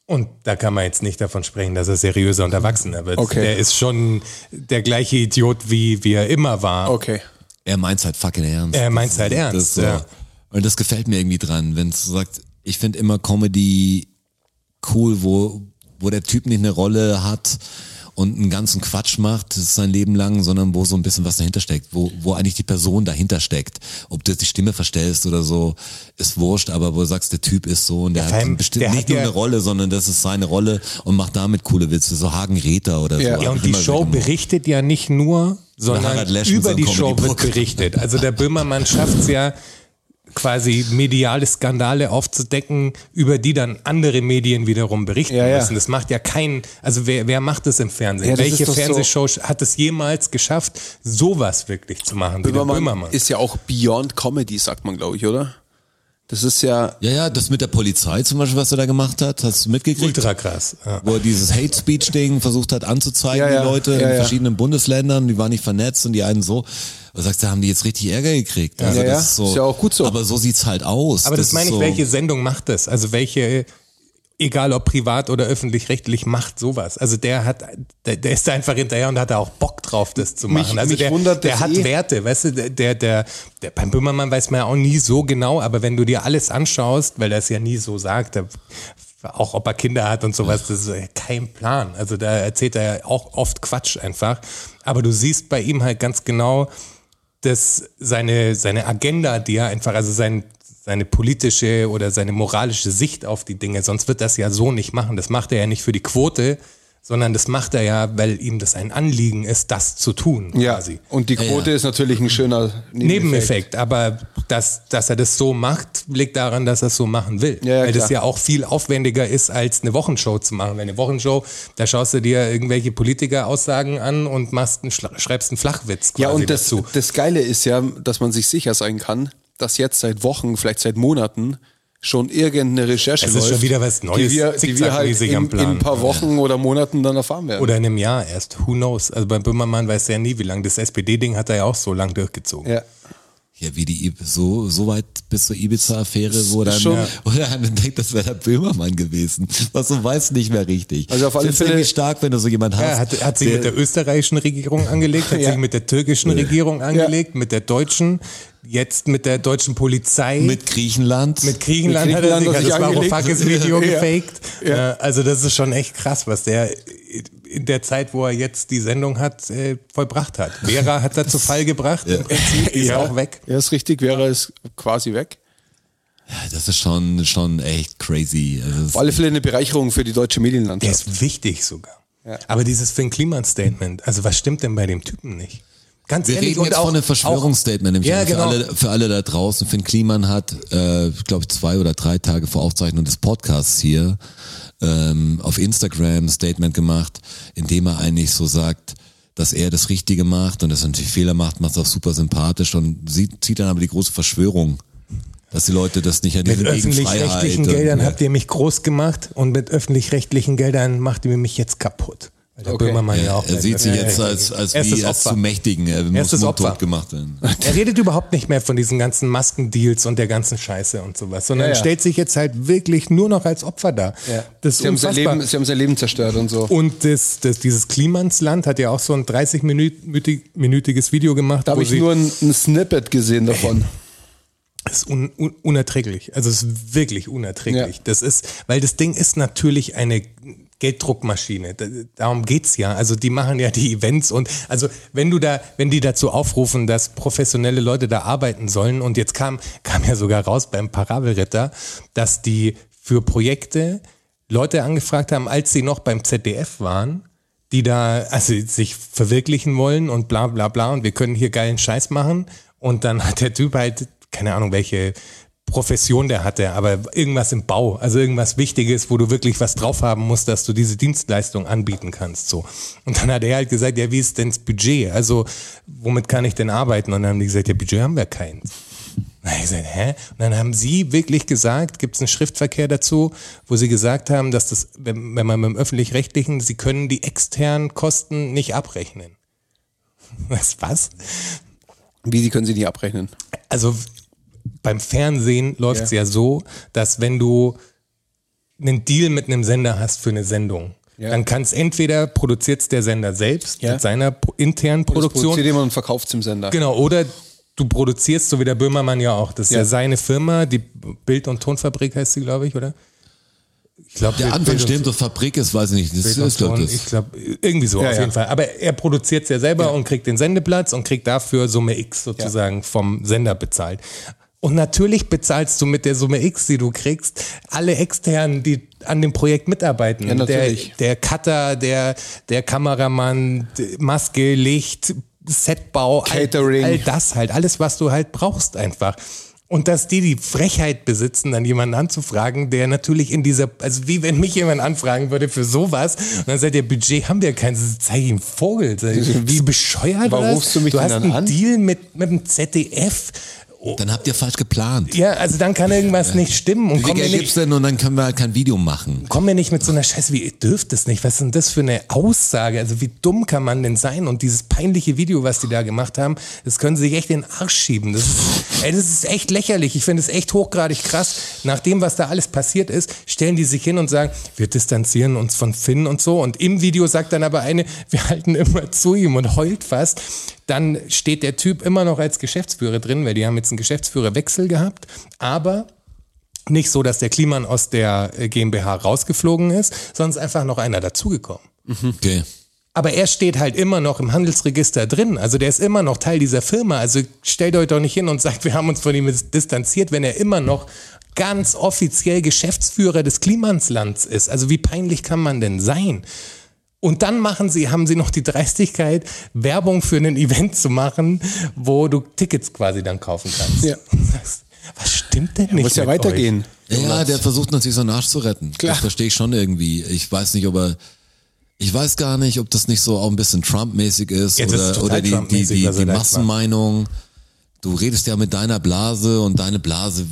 Speaker 3: Und da kann man jetzt nicht davon sprechen, dass er seriöser und erwachsener wird.
Speaker 2: Okay.
Speaker 3: Der ist schon der gleiche Idiot, wie, wie er immer war.
Speaker 2: okay.
Speaker 4: Er meint's halt fucking ernst.
Speaker 3: Er meint's halt ernst,
Speaker 4: Das ist so.
Speaker 3: ja.
Speaker 4: Und das gefällt mir irgendwie dran, wenn es sagt, ich finde immer Comedy cool, wo, wo der Typ nicht eine Rolle hat und einen ganzen Quatsch macht sein Leben lang, sondern wo so ein bisschen was dahinter steckt, wo, wo eigentlich die Person dahinter steckt. Ob du jetzt die Stimme verstellst oder so, ist wurscht, aber wo du sagst, der Typ ist so und der
Speaker 3: Ja, vor allem,
Speaker 4: hat bestimmt
Speaker 3: der hat
Speaker 4: nicht nur
Speaker 3: ja-
Speaker 4: eine Rolle, sondern das ist seine Rolle und macht damit coole Witze, so Hagen Räther oder
Speaker 2: Ja.
Speaker 4: so.
Speaker 3: Ja,
Speaker 4: Hat
Speaker 3: und die
Speaker 4: immer
Speaker 3: Show
Speaker 4: wieder-
Speaker 3: berichtet ja nicht nur, sondern
Speaker 4: Harald Lesch mit
Speaker 3: über
Speaker 4: seinem
Speaker 3: die Show wird
Speaker 4: Comedy-Programm.
Speaker 3: berichtet. Also der Böhmermann schafft es ja quasi mediale Skandale aufzudecken, über die dann andere Medien wiederum berichten
Speaker 2: Ja, ja.
Speaker 3: müssen. Das macht ja keinen, also wer, wer macht das im Fernsehen?
Speaker 2: Ja, das
Speaker 3: Welche
Speaker 2: ist doch so-
Speaker 3: Fernsehshow hat es jemals geschafft, sowas wirklich zu machen wie
Speaker 2: Böhmermann,
Speaker 3: der Böhmermann?
Speaker 2: ist ja auch Beyond Comedy, sagt man, glaube ich, oder? Das ist ja,
Speaker 4: Ja, ja, das mit der Polizei zum Beispiel, was er da gemacht hat, hast du mitgekriegt?
Speaker 3: Ultra krass. Ja.
Speaker 4: Wo er dieses Hate Speech Ding versucht hat anzuzeigen,
Speaker 2: Ja, ja,
Speaker 4: die Leute
Speaker 2: ja,
Speaker 4: in
Speaker 2: ja.
Speaker 4: verschiedenen Bundesländern, die waren nicht vernetzt und die einen so. Du sagst, da haben die jetzt richtig Ärger gekriegt. Also
Speaker 2: Ja, ja,
Speaker 4: das ist, so,
Speaker 2: ist ja auch gut so.
Speaker 4: Aber so sieht's halt aus.
Speaker 3: Aber das, meine
Speaker 4: ist
Speaker 3: ich,
Speaker 4: so,
Speaker 3: welche Sendung macht das? Also welche, egal ob privat oder öffentlich-rechtlich, macht sowas. Also der hat, der, der ist da einfach hinterher und hat da auch Bock drauf, das zu
Speaker 2: Mich-
Speaker 3: machen. also
Speaker 2: mich
Speaker 3: der,
Speaker 2: wundert
Speaker 3: der
Speaker 2: das
Speaker 3: hat
Speaker 2: eh.
Speaker 3: Werte, weißt du, der, der, der, der, beim Böhmermann weiß man ja auch nie so genau, aber wenn du dir alles anschaust, weil er es ja nie so sagt, der, auch ob er Kinder hat und sowas, das ist äh, kein Plan. Also da erzählt er ja auch oft Quatsch einfach. Aber du siehst bei ihm halt ganz genau, dass seine, seine Agenda, die er einfach, also sein, seine politische oder seine moralische Sicht auf die Dinge, sonst wird das ja so nicht machen. Das macht er ja nicht für die Quote, sondern das macht er ja, weil ihm das ein Anliegen ist, das zu tun.
Speaker 2: ja.
Speaker 3: quasi.
Speaker 2: Und die
Speaker 4: ja.
Speaker 2: Quote ist natürlich ein schöner Nebeneffekt.
Speaker 3: Nebeneffekt, aber dass, dass er das so macht, liegt daran, dass er es so machen will.
Speaker 2: Ja, ja,
Speaker 3: weil das
Speaker 2: klar.
Speaker 3: ja auch viel aufwendiger ist, als eine Wochenshow zu machen. Weil eine Wochenshow, da schaust du dir irgendwelche Politiker-Aussagen an und machst einen, Schla- schreibst einen Flachwitz quasi
Speaker 2: Ja, und das,
Speaker 3: dazu.
Speaker 2: das Geile ist ja, dass man sich sicher sein kann, dass jetzt seit Wochen, vielleicht seit Monaten, schon irgendeine Recherche
Speaker 3: Es ist
Speaker 2: läuft,
Speaker 3: schon wieder was Neues,
Speaker 2: die wir, die wir halt
Speaker 3: zickzackmäßig
Speaker 2: in,
Speaker 3: am
Speaker 2: in
Speaker 3: Plan.
Speaker 2: ein paar Wochen oder Monaten dann erfahren werden.
Speaker 3: Oder in einem Jahr erst. Who knows? Also bei Böhmermann weiß er ja nie, wie lange. Das SPD-Ding hat er ja auch so lang durchgezogen.
Speaker 2: ja.
Speaker 4: Ja, wie die, I- so, so weit bis zur Ibiza-Affäre, wo dann,
Speaker 2: schon-
Speaker 4: wo der eine denkt, das wäre der Böhmermann gewesen. Was du weißt, nicht mehr richtig.
Speaker 2: Also auf alle
Speaker 4: Find's
Speaker 2: Fälle-
Speaker 4: irgendwie stark, wenn du so jemand hast.
Speaker 3: Er hat, hat sich
Speaker 4: der-
Speaker 3: mit der österreichischen Regierung angelegt, hat
Speaker 2: Ja.
Speaker 3: sich mit der türkischen Regierung angelegt, mit der deutschen, jetzt mit der deutschen Polizei.
Speaker 4: mit Griechenland.
Speaker 3: Mit Griechenland,
Speaker 2: Mit Griechenland
Speaker 3: hat er
Speaker 2: hat
Speaker 3: sich also
Speaker 2: sich
Speaker 3: das
Speaker 2: angelegt.
Speaker 3: Varoufakis-Video
Speaker 2: Ja.
Speaker 3: gefaked. Äh, Also das ist schon echt krass, was der in der Zeit, wo er jetzt die Sendung hat, äh, vollbracht hat. Vera hat er zu Fall gebracht, im Prinzip die ist
Speaker 2: Ja.
Speaker 3: auch weg.
Speaker 2: Ja, ist richtig, wäre es quasi weg.
Speaker 4: das ist schon, schon echt crazy. Also
Speaker 2: Auf alle Fälle eine Bereicherung für die deutsche
Speaker 3: Der
Speaker 2: Medienlandschaft.
Speaker 3: ist wichtig sogar. Aber dieses Finn Kliman Statement, also was stimmt denn bei dem Typen nicht? Ganz
Speaker 4: Wir
Speaker 3: ehrlich
Speaker 4: reden jetzt
Speaker 3: und auch
Speaker 4: von einem Verschwörungsstatement. nämlich
Speaker 3: Ja,
Speaker 4: für,
Speaker 3: genau.
Speaker 4: alle, für alle da draußen. Finn Kliman hat, äh, glaube ich, zwei oder drei Tage vor Aufzeichnung des Podcasts hier ähm, auf Instagram ein Statement gemacht, in dem er eigentlich so sagt, dass er das Richtige macht und dass er natürlich Fehler macht, macht es auch super sympathisch und sieht, zieht dann aber die große Verschwörung, dass die Leute das nicht an
Speaker 3: Mit
Speaker 4: diesen Gegenfreiheit.
Speaker 3: öffentlich-rechtlichen
Speaker 4: und-
Speaker 3: Geldern
Speaker 4: ja.
Speaker 3: habt ihr mich groß gemacht und mit öffentlich-rechtlichen Geldern macht ihr mich jetzt kaputt. Weil der
Speaker 2: Okay.
Speaker 3: Böhmermann ja, auch.
Speaker 4: er sieht sich jetzt als, als
Speaker 3: Er ist
Speaker 4: wie
Speaker 3: das
Speaker 4: als
Speaker 3: Opfer.
Speaker 4: zu mächtigen. Er muss
Speaker 3: ist das
Speaker 4: mundtot
Speaker 3: Opfer.
Speaker 4: gemacht werden.
Speaker 3: Er redet überhaupt nicht mehr von diesen ganzen Maskendeals und der ganzen Scheiße und sowas, sondern
Speaker 2: Ja, ja.
Speaker 3: stellt sich jetzt halt wirklich nur noch als Opfer dar. Das ist
Speaker 2: sie, haben sein
Speaker 3: unfassbar.
Speaker 2: Leben, sie haben sein Leben zerstört und so.
Speaker 3: Und das, das, dieses Klimansland hat ja auch so ein 30-minütiges Video gemacht.
Speaker 2: Da
Speaker 3: wo
Speaker 2: habe ich
Speaker 3: sie-
Speaker 2: nur ein, ein Snippet gesehen davon.
Speaker 3: Das ist un, un, unerträglich. Also es ist wirklich unerträglich.
Speaker 2: Ja.
Speaker 3: Das ist, weil das Ding ist natürlich eine Gelddruckmaschine. Da, darum geht's ja. Also die machen ja die Events und also wenn du da, wenn die dazu aufrufen, dass professionelle Leute da arbeiten sollen und jetzt kam kam ja sogar raus beim Parabelritter, dass die für Projekte Leute angefragt haben, als sie noch beim ZDF waren, die da also sich verwirklichen wollen und bla bla bla und wir können hier geilen Scheiß machen. Und dann hat der Typ halt, keine Ahnung, welche Profession der hatte, aber irgendwas im Bau, also irgendwas Wichtiges, wo du wirklich was drauf haben musst, dass du diese Dienstleistung anbieten kannst. So. Und dann hat er halt gesagt, ja, wie ist denn das Budget? Also, womit kann ich denn arbeiten? Und dann haben die gesagt, ja, Budget haben wir keins. Und ich gesagt, hä? Und dann haben sie wirklich gesagt, gibt es einen Schriftverkehr dazu, wo sie gesagt haben, dass das, wenn, wenn man mit dem öffentlich-rechtlichen, sie können die externen Kosten nicht abrechnen. Was? Was?
Speaker 2: Wie sie können sie nicht abrechnen?
Speaker 3: Also beim Fernsehen läuft es ja. so, dass wenn du einen Deal mit einem Sender hast für eine Sendung,
Speaker 2: Ja.
Speaker 3: dann kann es entweder produziert der Sender selbst
Speaker 2: Ja.
Speaker 3: mit seiner pro- internen Produktion
Speaker 2: produziert jemand und verkauft im Sender.
Speaker 3: Genau, oder du produzierst, so wie der Böhmermann ja auch. Das ist ja,
Speaker 2: Ja.
Speaker 3: seine Firma, die Bild- und Tonfabrik heißt sie, glaube ich, oder? Ich glaube,
Speaker 4: Der
Speaker 3: Bild-
Speaker 4: Anfang
Speaker 3: Bild-
Speaker 4: stimmt, das Fabrik ist, weiß ich nicht. Das
Speaker 3: Bild und
Speaker 4: ist, glaub,
Speaker 3: Ton,
Speaker 4: das.
Speaker 3: ich glaube, irgendwie so
Speaker 2: Ja,
Speaker 3: auf
Speaker 2: ja.
Speaker 3: jeden Fall. Aber er produziert es ja selber und kriegt den Sendeplatz und kriegt dafür Summe X sozusagen vom Sender bezahlt. Und natürlich bezahlst du mit der Summe X, die du kriegst, alle externen, die an dem Projekt mitarbeiten.
Speaker 2: Ja, natürlich.
Speaker 3: Der, der Cutter, der, der Kameramann, d- Maske, Licht, Setbau,
Speaker 2: Catering.
Speaker 3: All, all das halt, alles, was du halt brauchst einfach. Und dass die die Frechheit besitzen, dann jemanden anzufragen, der natürlich in dieser, also wie wenn mich jemand anfragen würde für sowas, und dann sagt ihr, Budget haben wir keins, zeige ich ihm Vogel. Sag ich, Wie bescheuert
Speaker 2: Warum
Speaker 3: das?
Speaker 2: rufst du mich
Speaker 3: du
Speaker 2: denn
Speaker 3: hast
Speaker 2: dann
Speaker 3: einen
Speaker 2: an?
Speaker 3: Deal mit, mit dem ZDF. Oh,
Speaker 4: Dann habt ihr falsch geplant.
Speaker 3: Ja, also dann kann irgendwas nicht stimmen und
Speaker 4: Wie viel
Speaker 3: komm mir
Speaker 4: Geld gibt's
Speaker 3: nicht,
Speaker 4: denn und dann können wir halt kein Video machen.
Speaker 3: komm mir nicht mit so einer Scheiße, wie ihr dürft es nicht. Was ist denn das für eine Aussage? Also wie dumm kann man denn sein? Und dieses peinliche Video, was die da gemacht haben, das können sie sich echt in den Arsch schieben. Das ist, ey, das ist echt lächerlich. Ich finde es echt hochgradig krass. Nach dem, was da alles passiert ist, stellen die sich hin und sagen, wir distanzieren uns von Finn und so. Und im Video sagt dann aber eine, wir halten immer zu ihm und heult fast. Dann steht der Typ immer noch als Geschäftsführer drin, weil die haben jetzt einen Geschäftsführerwechsel gehabt. Aber nicht so, dass der Kliman aus der äh, GmbH rausgeflogen ist, sondern ist einfach noch einer dazugekommen.
Speaker 4: Okay.
Speaker 3: Aber er steht halt immer noch im Handelsregister drin. Also der ist immer noch Teil dieser Firma. Also stellt euch doch nicht hin und sagt, wir haben uns von ihm distanziert, wenn er immer noch ganz offiziell Geschäftsführer des Klimanslands ist. Also wie peinlich kann man denn sein? Und dann machen sie, haben sie noch die Dreistigkeit, Werbung für ein Event zu machen, wo du Tickets quasi dann kaufen kannst.
Speaker 2: Ja.
Speaker 3: Was stimmt denn nicht?
Speaker 2: Muss ja
Speaker 3: mit euch?
Speaker 2: weitergehen.
Speaker 4: Ja, der versucht natürlich seinen Arsch zu retten. Das verstehe ich schon irgendwie. Ich weiß nicht, ob er. Ich weiß gar nicht, ob das nicht so auch ein bisschen Trump-mäßig ist
Speaker 3: Ja, das
Speaker 4: oder,
Speaker 3: ist total
Speaker 4: oder die, die,
Speaker 3: Trump-mäßig,
Speaker 4: die,
Speaker 3: was er
Speaker 4: die
Speaker 3: da jetzt
Speaker 4: Massenmeinung. Du redest ja mit deiner Blase und deine Blase,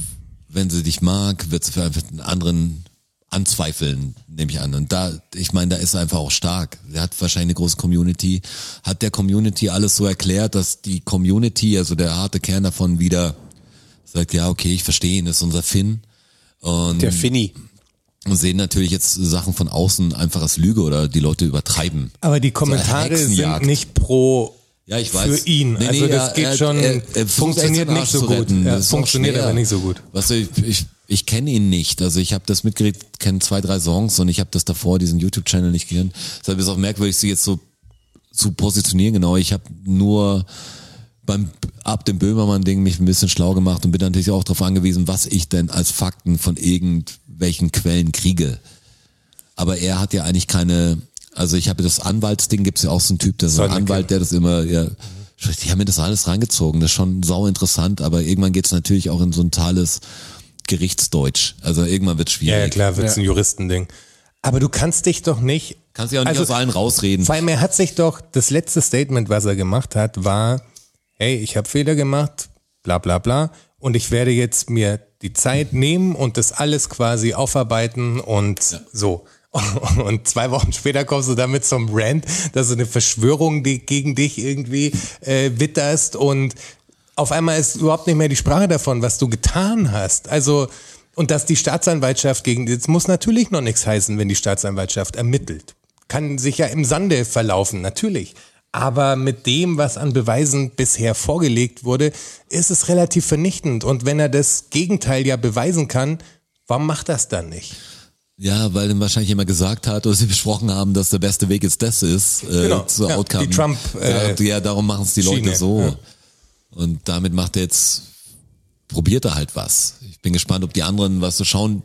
Speaker 4: wenn sie dich mag, wird sie für einfach einen anderen anzweifeln, nehme ich an. Und da, ich meine, da ist er einfach auch stark. Er hat wahrscheinlich eine große Community, hat der Community alles so erklärt, dass die Community, also der harte Kern davon wieder sagt, ja, okay, ich verstehe ihn, das ist unser Finn. Und
Speaker 3: Hm.
Speaker 2: Der Finny.
Speaker 4: und sehen natürlich jetzt Sachen von außen einfach als Lüge oder die Leute übertreiben.
Speaker 3: Aber die Kommentare sind
Speaker 4: Hexenjagd.
Speaker 3: nicht pro
Speaker 4: Ja, ich weiß.
Speaker 3: für ihn.
Speaker 4: Nee,
Speaker 3: also
Speaker 4: nee,
Speaker 3: das
Speaker 4: er-
Speaker 3: geht
Speaker 4: er-
Speaker 3: schon,
Speaker 4: er- er versucht,
Speaker 3: funktioniert
Speaker 4: seinen
Speaker 3: nicht
Speaker 4: Arsch
Speaker 3: so
Speaker 4: zu
Speaker 3: gut.
Speaker 4: retten.
Speaker 3: Ja,
Speaker 4: Das ist auch
Speaker 3: funktioniert
Speaker 4: schwer.
Speaker 3: aber nicht so gut.
Speaker 4: Weißt du, ich, ich, ich kenne ihn nicht. Also ich habe das mitgekriegt, kenne zwei, drei Songs und ich habe das davor, diesen YouTube-Channel nicht gekannt. Deshalb ist auch merkwürdig, sie jetzt so zu positionieren. Genau, ich habe nur beim ab dem Böhmermann-Ding mich ein bisschen schlau gemacht und bin natürlich auch darauf angewiesen, was ich denn als Fakten von irgendwelchen Quellen kriege. Aber er hat ja eigentlich keine, also ich habe das Anwaltsding, gibt's ja auch so einen Typ, der so ein
Speaker 3: Solnecke.
Speaker 4: Anwalt, der das immer, ja, ich habe mir das alles reingezogen, das ist schon sau interessant, aber irgendwann geht's natürlich auch in so ein totales Gerichtsdeutsch. Also irgendwann wird's
Speaker 3: Ja, ja
Speaker 4: schwierig.
Speaker 3: klar, wird's ein Juristending. Aber du kannst dich doch nicht.
Speaker 4: Kannst ja auch nicht
Speaker 3: Also
Speaker 4: aus allen rausreden.
Speaker 3: Vor allem, er hat sich doch, das letzte Statement, was er gemacht hat, war, hey, ich habe Fehler gemacht, bla bla bla, und ich werde jetzt mir die Zeit nehmen und das alles quasi aufarbeiten und so. Und zwei Wochen später kommst du damit zum Rant, dass du eine Verschwörung die gegen dich irgendwie äh, witterst und auf einmal ist überhaupt nicht mehr die Sprache davon, was du getan hast. Also, und dass die Staatsanwaltschaft gegen, jetzt muss natürlich noch nichts heißen, wenn die Staatsanwaltschaft ermittelt. Kann sich ja im Sande verlaufen, natürlich. Aber mit dem, was an Beweisen bisher vorgelegt wurde, ist es relativ vernichtend. Und wenn er das Gegenteil ja beweisen kann, warum macht das dann nicht?
Speaker 4: Ja, weil ihm wahrscheinlich jemand gesagt hat oder sie besprochen haben, dass der beste Weg jetzt das ist, äh,
Speaker 3: Genau,
Speaker 4: zu
Speaker 3: ja,
Speaker 4: Outcome.
Speaker 3: die Trump, äh,
Speaker 4: ja, ja, darum machen es die
Speaker 3: Schiene,
Speaker 4: Leute so.
Speaker 3: ja.
Speaker 4: Und damit macht er jetzt, probiert er halt was. Ich bin gespannt, ob die anderen, was zu schauen,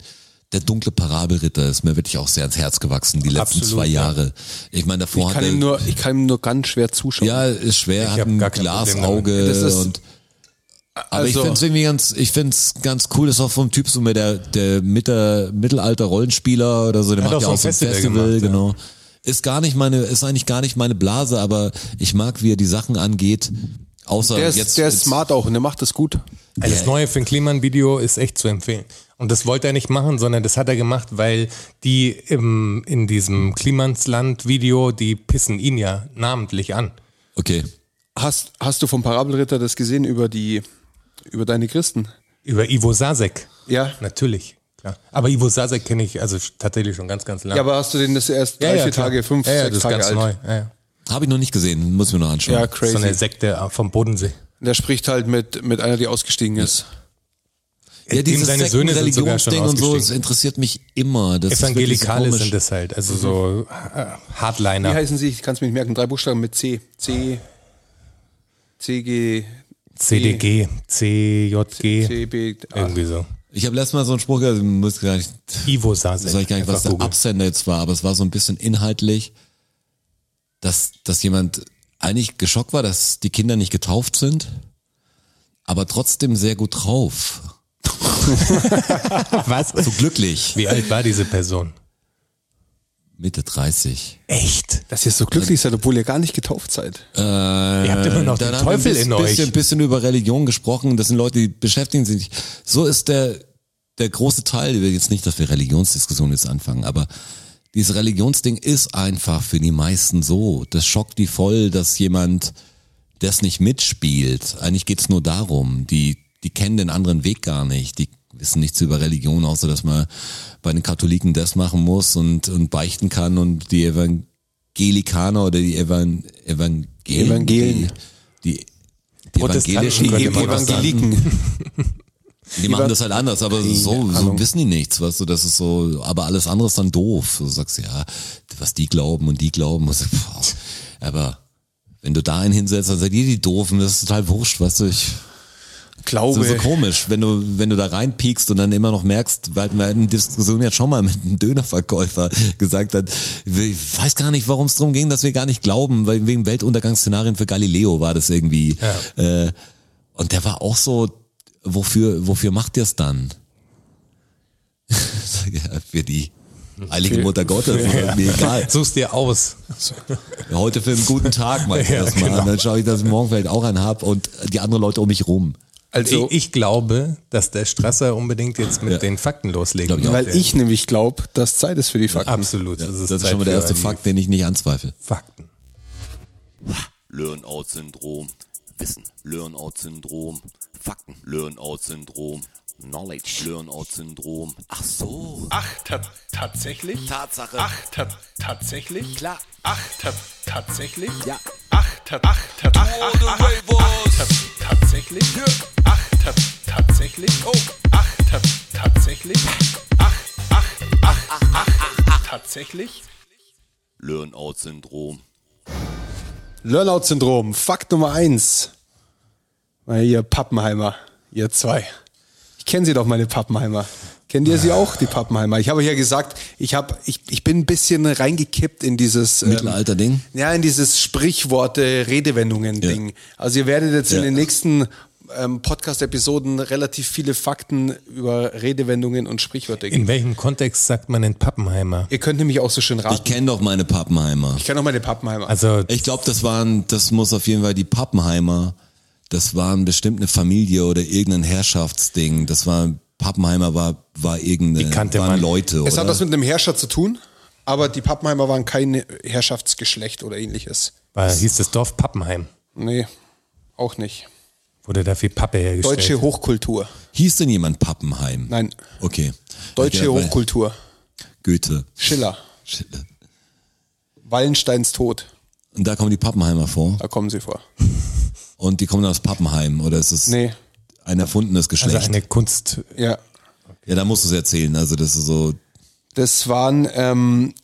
Speaker 4: der dunkle Parabelritter ist mir wirklich auch sehr ans Herz gewachsen, die letzten
Speaker 3: Absolut,
Speaker 4: zwei
Speaker 3: ja.
Speaker 4: Jahre. Ich meine, davor
Speaker 3: Ah,
Speaker 2: Ich kann,
Speaker 4: hat er,
Speaker 2: ihm nur, ich kann ihm nur ganz schwer zuschauen.
Speaker 4: ja, ist schwer,
Speaker 3: hab
Speaker 4: hat ein
Speaker 3: gar kein Problem damit. also
Speaker 4: Glasauge
Speaker 2: Das ist-
Speaker 4: und Aber
Speaker 2: Also,
Speaker 4: ich finde es irgendwie ganz, ich find's ganz cool, das ist auch vom Typ so mit der, der, mit der Mittelalter-Rollenspieler oder so, der
Speaker 3: Hat
Speaker 4: macht
Speaker 3: auch
Speaker 4: ja
Speaker 3: so
Speaker 4: auch
Speaker 3: ein
Speaker 4: so ein
Speaker 3: Festival
Speaker 4: Festival,
Speaker 3: gemacht, ja.
Speaker 4: genau. Ist gar nicht meine, ist eigentlich gar nicht meine Blase, aber ich mag, wie er die Sachen angeht, außer
Speaker 2: der ist,
Speaker 4: jetzt.
Speaker 2: der ist
Speaker 4: jetzt-
Speaker 2: smart auch und der macht das gut.
Speaker 3: Also das neue Finn Kliman Video ist echt zu empfehlen. Und das wollte er nicht machen, sondern das hat er gemacht, weil die im, in diesem Klimansland Video, die pissen ihn ja namentlich an.
Speaker 4: Okay.
Speaker 2: Hast, hast du vom Parabelritter das gesehen über die, über deine Christen?
Speaker 3: Über Ivo Sasek.
Speaker 2: Ja.
Speaker 3: Natürlich, klar. Aber Ivo Sasek kenne ich also tatsächlich schon ganz, ganz lange.
Speaker 2: Ja, aber hast du den das erst drei, vier
Speaker 3: klar.
Speaker 2: Tage, fünf,
Speaker 3: ja, ja,
Speaker 2: sechs
Speaker 3: das
Speaker 2: Tage
Speaker 3: ist ganz
Speaker 2: alt?
Speaker 3: neu. Ja, ja.
Speaker 4: Habe ich noch nicht gesehen, muss ich mir noch anschauen.
Speaker 2: Ja,
Speaker 3: So eine
Speaker 2: crazy.
Speaker 3: Sekte vom Bodensee.
Speaker 2: Der spricht halt mit, mit einer, die ausgestiegen ist.
Speaker 4: ja
Speaker 3: Eben seine
Speaker 4: Sekten-
Speaker 3: Söhne sind sogar schon
Speaker 4: Religionsding und so, das
Speaker 3: ausgestiegen.
Speaker 4: interessiert mich immer. Das ist wirklich so
Speaker 3: Evangelikale
Speaker 4: komisch.
Speaker 3: sind das halt, also so äh,
Speaker 2: Mhm. Wie
Speaker 3: Hardliner.
Speaker 2: heißen sie? Ich kann es mir nicht merken. Drei Buchstaben mit C. C. CG.
Speaker 3: CDG, CJG,
Speaker 2: CB. Ah,
Speaker 3: irgendwie so.
Speaker 4: Ich habe letztes Mal so einen Spruch gehört, ich muss gar nicht,
Speaker 3: Ivo Sasek.
Speaker 4: Das weiß ich gar nicht,
Speaker 3: Einfach
Speaker 4: was der
Speaker 3: googeln.
Speaker 4: Absender jetzt war, aber es war so ein bisschen inhaltlich, dass, dass jemand eigentlich geschockt war, dass die Kinder nicht getauft sind, aber trotzdem sehr gut drauf.
Speaker 3: Was?
Speaker 4: So glücklich.
Speaker 3: Wie alt war diese Person?
Speaker 4: Mitte 30.
Speaker 3: Echt?
Speaker 2: Dass ihr so glücklich seid, obwohl ihr gar nicht getauft seid.
Speaker 3: Ihr habt immer noch den
Speaker 4: Äh, Dann haben wir ein
Speaker 3: Teufel
Speaker 4: bisschen,
Speaker 3: in euch.
Speaker 4: Bisschen, bisschen über Religion gesprochen. Das sind Leute, die beschäftigen sich. nicht. So ist der, der große Teil. Ich will jetzt nicht, dass wir Religionsdiskussionen jetzt anfangen, aber dieses Religionsding ist einfach für die meisten so. Das schockt die voll, dass jemand das nicht mitspielt. Eigentlich geht's nur darum. Die, die kennen den anderen Weg gar nicht. Die wissen nichts über Religion, außer dass man bei den Katholiken das machen muss und, und beichten kann und die Evangelikaner oder die Evan, Evangelen,
Speaker 2: Evangelen.
Speaker 4: Die, die die
Speaker 3: Protestanten
Speaker 4: evangelischen,
Speaker 3: könnte
Speaker 4: die,
Speaker 3: man was sagen.
Speaker 4: die machen das halt anders, aber so, so
Speaker 2: Ahnung.
Speaker 4: wissen die nichts, weißt du, das ist so, aber alles andere ist dann doof. Du sagst, ja, was die glauben und die glauben, was, pff, aber wenn du da einen hinsetzt, dann seid ihr die Doofen, das ist total wurscht, weißt du, ich,
Speaker 2: Glaube.
Speaker 4: das ist so komisch, wenn du, wenn du da reinpiekst und dann immer noch merkst, weil wir hatten die Diskussion ja schon mal mit einem Dönerverkäufer gesagt hat, ich weiß gar nicht, warum es darum ging, dass wir gar nicht glauben, weil wegen Weltuntergangsszenarien für Galileo war das irgendwie. Äh, und der war auch so, wofür, wofür macht ihr es dann? ja, für die Heilige Mutter Gottes, oder? mir egal.
Speaker 3: Such's dir aus.
Speaker 4: Heute für einen guten Tag mal
Speaker 3: Ja,
Speaker 4: erstmal.
Speaker 3: genau.
Speaker 4: Und dann schaue ich, dass ich morgen vielleicht auch einen hab und die anderen Leute um mich rum.
Speaker 2: Also,
Speaker 3: ich, ich glaube, dass der Strasser unbedingt jetzt mit
Speaker 4: Ja.
Speaker 3: den Fakten loslegen
Speaker 4: Glaub ich auch.
Speaker 2: weil ich nämlich glaube, dass Zeit ist für die Fakten.
Speaker 3: Absolut. es
Speaker 4: Das ist
Speaker 3: Zeit
Speaker 4: schon mal der
Speaker 3: für
Speaker 4: erste
Speaker 3: die
Speaker 4: Fakt, den ich nicht anzweifle.
Speaker 3: Fakten.
Speaker 5: Learn-out-Syndrom, Wissen, Learn-out-Syndrom, Fakten, Learn-out-Syndrom, Knowledge, Learn-out-Syndrom. Ach so.
Speaker 6: Ach, ta tatsächlich?
Speaker 5: Tatsache.
Speaker 6: Ach, ta tatsächlich?
Speaker 5: Klar.
Speaker 6: Ach, ta tatsächlich?
Speaker 5: Ja.
Speaker 6: Ach, ta ach, ta ach, ach, ach, ach, ta tatsächlich? Ach, ta tatsächlich? Oh. Ach, ta tatsächlich? Ach, ach, ach, ach, ach, tatsächlich?
Speaker 5: Learn-out-Syndrom.
Speaker 2: Learnout-Syndrom. Fakt Nummer eins. Na, ihr Pappenheimer. Ihr zwei. Ich kenne sie doch, meine Pappenheimer. Kennt ihr sie auch, die Pappenheimer? Ich habe euch ja gesagt, ich, hab, ich, ich bin ein bisschen reingekippt in dieses... ähm,
Speaker 4: Mittelalter-Ding?
Speaker 2: Ja, in dieses Sprichworte, Redewendungen Ding.
Speaker 4: Ja.
Speaker 2: Also ihr werdet jetzt
Speaker 4: Ja.
Speaker 2: in den nächsten ähm, Podcast-Episoden relativ viele Fakten über Redewendungen und Sprichwörter geben.
Speaker 3: In welchem Kontext sagt man den Pappenheimer?
Speaker 2: Ihr könnt nämlich auch so schön
Speaker 4: Ich
Speaker 2: raten.
Speaker 4: kenne doch meine Pappenheimer.
Speaker 2: Ich kenne auch meine Pappenheimer.
Speaker 3: Also,
Speaker 4: Ich glaube, das waren, das muss auf jeden Fall die Pappenheimer. Das waren bestimmt eine Familie oder irgendein Herrschaftsding. Das war Pappenheimer war war irgendeine
Speaker 3: Die kannte
Speaker 4: waren
Speaker 3: man.
Speaker 4: Leute
Speaker 2: es
Speaker 4: oder?
Speaker 2: hat was mit einem Herrscher zu tun, aber die Pappenheimer waren kein Herrschaftsgeschlecht oder ähnliches.
Speaker 3: war, hieß das Dorf Pappenheim.
Speaker 2: Nee, auch nicht.
Speaker 3: Wurde da viel Pappe hergestellt.
Speaker 2: Deutsche Hochkultur.
Speaker 4: Hieß denn jemand Pappenheim?
Speaker 2: Nein,
Speaker 4: Okay.
Speaker 2: deutsche
Speaker 4: Ja, weil-
Speaker 2: Hochkultur.
Speaker 4: Goethe.
Speaker 2: Schiller.
Speaker 4: Schiller.
Speaker 2: Wallensteins Tod.
Speaker 4: Und da kommen die Pappenheimer vor
Speaker 2: Da kommen sie vor.
Speaker 4: und die kommen aus Pappenheim oder ist es
Speaker 2: Nee,
Speaker 4: ein erfundenes Geschlecht?
Speaker 3: also eine Kunst.
Speaker 2: ja.
Speaker 4: ja, da musst du es erzählen. Also das ist so
Speaker 2: Das waren, ähm,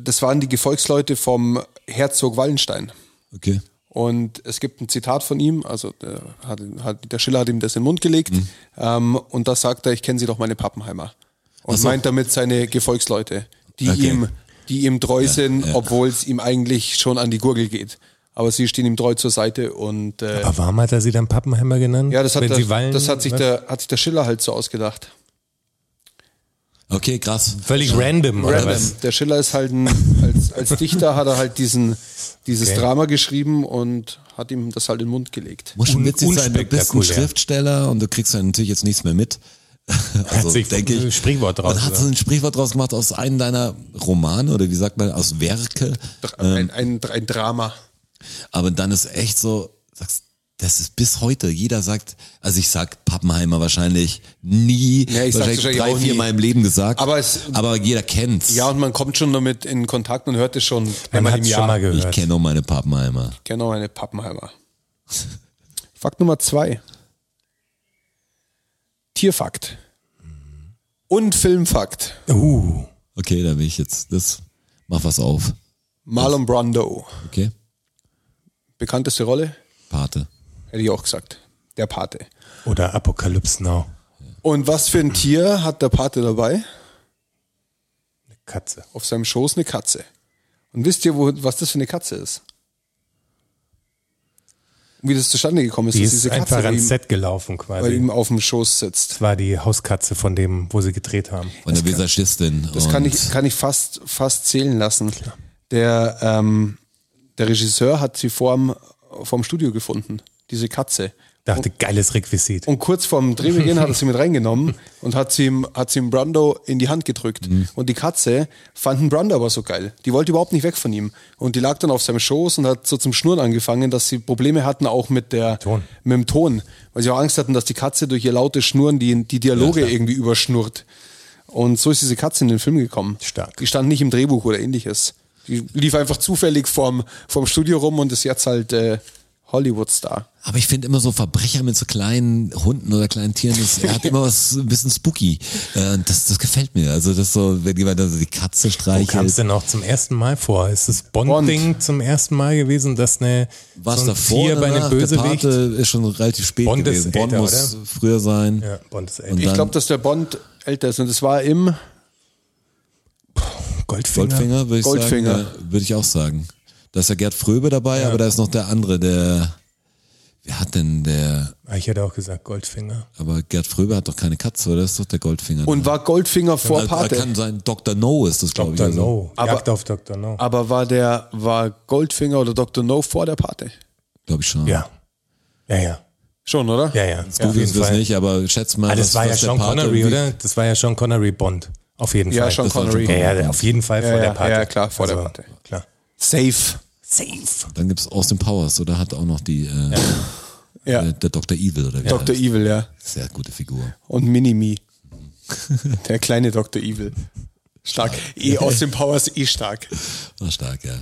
Speaker 2: das waren die Gefolgsleute vom Herzog Wallenstein.
Speaker 4: okay.
Speaker 2: Und es gibt ein Zitat von ihm, also der, hat, hat, der Schiller hat ihm das in den Mund gelegt.
Speaker 3: Mhm.
Speaker 2: Ähm, und da sagt er, ich kenne sie doch meine Pappenheimer. Und
Speaker 4: Ach so.
Speaker 2: meint damit seine Gefolgsleute, die
Speaker 4: Okay.
Speaker 2: ihm, die ihm treu sind, obwohl es ihm eigentlich schon an die Gurgel geht. Aber sie stehen ihm treu zur Seite und äh,
Speaker 3: Aber warum hat er sie dann Pappenheimer genannt?
Speaker 2: ja, das hat,
Speaker 3: Wenn
Speaker 2: der,
Speaker 3: sie ne? wallen,
Speaker 2: das hat sich
Speaker 3: was?
Speaker 2: der, hat sich der Schiller halt so ausgedacht.
Speaker 4: Okay, krass.
Speaker 3: Völlig random, oder was?
Speaker 2: Der Schiller ist halt ein, als, als Dichter hat er halt diesen, dieses
Speaker 3: Okay.
Speaker 2: Drama geschrieben und hat ihm das halt in den Mund gelegt.
Speaker 4: Muss schon
Speaker 3: Un-
Speaker 4: witzig sein, du bist ein
Speaker 3: unspektakulär.
Speaker 4: Schriftsteller und du kriegst dann natürlich jetzt nichts mehr mit. Also,
Speaker 3: sich
Speaker 4: denke
Speaker 3: ein
Speaker 4: ich.
Speaker 3: Sprichwort draus
Speaker 4: Und hat so ein Sprichwort draus gemacht aus einem deiner Romane oder wie sagt man, aus Werke.
Speaker 3: Ähm.
Speaker 2: Ein, ein, ein Drama.
Speaker 4: Aber dann ist echt so, sagst, das ist bis heute, jeder sagt, also ich sag Pappenheimer wahrscheinlich nie,
Speaker 2: Ja, ich sag's
Speaker 4: wahrscheinlich
Speaker 2: wahrscheinlich
Speaker 4: drei,
Speaker 2: auch
Speaker 4: vier
Speaker 2: nie.
Speaker 4: Mal im Leben gesagt,
Speaker 2: Aber es-
Speaker 4: aber jeder kennt's.
Speaker 2: Ja, und man kommt schon damit in Kontakt und hört es schon
Speaker 3: Man
Speaker 2: einmal
Speaker 3: hat
Speaker 2: im
Speaker 3: es
Speaker 2: Jahr.
Speaker 3: schon mal
Speaker 4: ich
Speaker 3: gehört.
Speaker 4: kenne nur meine Pappenheimer.
Speaker 2: Genau, eine Pappenheimer. Fakt Nummer zwei. Tierfakt. Und Filmfakt.
Speaker 3: Uh,
Speaker 4: Okay, da will ich jetzt, das, mach was auf,
Speaker 2: Marlon Brando.
Speaker 4: okay?
Speaker 2: Bekannteste Rolle?
Speaker 4: Pate.
Speaker 2: Hätte ich auch gesagt. Der Pate.
Speaker 3: oder Apocalypse Now.
Speaker 2: Und was für ein Tier hat der Pate dabei?
Speaker 3: Katze.
Speaker 2: Auf seinem Schoß eine Katze. Und wisst ihr, wo, was das für eine Katze ist? Und wie das zustande gekommen ist,
Speaker 3: Die
Speaker 2: dass
Speaker 3: ist
Speaker 2: diese
Speaker 3: einfach
Speaker 2: Katze bei
Speaker 3: ans
Speaker 2: ihm,
Speaker 3: Set gelaufen
Speaker 2: bei
Speaker 3: quasi.
Speaker 2: ihm auf dem Schoß sitzt.
Speaker 3: Das war die Hauskatze von dem, wo sie gedreht haben.
Speaker 4: Von der Visagistin.
Speaker 2: Das
Speaker 4: und
Speaker 2: kann ich, kann ich fast, fast zählen lassen. Der, ähm, der Regisseur hat sie vorm, vorm Studio gefunden, diese Katze.
Speaker 3: Dachte, geiles Requisit.
Speaker 2: Und kurz vorm Drehbeginn hat er sie mit reingenommen und hat sie, ihm, hat sie ihm Brando in die Hand gedrückt. Und die Katze fanden Brando aber so geil. Die wollte überhaupt nicht weg von ihm. Und die lag dann auf seinem Schoß und hat so zum Schnurren angefangen, dass sie Probleme hatten auch mit, der,
Speaker 3: Ton.
Speaker 2: mit dem Ton. Weil sie auch Angst hatten, dass die Katze durch ihr lautes Schnurren die, die Dialoge irgendwie überschnurrt. Und so ist diese Katze in den Film gekommen.
Speaker 3: Stark.
Speaker 2: Die stand nicht im Drehbuch oder ähnliches. Die lief einfach zufällig vorm, vorm Studio rum und ist jetzt halt äh, Hollywood-Star.
Speaker 4: Aber ich finde immer so Verbrecher mit so kleinen Hunden oder kleinen Tieren, das er hat immer was ein bisschen spooky. Äh, Das, das gefällt mir. Also das so, wenn jemand also die Katze
Speaker 3: Wo kam es
Speaker 4: streichelt.
Speaker 3: denn auch zum ersten Mal vor? Ist das Bond-Ding zum ersten Mal gewesen, dass eine
Speaker 4: Was
Speaker 3: so ein
Speaker 4: davor
Speaker 3: Tier bei einem
Speaker 4: danach, der Pate
Speaker 3: Bösewicht?
Speaker 4: ist schon relativ spät
Speaker 3: Bond ist
Speaker 4: gewesen. Bond
Speaker 3: älter,
Speaker 4: muss früher sein.
Speaker 3: Ja, Bond ist
Speaker 4: Und
Speaker 3: älter.
Speaker 4: dann-
Speaker 2: Ich glaube, dass der Bond älter ist und es war im
Speaker 3: Goldfinger.
Speaker 4: Goldfinger würde ich
Speaker 2: Goldfinger.
Speaker 4: sagen. ja, Würde ich auch sagen. Da ist ja Gerd Fröbe dabei, aber da ist noch der andere, der wer hat denn der
Speaker 3: Ah, Ich hätte auch gesagt Goldfinger.
Speaker 4: aber Gerd Fröbe hat doch keine Katze, oder? Das ist doch der Goldfinger.
Speaker 2: und war Goldfinger vor
Speaker 4: also,
Speaker 2: Pate.
Speaker 4: kann sein, Dr. No ist das, glaube ich.
Speaker 3: Dr.
Speaker 4: Also.
Speaker 3: No.
Speaker 2: Aber-
Speaker 3: Jagd auf Dr. No.
Speaker 2: Aber war der war Goldfinger oder Dr. No vor der Pate?
Speaker 4: Glaube ich schon.
Speaker 3: Ja. Ja, ja.
Speaker 2: Schon, oder?
Speaker 3: Ja, ja. ja auf
Speaker 4: Google
Speaker 3: jeden
Speaker 4: ist es
Speaker 3: Fall.
Speaker 4: nicht, aber schätz mal.
Speaker 3: Ah, das
Speaker 4: was-
Speaker 3: war ja
Speaker 4: was der
Speaker 3: Sean
Speaker 4: Pate
Speaker 3: Connery,
Speaker 4: irgendwie-
Speaker 3: oder? Das war ja Sean Connery Bond. Auf jeden
Speaker 2: Ja,
Speaker 3: Fall.
Speaker 2: Sean
Speaker 4: das war Sean
Speaker 2: Connery.
Speaker 4: Connery.
Speaker 3: Ja, ja, auf jeden Fall vor
Speaker 2: ja,
Speaker 3: der Party. Also,
Speaker 2: ja, klar, vor der Party.
Speaker 3: Klar.
Speaker 2: Safe.
Speaker 3: Safe.
Speaker 4: Dann gibt's Austin Powers, oder? Hat auch noch die, äh,
Speaker 2: Ja.
Speaker 4: äh, der Dr. Evil, oder wie? der
Speaker 3: E-
Speaker 2: Dr.
Speaker 4: heißt.
Speaker 2: Evil, ja.
Speaker 4: Sehr gute Figur.
Speaker 2: Und Minimi. der kleine Dr. Evil. Stark. Eh aus dem Powers eh stark. Äh,
Speaker 4: War stark, ja.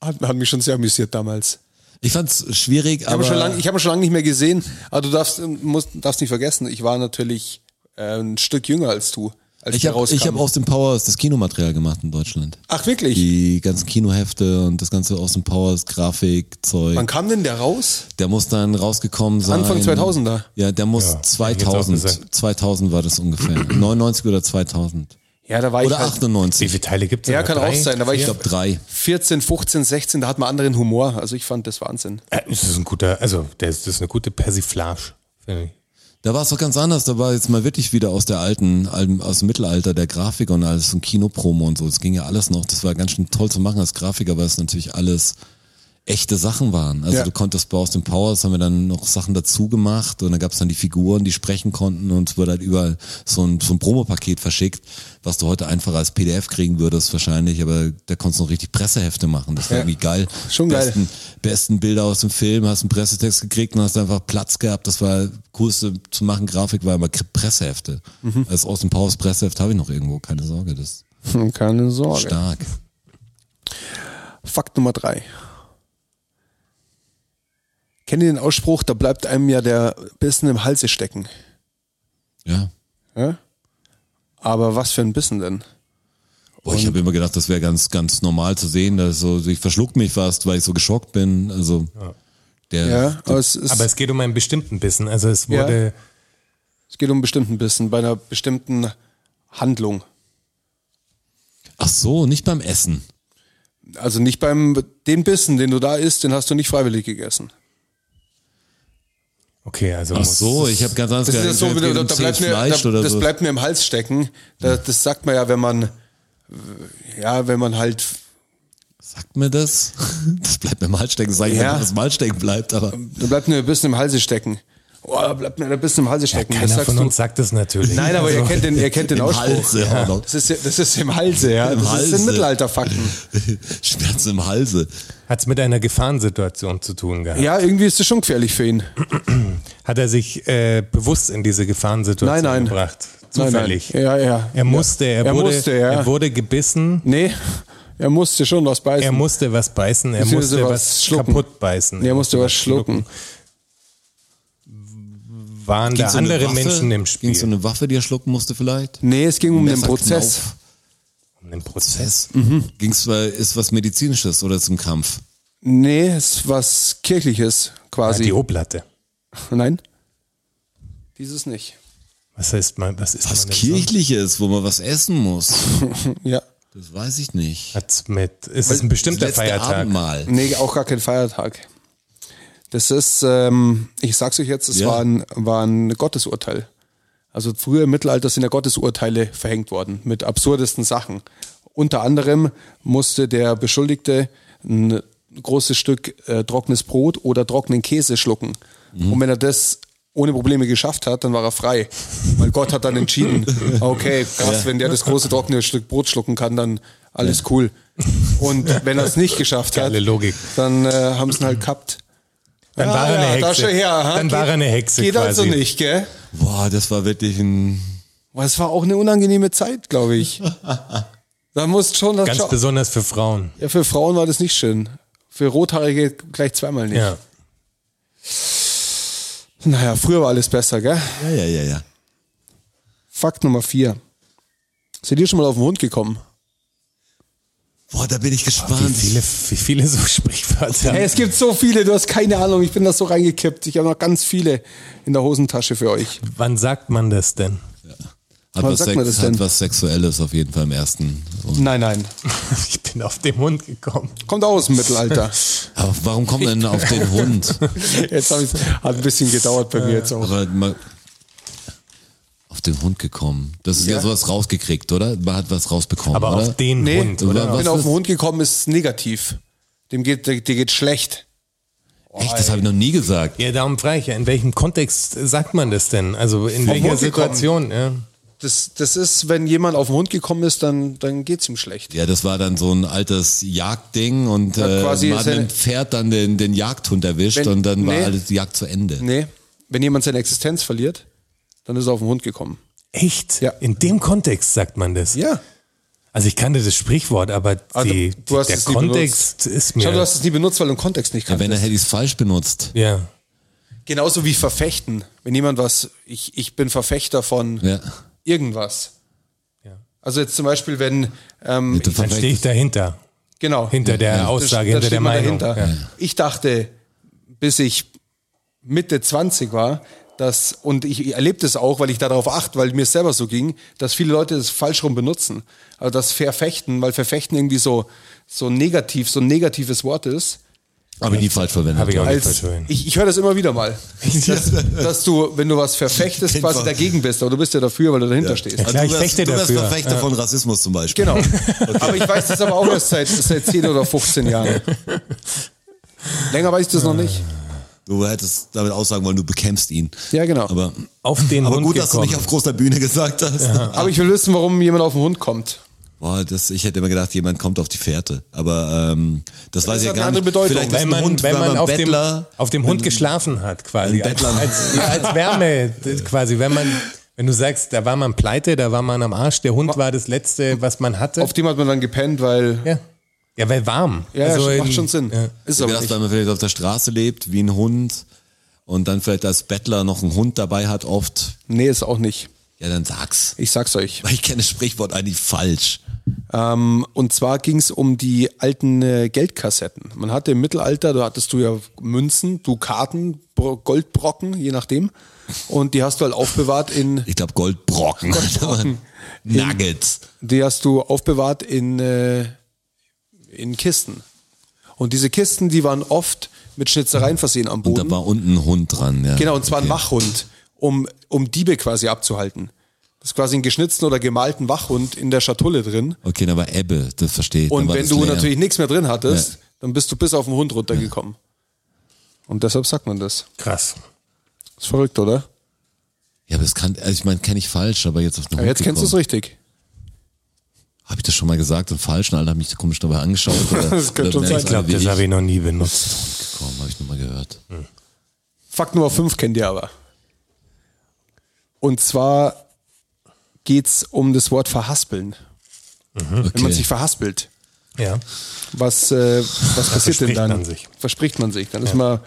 Speaker 2: Hat, hat mich schon sehr amüsiert damals.
Speaker 4: Ich fand's schwierig,
Speaker 2: Ich habe
Speaker 4: aber.
Speaker 2: ihn schon lange hab ihn schon lang nicht mehr gesehen, aber du darfst, musst, darfst nicht vergessen, ich war natürlich äh, ein Stück jünger als du, als
Speaker 4: ich
Speaker 2: der
Speaker 4: habe
Speaker 2: rauskam.
Speaker 4: hab Austin Powers das Kinomaterial gemacht in Deutschland.
Speaker 2: Ach wirklich?
Speaker 4: Die ganzen Kinohefte und das ganze Austin Powers Grafik, Zeug.
Speaker 2: Wann kam denn der raus?
Speaker 4: Der muss dann rausgekommen sein.
Speaker 2: Anfang 2000er.
Speaker 4: Ja, der muss
Speaker 3: Ja,
Speaker 4: 2000.
Speaker 3: hätte ich jetzt auch
Speaker 4: 2000 war das ungefähr. 99 oder 2000.
Speaker 2: Ja, da war
Speaker 4: Oder
Speaker 2: ich halt
Speaker 3: Wie
Speaker 4: 98.
Speaker 3: viele Teile gibt es
Speaker 2: Ja, kann auch sein. Da war ich
Speaker 4: Ich glaube drei.
Speaker 2: 14, 15, 16, da hat man anderen Humor. Also ich fand das Wahnsinn.
Speaker 3: Äh, es ist ein guter, also der ist, das ist eine gute Persiflage, finde ich.
Speaker 4: Da war es doch ganz anders. Da war jetzt mal wirklich wieder aus der alten, alten- aus dem Mittelalter der Grafik und alles und Kinopromo und so. Das ging ja alles noch. Das war ganz schön toll zu machen als Grafiker, weil es natürlich alles echte Sachen waren. Also
Speaker 2: Ja.
Speaker 4: du konntest bei Austin Powers haben wir dann noch Sachen dazu gemacht und dann gab es dann die Figuren, die sprechen konnten und es wurde halt überall so ein, so ein Promopaket verschickt, was du heute einfach als PDF kriegen würdest wahrscheinlich, aber da konntest du noch richtig Pressehefte machen. Das war
Speaker 2: Ja.
Speaker 4: irgendwie geil.
Speaker 2: Schon geil.
Speaker 4: besten, besten Bilder aus dem Film, hast einen Pressetext gekriegt und hast einfach Platz gehabt. Das war coolste zu machen. Grafik war immer K- Pressehefte.
Speaker 2: Mhm.
Speaker 4: Als Austin Powers Presseheft habe ich noch irgendwo, keine Sorge, das ist
Speaker 2: Keine Sorge.
Speaker 4: stark.
Speaker 2: Fakt Nummer drei. Kennt ihr den Ausspruch, da bleibt einem ja der Bissen im Halse stecken?
Speaker 4: Ja.
Speaker 2: Ja? Aber was für ein Bissen denn?
Speaker 4: Boah, ich habe immer gedacht, das wäre ganz, ganz normal zu sehen. Dass so, ich verschluckt mich fast, weil ich so geschockt bin. Also der
Speaker 2: Ja, aber es, ist,
Speaker 3: Aber es geht um einen bestimmten Bissen. Also es
Speaker 2: Ja.
Speaker 3: wurde,
Speaker 2: es geht um einen bestimmten Bissen, bei einer bestimmten Handlung.
Speaker 4: Ach so, nicht beim Essen.
Speaker 2: Also nicht beim, den Bissen, den du da isst, den hast du nicht freiwillig gegessen.
Speaker 3: Okay, also
Speaker 4: Ach
Speaker 3: muss-
Speaker 4: so, ich habe ganz anders
Speaker 2: Das ist ja
Speaker 4: gedacht,
Speaker 2: so,
Speaker 4: es
Speaker 2: wie,
Speaker 4: geht
Speaker 2: da,
Speaker 4: um
Speaker 2: da
Speaker 4: zehn
Speaker 2: bleibt mir,
Speaker 4: Fleisch
Speaker 2: da,
Speaker 4: oder
Speaker 2: das
Speaker 4: so.
Speaker 2: bleibt mir im Hals stecken. Da,
Speaker 3: Mhm.
Speaker 2: das sagt man ja, wenn man, äh, ja, wenn man halt,
Speaker 4: Sagt mir das? Das bleibt mir mal stecken. Sag ich
Speaker 2: Ja.
Speaker 4: ja. dass es mal stecken bleibt, aber
Speaker 2: da bleibt mir ein bisschen im Halse stecken. Oh, da bleibt mir ein bisschen im Halse stecken. das
Speaker 3: Keiner
Speaker 2: sagst
Speaker 3: von
Speaker 2: du.
Speaker 3: uns sagt das natürlich. Also,
Speaker 2: Nein, aber ihr kennt den, ihr kennt den
Speaker 4: im
Speaker 2: Ausspruch.
Speaker 4: Hals, ja.
Speaker 2: Das ist, ja- das ist im Halse, ja.
Speaker 4: Im
Speaker 2: Das sind
Speaker 4: Halse.
Speaker 2: Mittelalterfakten.
Speaker 4: Schmerzen im Halse.
Speaker 3: Hat es mit einer Gefahrensituation zu tun gehabt?
Speaker 2: Ja, irgendwie ist das schon gefährlich für ihn.
Speaker 3: Hat er sich äh, bewusst in diese Gefahrensituation
Speaker 2: Nein, nein.
Speaker 3: gebracht?
Speaker 2: Nein,
Speaker 3: Zufällig.
Speaker 2: Nein. Ja, ja.
Speaker 3: Er musste, er,
Speaker 2: Er
Speaker 3: wurde,
Speaker 2: musste, ja.
Speaker 3: er wurde gebissen,
Speaker 2: Nee, er musste schon was beißen.
Speaker 3: er musste was beißen, er
Speaker 2: Beziehungsweise
Speaker 3: musste
Speaker 2: was
Speaker 3: was,
Speaker 2: schlucken.
Speaker 3: kaputt beißen. um
Speaker 2: er musste was schlucken.
Speaker 3: Waren da
Speaker 4: Ging's um eine
Speaker 3: andere
Speaker 4: Waffe?
Speaker 3: Menschen im Spiel?
Speaker 4: Ging's um eine Waffe, die er schlucken musste vielleicht?
Speaker 2: Nee, es ging um den Prozess.
Speaker 4: Messerknauf.
Speaker 3: um den Prozess.
Speaker 4: Ging's, weil ist was Medizinisches oder zum Kampf?
Speaker 2: Nee, es ist was Kirchliches
Speaker 3: Also
Speaker 2: quasi.
Speaker 3: die O-Platte.
Speaker 2: Nein? Dieses nicht.
Speaker 3: Was heißt man, was ist
Speaker 4: Was
Speaker 3: man denn sonst?
Speaker 4: Kirchliches, wo man was essen muss?
Speaker 2: Ja.
Speaker 4: Das weiß ich nicht.
Speaker 3: Hat's mit, ist es ein bestimmter
Speaker 4: Letzte
Speaker 3: Feiertag?
Speaker 4: Abendmahl.
Speaker 2: Nee, auch gar kein Feiertag. Das ist, ähm, ich sag's euch jetzt, es
Speaker 4: Ja.
Speaker 2: war, ein, war ein Gottesurteil. Also früher im Mittelalter sind ja Gottesurteile verhängt worden mit absurdesten Sachen. Unter anderem musste der Beschuldigte ein großes Stück äh, trockenes Brot oder trockenen Käse schlucken.
Speaker 3: Mhm.
Speaker 2: Und wenn er das ohne Probleme geschafft hat, dann war er frei. Weil Gott hat dann entschieden, okay, krass, wenn der das große trockene Stück Brot schlucken kann, dann alles cool. Und wenn er es nicht geschafft hat,
Speaker 3: Geile Logik.
Speaker 2: dann äh, haben sie ihn halt gehabt. Ah
Speaker 3: Dann war er eine Hexe.
Speaker 2: Da schon her, ha?
Speaker 3: Dann war er eine Hexe
Speaker 2: Geht also
Speaker 3: quasi.
Speaker 2: nicht, gell?
Speaker 4: Boah, das war wirklich ein.
Speaker 2: Boah, es war auch eine unangenehme Zeit, glaube ich. Da musst schon das
Speaker 3: Ganz
Speaker 2: scha-
Speaker 3: besonders für Frauen.
Speaker 2: ja, Für Frauen war das nicht schön. Für Rothaarige gleich zweimal nicht.
Speaker 3: Ja.
Speaker 2: Naja, früher war alles besser, gell?
Speaker 4: Ja, ja, ja, ja.
Speaker 2: Fakt Nummer vier. Seid ihr schon mal auf den Hund gekommen?
Speaker 4: Boah, da bin ich
Speaker 3: Wie
Speaker 4: gespannt.
Speaker 3: viele, wie viele so Sprichwörter.
Speaker 2: Hey, es gibt so viele, du hast keine Ahnung. Ich bin da so reingekippt. Ich habe noch ganz viele in der Hosentasche für euch.
Speaker 3: Wann sagt man das denn?
Speaker 4: Hat,
Speaker 2: Wann
Speaker 4: was,
Speaker 2: sagt man das
Speaker 4: Sex,
Speaker 2: denn?
Speaker 4: hat was Sexuelles auf jeden Fall im ersten. Und-
Speaker 2: Nein, nein.
Speaker 3: Ich bin auf den Hund gekommen.
Speaker 2: Kommt aus dem Mittelalter.
Speaker 4: Aber warum kommt man denn auf den Hund?
Speaker 2: Jetzt hab ich's, hat ein bisschen gedauert bei mir jetzt auch.
Speaker 4: Aber man, auf den Hund gekommen. Das ist ja, sowas rausgekriegt, oder? Man hat was rausbekommen,
Speaker 3: Aber
Speaker 4: oder?
Speaker 3: auf den
Speaker 2: Nee,
Speaker 3: Hund,
Speaker 2: wenn
Speaker 4: oder?
Speaker 2: er
Speaker 4: Was
Speaker 2: auf
Speaker 4: ist-
Speaker 2: den Hund gekommen ist, ist negativ. Dem geht, der, der geht schlecht.
Speaker 4: Echt, das habe ich noch nie gesagt.
Speaker 3: Ja, darum frage ich ja, in welchem Kontext sagt man das denn? Also in
Speaker 2: Vom
Speaker 3: welcher
Speaker 2: Hund gekommen.
Speaker 3: Situation? Ja.
Speaker 2: Das, das ist, wenn jemand auf den Hund gekommen ist, dann, dann geht's ihm schlecht.
Speaker 4: Ja, das war dann so ein altes Jagdding und
Speaker 2: Ja,
Speaker 4: äh,
Speaker 2: quasi
Speaker 4: man hat mit
Speaker 2: seine-
Speaker 4: dem Pferd dann den, den Jagdhund erwischt
Speaker 2: Wenn-
Speaker 4: und dann war
Speaker 2: nee.
Speaker 4: alles die Jagd zu Ende.
Speaker 2: Nee, wenn jemand seine Existenz verliert, dann ist er auf den Hund gekommen.
Speaker 3: Echt?
Speaker 2: Ja.
Speaker 3: In dem Kontext sagt man das.
Speaker 2: Ja.
Speaker 3: Also ich kannte das Sprichwort, aber
Speaker 2: Aber
Speaker 3: die,
Speaker 2: Also, du hast
Speaker 3: der
Speaker 2: es nie
Speaker 3: Kontext ist mir.
Speaker 2: Schau, du hast es nie benutzt, weil du den Kontext nicht
Speaker 4: Ja, wenn er
Speaker 2: kanntest.
Speaker 4: hätte ich es falsch benutzt.
Speaker 3: ja.
Speaker 2: Genauso wie verfechten. Wenn jemand was, ich, ich bin Verfechter von
Speaker 4: Ja.
Speaker 2: irgendwas.
Speaker 3: Ja.
Speaker 2: Also jetzt zum Beispiel, wenn, ähm,
Speaker 4: Du
Speaker 3: Dann stehe ich dahinter.
Speaker 2: genau.
Speaker 3: Hinter der
Speaker 2: Da- da
Speaker 3: Aussage, hinter
Speaker 2: steht
Speaker 3: der
Speaker 2: man
Speaker 3: Meinung.
Speaker 2: dahinter.
Speaker 3: Ja.
Speaker 2: Ich dachte, bis ich Mitte 20 war, dass, und ich erlebe das auch, weil ich darauf acht, weil mir es selber so ging, dass viele Leute das falsch rum benutzen. Also das Verfechten, weil Verfechten irgendwie so, so negativ, so ein negatives Wort ist.
Speaker 4: aber nie falsch verwendet.
Speaker 3: Habe ich auch nicht
Speaker 2: Als,
Speaker 3: verstanden.
Speaker 2: ich ich höre das immer wieder mal, dass, dass du, wenn du was verfechtest,
Speaker 4: Kennt
Speaker 2: quasi
Speaker 4: man.
Speaker 2: dagegen bist, aber du bist ja dafür, weil du dahinter stehst.
Speaker 3: klar, ich fechte
Speaker 4: du wärst
Speaker 3: dafür.
Speaker 4: Verfechter von Rassismus zum Beispiel.
Speaker 2: Genau. Aber ich weiß das aber auch erst seit, seit 10 oder 15 Jahren. Länger weiß ich das noch nicht.
Speaker 4: Du hättest damit aussagen wollen, du bekämpfst ihn.
Speaker 2: Ja, genau.
Speaker 4: Aber,
Speaker 3: Auf den
Speaker 4: aber
Speaker 3: Hund
Speaker 4: gut, dass du
Speaker 3: gekommen.
Speaker 4: nicht auf großer Bühne gesagt hast.
Speaker 2: Aber ich will wissen, warum jemand auf den Hund kommt.
Speaker 4: Boah, das, ich hätte immer gedacht, jemand kommt auf die Fährte. Aber ähm, das, weiß
Speaker 2: ist
Speaker 4: ich ja
Speaker 2: halt eine
Speaker 4: gar
Speaker 2: andere
Speaker 4: nicht.
Speaker 2: Bedeutung.
Speaker 4: Vielleicht ist
Speaker 3: wenn
Speaker 4: ein
Speaker 3: man,
Speaker 4: Hund,
Speaker 3: wenn man auf,
Speaker 4: Bettler,
Speaker 3: dem, auf dem Hund geschlafen hat, quasi.
Speaker 4: Ein
Speaker 3: Als,
Speaker 4: Bettler.
Speaker 3: als, ja, als Wärme, äh, quasi. Wenn man, wenn du sagst, da war man pleite, da war man am Arsch, der Hund war das Letzte, was man hatte.
Speaker 2: Auf dem hat man dann gepennt, weil.
Speaker 3: ja. ja, weil warm.
Speaker 2: Ja, ja,
Speaker 3: Also
Speaker 2: macht
Speaker 3: in-
Speaker 2: schon Sinn.
Speaker 3: Ja.
Speaker 2: Ist
Speaker 4: Ich
Speaker 2: aber
Speaker 4: gedacht,
Speaker 2: nicht.
Speaker 4: weil man vielleicht auf der Straße lebt, wie ein Hund und dann vielleicht als Bettler noch einen Hund dabei hat, oft,
Speaker 2: Nee, ist auch nicht.
Speaker 4: ja, dann sag's.
Speaker 2: Ich sag's euch.
Speaker 4: Weil ich kenne das Sprichwort eigentlich falsch.
Speaker 2: Ähm, und zwar ging's um die alten äh, Geldkassetten. Man hatte im Mittelalter, da hattest du ja Münzen, du Karten, Bro- Goldbrocken, je nachdem. Und die hast du halt aufbewahrt in.
Speaker 4: Ich glaube, Goldbrocken. Goldbrocken. Nuggets.
Speaker 2: Die hast du aufbewahrt in, äh, in Kisten. Und diese Kisten, die waren oft mit Schnitzereien versehen am
Speaker 4: Und
Speaker 2: Boden.
Speaker 4: da war unten ein Hund dran, ja.
Speaker 2: Genau, und zwar ein
Speaker 4: Okay.
Speaker 2: Wachhund, um, um Diebe quasi abzuhalten. Das ist quasi ein geschnitzten oder gemalten Wachhund in der Schatulle drin.
Speaker 4: Okay, da war Ebbe, das verstehe ich. Dann
Speaker 2: Und
Speaker 4: war
Speaker 2: wenn
Speaker 4: das
Speaker 2: du
Speaker 4: leer.
Speaker 2: natürlich nichts mehr drin hattest,
Speaker 4: Ja.
Speaker 2: dann bist du bis auf den Hund runtergekommen. Und deshalb sagt man das.
Speaker 3: Krass.
Speaker 2: Ist verrückt, oder?
Speaker 4: Ja, aber das kann, also ich meine, kenne ich falsch, aber jetzt auf den
Speaker 2: Aber
Speaker 4: Hund.
Speaker 2: jetzt kennst du es richtig.
Speaker 4: Habe ich das schon mal gesagt und falsch und alle haben mich komisch dabei angeschaut? Oder,
Speaker 2: Das könnte schon sein.
Speaker 4: oder
Speaker 3: Ich
Speaker 4: merken alle,
Speaker 3: glaube,
Speaker 4: wie
Speaker 3: das habe ich noch nie benutzt.
Speaker 4: Komm, habe ich nochmal gehört.
Speaker 2: Mhm. Fakt Nummer 5 kennt ihr aber. Und zwar geht's um das Wort verhaspeln. Wenn man
Speaker 4: Okay.
Speaker 2: sich verhaspelt,
Speaker 3: Ja.
Speaker 2: was, äh, was passiert denn
Speaker 3: verspricht
Speaker 2: dann?
Speaker 3: man sich.
Speaker 2: Verspricht man sich. Dann ist man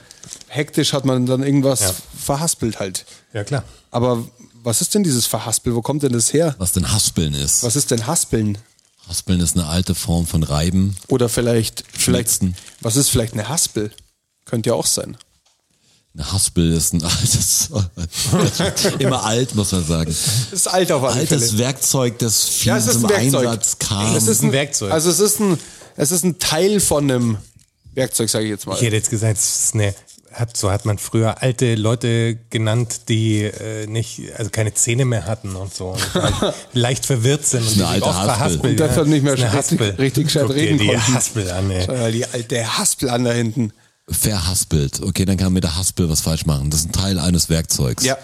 Speaker 2: hektisch, hat man dann irgendwas
Speaker 3: Ja.
Speaker 2: verhaspelt halt.
Speaker 3: Ja, klar.
Speaker 2: Aber was ist denn dieses Verhaspel? Wo kommt denn das her?
Speaker 4: Was denn Haspeln ist.
Speaker 2: Was ist denn Haspeln?
Speaker 4: Haspeln ist eine alte Form von Reiben.
Speaker 2: Oder vielleicht, vielleicht
Speaker 4: Schnitzen.
Speaker 2: was ist vielleicht eine Haspel? Könnte ja auch sein.
Speaker 4: Eine Haspel ist ein altes, immer alt, muss man sagen.
Speaker 2: Das ist alt auf alle Fälle.
Speaker 4: Altes Werkzeug, das viel
Speaker 2: Ja, es ist
Speaker 4: zum
Speaker 2: ein Werkzeug.
Speaker 4: Einsatz kam.
Speaker 2: Es ist
Speaker 3: ein
Speaker 2: ein
Speaker 3: Werkzeug.
Speaker 2: Also es ist ein, es ist ein Teil von einem Werkzeug, sage ich jetzt mal.
Speaker 3: Ich hätte jetzt gesagt, es ist eine, hat, so hat man früher alte Leute genannt, die äh, nicht, also keine Zähne mehr hatten und so. Und halt leicht verwirrt sind und
Speaker 4: eine alte Haspel.
Speaker 2: Und das hat nicht mehr richtig- richtig gescheit
Speaker 3: ne? Guck dir
Speaker 2: reden
Speaker 3: die
Speaker 2: konnten.
Speaker 3: Haspel an, ey.
Speaker 2: Schau mal, die alte Haspel an da hinten.
Speaker 4: Verhaspelt. Okay, dann kann man mit der Haspel was falsch machen. Das ist ein Teil eines Werkzeugs.
Speaker 2: Ja.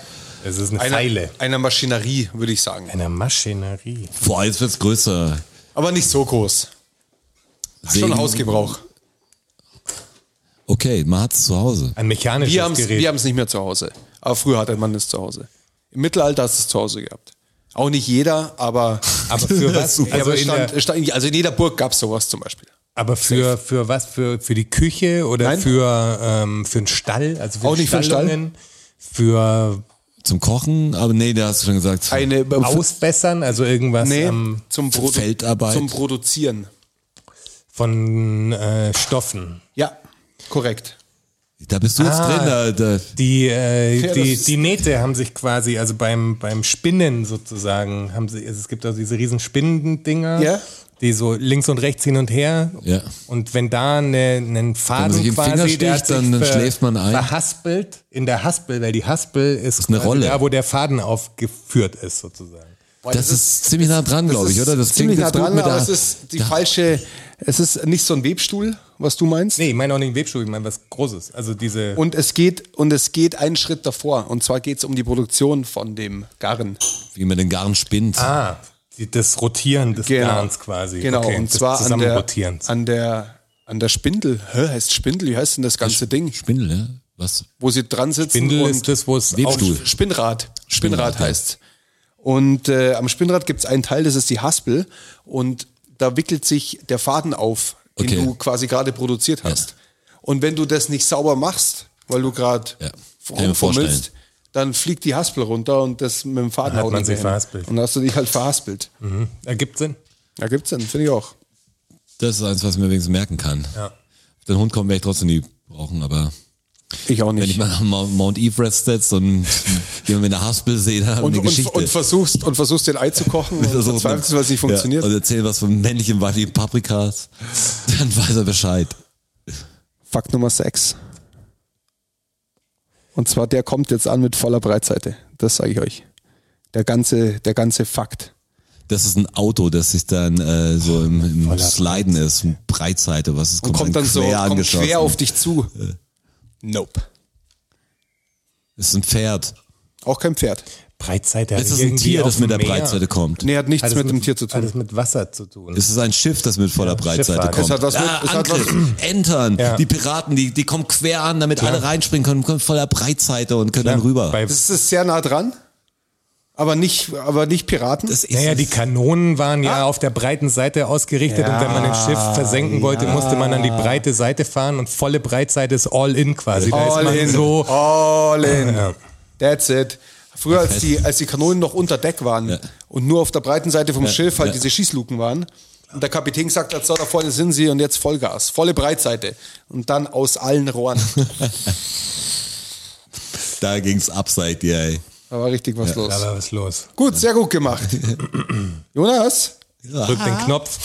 Speaker 3: Es ist eine
Speaker 2: Einer,
Speaker 3: Feile.
Speaker 2: einer Maschinerie, würde ich sagen.
Speaker 3: Einer Maschinerie.
Speaker 4: Boah, jetzt wird's größer.
Speaker 2: Aber nicht so groß.
Speaker 4: Sägen.
Speaker 2: Schon Hausgebrauch.
Speaker 4: Okay, man hat's zu Hause.
Speaker 3: Ein mechanisches
Speaker 2: Wir haben es
Speaker 3: Gerät.
Speaker 2: wir haben's nicht mehr zu Hause. Aber früher hatte man es zu Hause. Im Mittelalter hast du es zu Hause gehabt. Auch nicht jeder, aber,
Speaker 3: aber für was?
Speaker 2: Ja,
Speaker 3: Also
Speaker 2: aber es
Speaker 3: in der,
Speaker 2: stand, es stand, also in jeder Burg gab es sowas zum Beispiel.
Speaker 3: aber für, für was? Für, für die Küche oder
Speaker 2: Nein.
Speaker 3: für ähm, für einen Stall? Also für
Speaker 2: Auch nicht für einen Stall?
Speaker 3: Stallungen? Für
Speaker 4: Zum Kochen, aber nee, da hast du schon gesagt.
Speaker 2: Eine
Speaker 3: Ausbessern? Also irgendwas
Speaker 2: nee,
Speaker 3: am,
Speaker 2: zum, Produ
Speaker 4: ähm, Feldarbeit.
Speaker 2: zum Produzieren.
Speaker 3: von äh, Stoffen.
Speaker 2: Ja, korrekt.
Speaker 4: Da bist du jetzt
Speaker 3: Ah.
Speaker 4: drin, da, da,
Speaker 3: Die, äh,
Speaker 2: Ja,
Speaker 3: die,
Speaker 2: das ist-
Speaker 3: die Nähte haben sich quasi, also beim, beim Spinnen sozusagen, haben sie, also es gibt also diese riesen Spinnendinger,
Speaker 2: Ja.
Speaker 3: die so links und rechts hin und her.
Speaker 4: Ja.
Speaker 3: Und wenn da eine, einen Faden
Speaker 4: sich im
Speaker 3: quasi,
Speaker 4: Finger
Speaker 3: der hat
Speaker 4: sticht, dann
Speaker 3: sich
Speaker 4: schläft man ein.
Speaker 3: Verhaspelt in der Haspel, weil die Haspel ist,
Speaker 4: eine
Speaker 3: quasi
Speaker 4: Rolle.
Speaker 3: da, wo der Faden aufgeführt ist sozusagen.
Speaker 4: das, ist ziemlich nah dran, glaube ich, oder? Das
Speaker 2: ziemlich
Speaker 4: klingt
Speaker 2: nah
Speaker 4: jetzt gut
Speaker 2: dran,
Speaker 4: mit
Speaker 2: aber
Speaker 4: der-
Speaker 2: es ist die
Speaker 4: da-
Speaker 2: falsche, es ist nicht so ein Webstuhl, was du meinst.
Speaker 3: Nee, ich meine auch nicht den Webstuhl, ich meine was Großes. Also diese
Speaker 2: Und es geht, und es geht einen Schritt davor. Und zwar geht es um die Produktion von dem Garn.
Speaker 4: wie man den Garn spinnt.
Speaker 3: Ah, die, das Rotieren des
Speaker 2: Genau.
Speaker 3: Garns quasi.
Speaker 2: Genau,
Speaker 3: Okay,
Speaker 2: und
Speaker 3: das
Speaker 2: zwar an der,
Speaker 3: Zusammenrotieren.
Speaker 2: an der, an der Spindel. Hä, heißt Spindel? Wie heißt denn das ganze Ding?
Speaker 4: Spindel, ja? Was?
Speaker 2: Wo sie dran sitzen
Speaker 3: Spindel
Speaker 2: und
Speaker 3: ist das, wo es
Speaker 4: Webstuhl.
Speaker 3: aufsteht.
Speaker 2: Spinnrad. Spinnrad
Speaker 4: Spinnrad, ja.
Speaker 2: heißt. Und äh, am Spinnrad gibt es einen Teil, das ist die Haspel. Und da wickelt sich der Faden auf, den
Speaker 4: Okay.
Speaker 2: du quasi gerade produziert hast. Und wenn du das nicht sauber machst, weil du gerade
Speaker 4: Ja. Kann ich mir vorstellen.
Speaker 2: rumfummelst, dann fliegt die Haspel runter und das mit dem Faden
Speaker 3: Hat
Speaker 2: haut
Speaker 3: man
Speaker 2: nicht
Speaker 3: sich
Speaker 2: mehr hin.
Speaker 3: verhaspelt.
Speaker 2: Und da hast du dich halt verhaspelt.
Speaker 3: Ergibt Sinn.
Speaker 2: Da gibt's denn, finde ich auch.
Speaker 4: Das ist eins, was ich mir wenigstens merken kann.
Speaker 3: Ja.
Speaker 4: Den Hund kommt, werde ich trotzdem nie brauchen, aber
Speaker 2: Ich auch nicht.
Speaker 4: wenn ich mal am Mount- Mount Everest setze und jemanden mit der Haspel sehe, dann haben wir
Speaker 2: und,
Speaker 4: eine
Speaker 2: und,
Speaker 4: Geschichte.
Speaker 2: und versuchst und versuchst den Ei zu kochen und
Speaker 4: Das ist auch
Speaker 2: verzweifelst, weil es nicht funktioniert.
Speaker 4: Ja, und erzähl was von männlichen weibligen Paprikas, dann weiß er Bescheid.
Speaker 2: Fakt Nummer 6. Und zwar der kommt jetzt an mit voller Breitseite. Das sage ich euch. Der ganze, der ganze Fakt.
Speaker 4: Das ist ein Auto, das sich dann äh, so im, im Sliden ist, Breitseite, was es
Speaker 2: Und kommt dann so
Speaker 4: quer
Speaker 2: kommt
Speaker 4: angeschossen.
Speaker 2: quer auf dich zu. Nope.
Speaker 4: Das ist ein Pferd.
Speaker 2: Auch kein Pferd.
Speaker 3: Breitseite.
Speaker 2: Also
Speaker 4: Es ist ein Tier, das mit der Breitseite kommt.
Speaker 2: Nee, hat nichts
Speaker 3: Hat es
Speaker 2: mit, dem Tier zu
Speaker 3: Hat
Speaker 2: tun.
Speaker 3: es mit Wasser zu tun.
Speaker 4: Es ist ein Schiff, das mit voller Breitseite
Speaker 3: Schifffahrt.
Speaker 4: kommt.
Speaker 2: Es hat was mit-
Speaker 4: ah,
Speaker 2: es hat
Speaker 4: Angriff, Entern,
Speaker 3: Ja.
Speaker 4: die Piraten, die, die kommen quer an, damit alle reinspringen können, kommen voller Breitseite und können dann rüber.
Speaker 3: Bei,
Speaker 2: Das ist sehr nah dran, aber nicht, aber nicht Piraten.
Speaker 4: Das ist
Speaker 3: naja, die Kanonen waren
Speaker 2: Ah!
Speaker 3: ja auf der breiten Seite ausgerichtet und wenn man ein Schiff versenken wollte, musste man an die breite Seite fahren und volle Breitseite ist all in quasi. Da ist
Speaker 2: All
Speaker 3: man
Speaker 2: in.
Speaker 3: so.
Speaker 2: All in.
Speaker 3: Ja.
Speaker 2: That's it. Früher, als die, als die Kanonen noch unter Deck waren
Speaker 4: Ja.
Speaker 2: und nur auf der breiten Seite vom Schiff halt
Speaker 4: ja.
Speaker 2: diese Schießluken waren. Und der Kapitän gesagt hat, so, da vorne sind sie und jetzt Vollgas, volle Breitseite. Und dann aus allen Rohren.
Speaker 4: da ging's ab seit dir, ey.
Speaker 2: Da war richtig was los.
Speaker 3: Da war was los.
Speaker 2: Gut, sehr gut gemacht. Jonas?
Speaker 3: Drück den Knopf.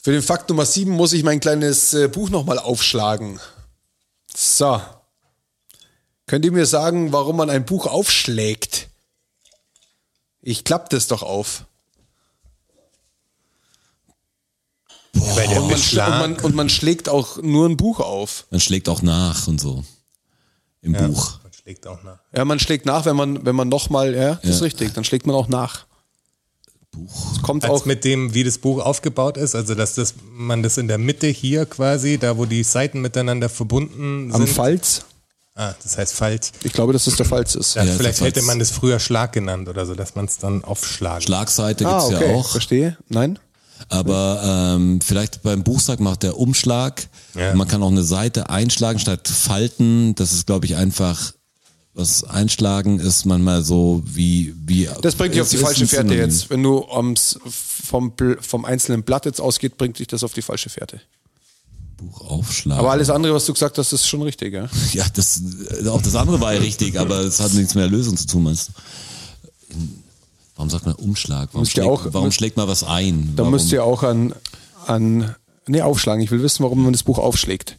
Speaker 2: Für den Fakt Nummer 7 muss ich mein kleines äh, Buch nochmal aufschlagen. So. Könnt ihr mir sagen, warum man ein Buch aufschlägt? Ich klapp das doch auf.
Speaker 3: Bei der
Speaker 2: Man schla-
Speaker 3: Beschlag-
Speaker 2: und, man, und man schlägt auch nur ein Buch auf.
Speaker 4: Man schlägt auch nach und so. Im Buch.
Speaker 3: Man schlägt auch nach.
Speaker 2: Ja, man schlägt nach, wenn man, wenn man nochmal, ja, das ist
Speaker 4: Ja.
Speaker 2: richtig, dann schlägt man auch nach. Buch. Es kommt
Speaker 3: Als
Speaker 2: auch,
Speaker 3: mit dem, wie das Buch aufgebaut ist, also dass das, man das in der Mitte hier quasi, da wo die Seiten miteinander verbunden
Speaker 2: am
Speaker 3: sind.
Speaker 2: Falz.
Speaker 3: Ah, das heißt Falz.
Speaker 2: Ich glaube, dass das der Falz ist.
Speaker 3: Ja,
Speaker 4: Ja,
Speaker 3: vielleicht
Speaker 4: das heißt-
Speaker 3: hätte man das früher Schlag genannt oder so, dass man es dann aufschlagen.
Speaker 4: Schlagseite
Speaker 2: ah,
Speaker 4: gibt's
Speaker 2: okay.
Speaker 4: ja auch.
Speaker 2: Verstehe. Nein?
Speaker 4: Aber ähm, vielleicht beim Buchsack macht der Umschlag.
Speaker 3: Ja.
Speaker 4: Man kann auch eine Seite einschlagen statt falten. Das ist, glaube ich, einfach was einschlagen ist manchmal so wie wie
Speaker 2: Das bringt dich auf die
Speaker 4: ist ein
Speaker 2: falsche Fährte
Speaker 4: Synonym.
Speaker 2: jetzt. Wenn du ums, vom, Bl- vom einzelnen Blatt jetzt ausgeht, bringt dich das auf die falsche Fährte.
Speaker 4: Buch aufschlagen.
Speaker 2: Aber alles andere, was du gesagt hast, ist schon richtig, ja?
Speaker 4: ja, das äh, auch das andere war ja richtig, aber es hat nichts mit der Lösung zu tun, meinst du? Warum sagt man Umschlag? Warum,
Speaker 2: Müsst ihr
Speaker 4: schlägt,
Speaker 2: auch-
Speaker 4: warum
Speaker 2: müsst-
Speaker 4: schlägt man was ein?
Speaker 2: Da
Speaker 4: warum?
Speaker 2: müsst ihr auch an, an, nee, aufschlagen. Ich will wissen, warum man das Buch aufschlägt.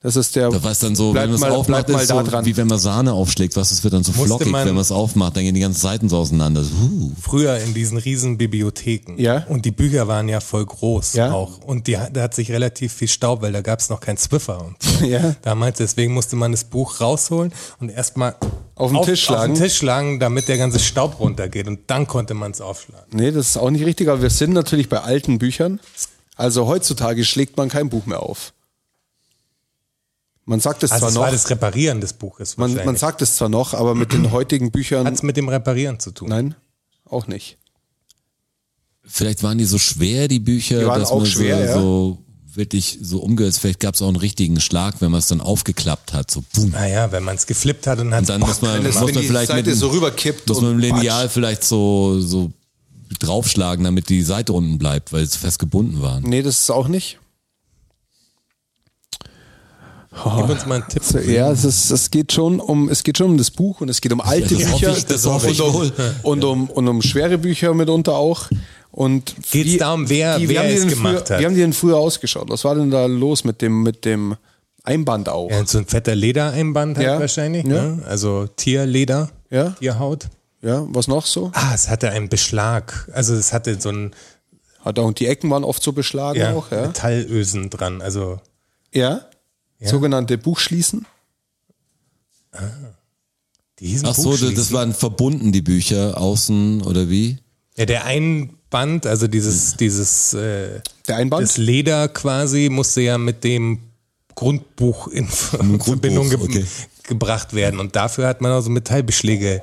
Speaker 2: Das ist der,
Speaker 4: Da war es dann so,
Speaker 2: bleibt
Speaker 4: wenn man
Speaker 2: mal,
Speaker 4: es aufmacht,
Speaker 2: bleibt mal
Speaker 4: ist
Speaker 2: da
Speaker 4: so,
Speaker 2: dran.
Speaker 4: wie wenn man Sahne aufschlägt, was es wird dann so
Speaker 3: Musste
Speaker 4: flockig,
Speaker 3: man-
Speaker 4: wenn man es aufmacht, dann gehen die ganzen Seiten so auseinander. So, Uh,
Speaker 3: Früher in diesen riesen Bibliotheken.
Speaker 2: Ja.
Speaker 3: Und die Bücher waren ja voll groß
Speaker 2: Ja.
Speaker 3: auch. Und die, da hat sich relativ viel Staub, weil da gab es noch kein Zwiffer und so.
Speaker 2: Ja.
Speaker 3: Damals, deswegen musste man das Buch rausholen und erstmal
Speaker 2: Auf den Tisch schlagen.
Speaker 3: Auf den Tisch schlagen, damit der ganze Staub runtergeht. Und dann konnte man es aufschlagen.
Speaker 2: Nee, das ist auch nicht richtig, aber wir sind natürlich bei alten Büchern. Also heutzutage schlägt man kein Buch mehr auf. Man sagt es
Speaker 3: Also es war
Speaker 2: zwar noch,
Speaker 3: das Reparieren des Buches
Speaker 2: man, man sagt es zwar noch, aber mit den heutigen
Speaker 3: Hat
Speaker 2: Büchern,
Speaker 3: es mit dem Reparieren zu tun?
Speaker 2: nein, auch nicht.
Speaker 4: Vielleicht waren die so schwer, die Bücher,
Speaker 2: Die waren
Speaker 4: dass
Speaker 2: auch
Speaker 4: man
Speaker 2: schwer,
Speaker 4: so,
Speaker 2: ja.
Speaker 4: so wirklich so umgehört. Vielleicht gab es auch einen richtigen Schlag, wenn man es dann aufgeklappt hat. So boom.
Speaker 3: Naja, wenn man es geflippt hat und hat
Speaker 4: Dann muss man,
Speaker 2: das-
Speaker 4: muss
Speaker 2: wenn
Speaker 4: man
Speaker 2: die
Speaker 4: vielleicht
Speaker 2: Seite
Speaker 4: mit,
Speaker 2: so rüberkippt
Speaker 4: Muss man
Speaker 2: und
Speaker 4: mit dem Lineal vielleicht so, so draufschlagen, damit die Seite unten bleibt, weil es fest gebunden waren.
Speaker 2: Nee, das ist auch nicht.
Speaker 3: gib uns mal einen Tipp.
Speaker 2: Ja, es, ist, es geht schon um, es geht schon um das Buch und es geht um alte
Speaker 4: das hoffe
Speaker 2: Bücher
Speaker 4: ich, das hoffe ich
Speaker 2: und, um,
Speaker 4: wohl.
Speaker 2: und, um, und um schwere Bücher mitunter auch. Und
Speaker 3: Geht's darum, wer-
Speaker 2: wie
Speaker 3: wer
Speaker 2: haben die
Speaker 3: es
Speaker 2: denn
Speaker 3: gemacht
Speaker 2: früher,
Speaker 3: hat?
Speaker 2: Wie haben die denn früher ausgeschaut? Was war denn da los mit dem, mit dem Einband auch?
Speaker 3: Ja, und so ein fetter Ledereinband halt
Speaker 2: Ja.
Speaker 3: wahrscheinlich.
Speaker 2: Ja.
Speaker 3: Ne? Also Tierleder,
Speaker 2: Ja.
Speaker 3: Tierhaut.
Speaker 2: Ja, was noch so?
Speaker 3: Ah, es hatte einen Beschlag. Also es hatte so ein
Speaker 2: Hat auch, und die Ecken waren oft so beschlagen
Speaker 3: ja,
Speaker 2: auch, ja.
Speaker 3: Metallösen dran. Also
Speaker 2: ja. Sogenannte Buchschließen.
Speaker 3: die hießen
Speaker 4: Ach so, das,
Speaker 3: Buchschließen.
Speaker 4: das waren verbunden, die Bücher, außen oder wie?
Speaker 3: ja, der Einband, also dieses, dieses äh,
Speaker 2: Der Einband.
Speaker 3: das Leder quasi musste ja mit dem Grundbuch in Verbindung ge
Speaker 4: okay.
Speaker 3: gebracht werden. Und dafür hat man auch so Metallbeschläge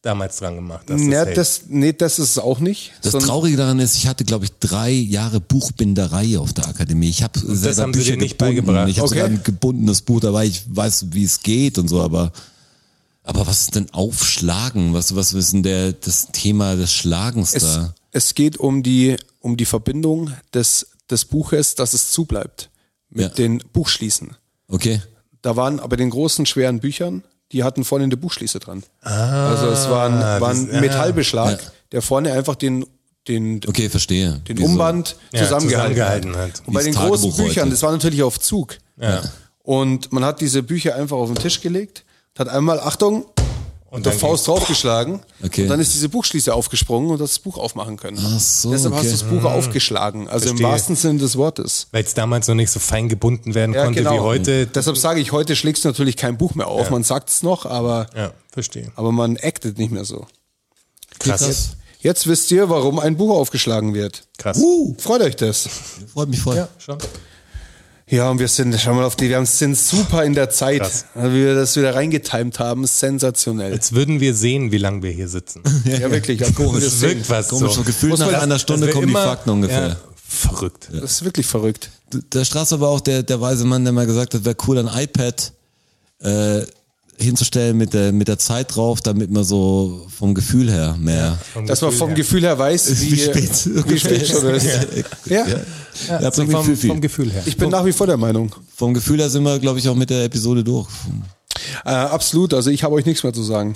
Speaker 3: damals dran gemacht. dass
Speaker 2: ja,
Speaker 3: hält.
Speaker 2: das, nee, das ist es auch nicht.
Speaker 4: Das
Speaker 2: sondern-
Speaker 4: Traurige daran ist, ich hatte, glaube ich, drei Jahre Buchbinderei auf der Akademie. Ich habe selber
Speaker 3: haben sie
Speaker 4: Bücher
Speaker 3: dir nicht
Speaker 4: gebunden.
Speaker 3: beigebracht.
Speaker 4: Ich habe
Speaker 2: Okay.
Speaker 4: sogar ein gebundenes Buch dabei. Ich weiß, wie es geht und so, aber aber was ist denn aufschlagen? Was was ist denn der das Thema des Schlagens
Speaker 2: Es,
Speaker 4: da?
Speaker 2: es geht um die, um die Verbindung des, des Buches, dass es zubleibt. Mit
Speaker 4: Ja.
Speaker 2: den Buchschließen.
Speaker 4: Okay.
Speaker 2: Da waren aber den großen, schweren Büchern, die hatten vorne eine Buchschließe dran. also es war
Speaker 4: Ah,
Speaker 2: ein, war ein Metallbeschlag,
Speaker 4: Ja.
Speaker 2: der vorne einfach den, den,
Speaker 4: Okay, verstehe.
Speaker 2: den
Speaker 4: Wie so-
Speaker 2: Umband
Speaker 3: Ja,
Speaker 2: zusammengehalten,
Speaker 3: zusammengehalten
Speaker 2: hat.
Speaker 3: hat.
Speaker 2: Und bei
Speaker 4: Wie
Speaker 2: den
Speaker 4: das
Speaker 2: großen
Speaker 4: Tagebuch
Speaker 2: Büchern,
Speaker 4: heute.
Speaker 2: das war natürlich auf Zug. Und man hat diese Bücher einfach auf den Tisch gelegt, hat einmal, Achtung, und der
Speaker 3: dann
Speaker 2: Faust draufgeschlagen.
Speaker 4: Okay.
Speaker 2: Und dann ist diese Buchschließe aufgesprungen und hast das Buch aufmachen können.
Speaker 4: Ach so,
Speaker 2: Deshalb
Speaker 4: okay. Mhm.
Speaker 2: hast du das Buch aufgeschlagen. Also im
Speaker 3: Verstehe.
Speaker 2: wahrsten Sinne des Wortes.
Speaker 3: Weil es damals noch nicht so fein gebunden werden
Speaker 2: Ja,
Speaker 3: konnte
Speaker 2: genau.
Speaker 3: wie heute.
Speaker 2: Deshalb sage ich, heute schlägst du natürlich kein Buch mehr auf. Man sagt es noch, aber,
Speaker 3: Ja, verstehe.
Speaker 2: aber man actet nicht mehr so.
Speaker 3: Krass.
Speaker 2: Jetzt wisst ihr, warum ein Buch aufgeschlagen wird.
Speaker 3: Krass.
Speaker 4: Uh.
Speaker 2: Freut euch das.
Speaker 4: Freut mich voll.
Speaker 3: Ja, schon.
Speaker 2: Ja, und wir sind, schau mal auf die, wir haben- sind super in der Zeit.
Speaker 3: Krass.
Speaker 2: Also, Wie wir das wieder reingetimt haben, sensationell.
Speaker 3: Jetzt würden wir sehen, wie lange wir hier sitzen.
Speaker 2: Ja, wirklich, ja, komisch.
Speaker 3: Das wirkt was
Speaker 4: Komisch, so
Speaker 3: so.
Speaker 4: gefühlt
Speaker 2: Muss
Speaker 4: nach
Speaker 2: man-
Speaker 4: einer Stunde
Speaker 3: Dass wir
Speaker 4: kommen die
Speaker 3: immer-
Speaker 4: Fakten ungefähr.
Speaker 3: Ja, verrückt.
Speaker 2: Das ist wirklich verrückt.
Speaker 4: Der Straße war auch der, der weise Mann, der mal gesagt hat, wäre cool, ein iPad äh, hinzustellen mit der, mit der Zeit drauf, damit man so vom Gefühl her mehr.
Speaker 2: Dass man vom Gefühl her weiß, wie,
Speaker 4: Wie spät-
Speaker 2: wie spät schon ist. Ja.
Speaker 4: Ja,
Speaker 3: so
Speaker 4: bringt
Speaker 3: vom,
Speaker 4: viel, viel.
Speaker 3: vom Gefühl her.
Speaker 2: ich bin nach wie vor der Meinung.
Speaker 4: Vom Gefühl her sind wir, glaube ich, auch mit der Episode durch.
Speaker 2: Äh, absolut, also ich habe euch nichts mehr zu sagen.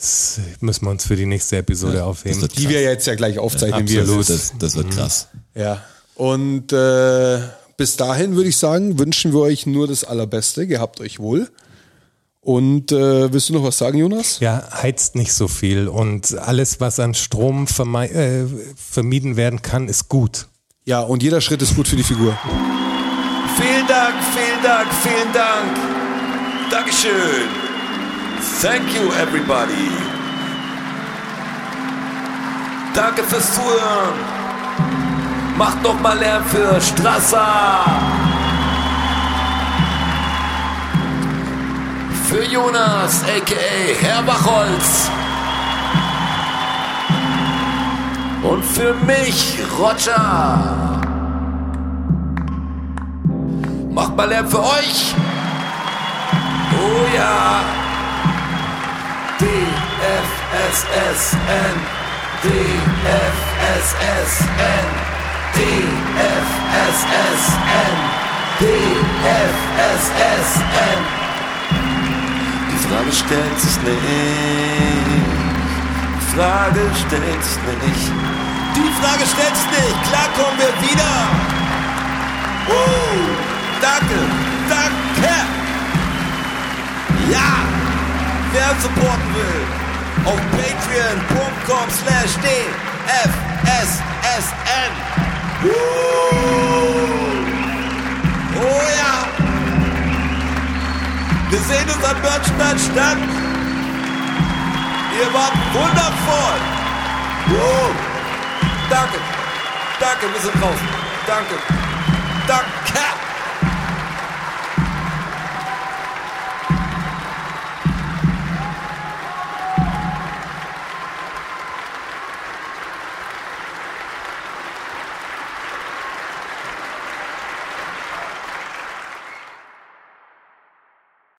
Speaker 3: Das müssen wir uns für die nächste Episode aufheben.
Speaker 4: wird
Speaker 2: Die wir jetzt ja gleich aufzeichnen.
Speaker 3: Ja,
Speaker 2: wir
Speaker 3: absolut.
Speaker 2: sind.
Speaker 4: Das, das wird krass.
Speaker 2: Ja. Und äh, bis dahin würde ich sagen, wünschen wir euch nur das Allerbeste. Gehabt euch wohl. Und äh, willst du noch was sagen, Jonas?
Speaker 3: Ja, heizt nicht so viel und alles, was an Strom vermei- äh, vermieden werden kann, ist gut.
Speaker 2: Ja, und jeder Schritt ist gut für die Figur.
Speaker 7: Vielen Dank, vielen Dank, vielen Dank. Dankeschön. Thank you, everybody. Danke fürs Zuhören. Macht noch mal Lärm für Strasser. Für Jonas, a.k.a. Herr Bachholz. Und für mich, Roger. Macht mal Lärm für euch. Oh ja. DFSSN. DFSSN. DFSSN. DFSSN.
Speaker 5: Die Frage stellt sich nicht. Die Frage stellt sich nicht.
Speaker 7: Die Frage stellst nicht. Klar kommen wir wieder. Uh, danke, danke. Ja, wer uns supporten will, auf patreon.com slash dfssn. Uh, oh ja. Wir sehen uns an Börnstein statt. Ihr wart wundervoll. Uh. Danke. Danke, wir sind draußen. Danke. Danke.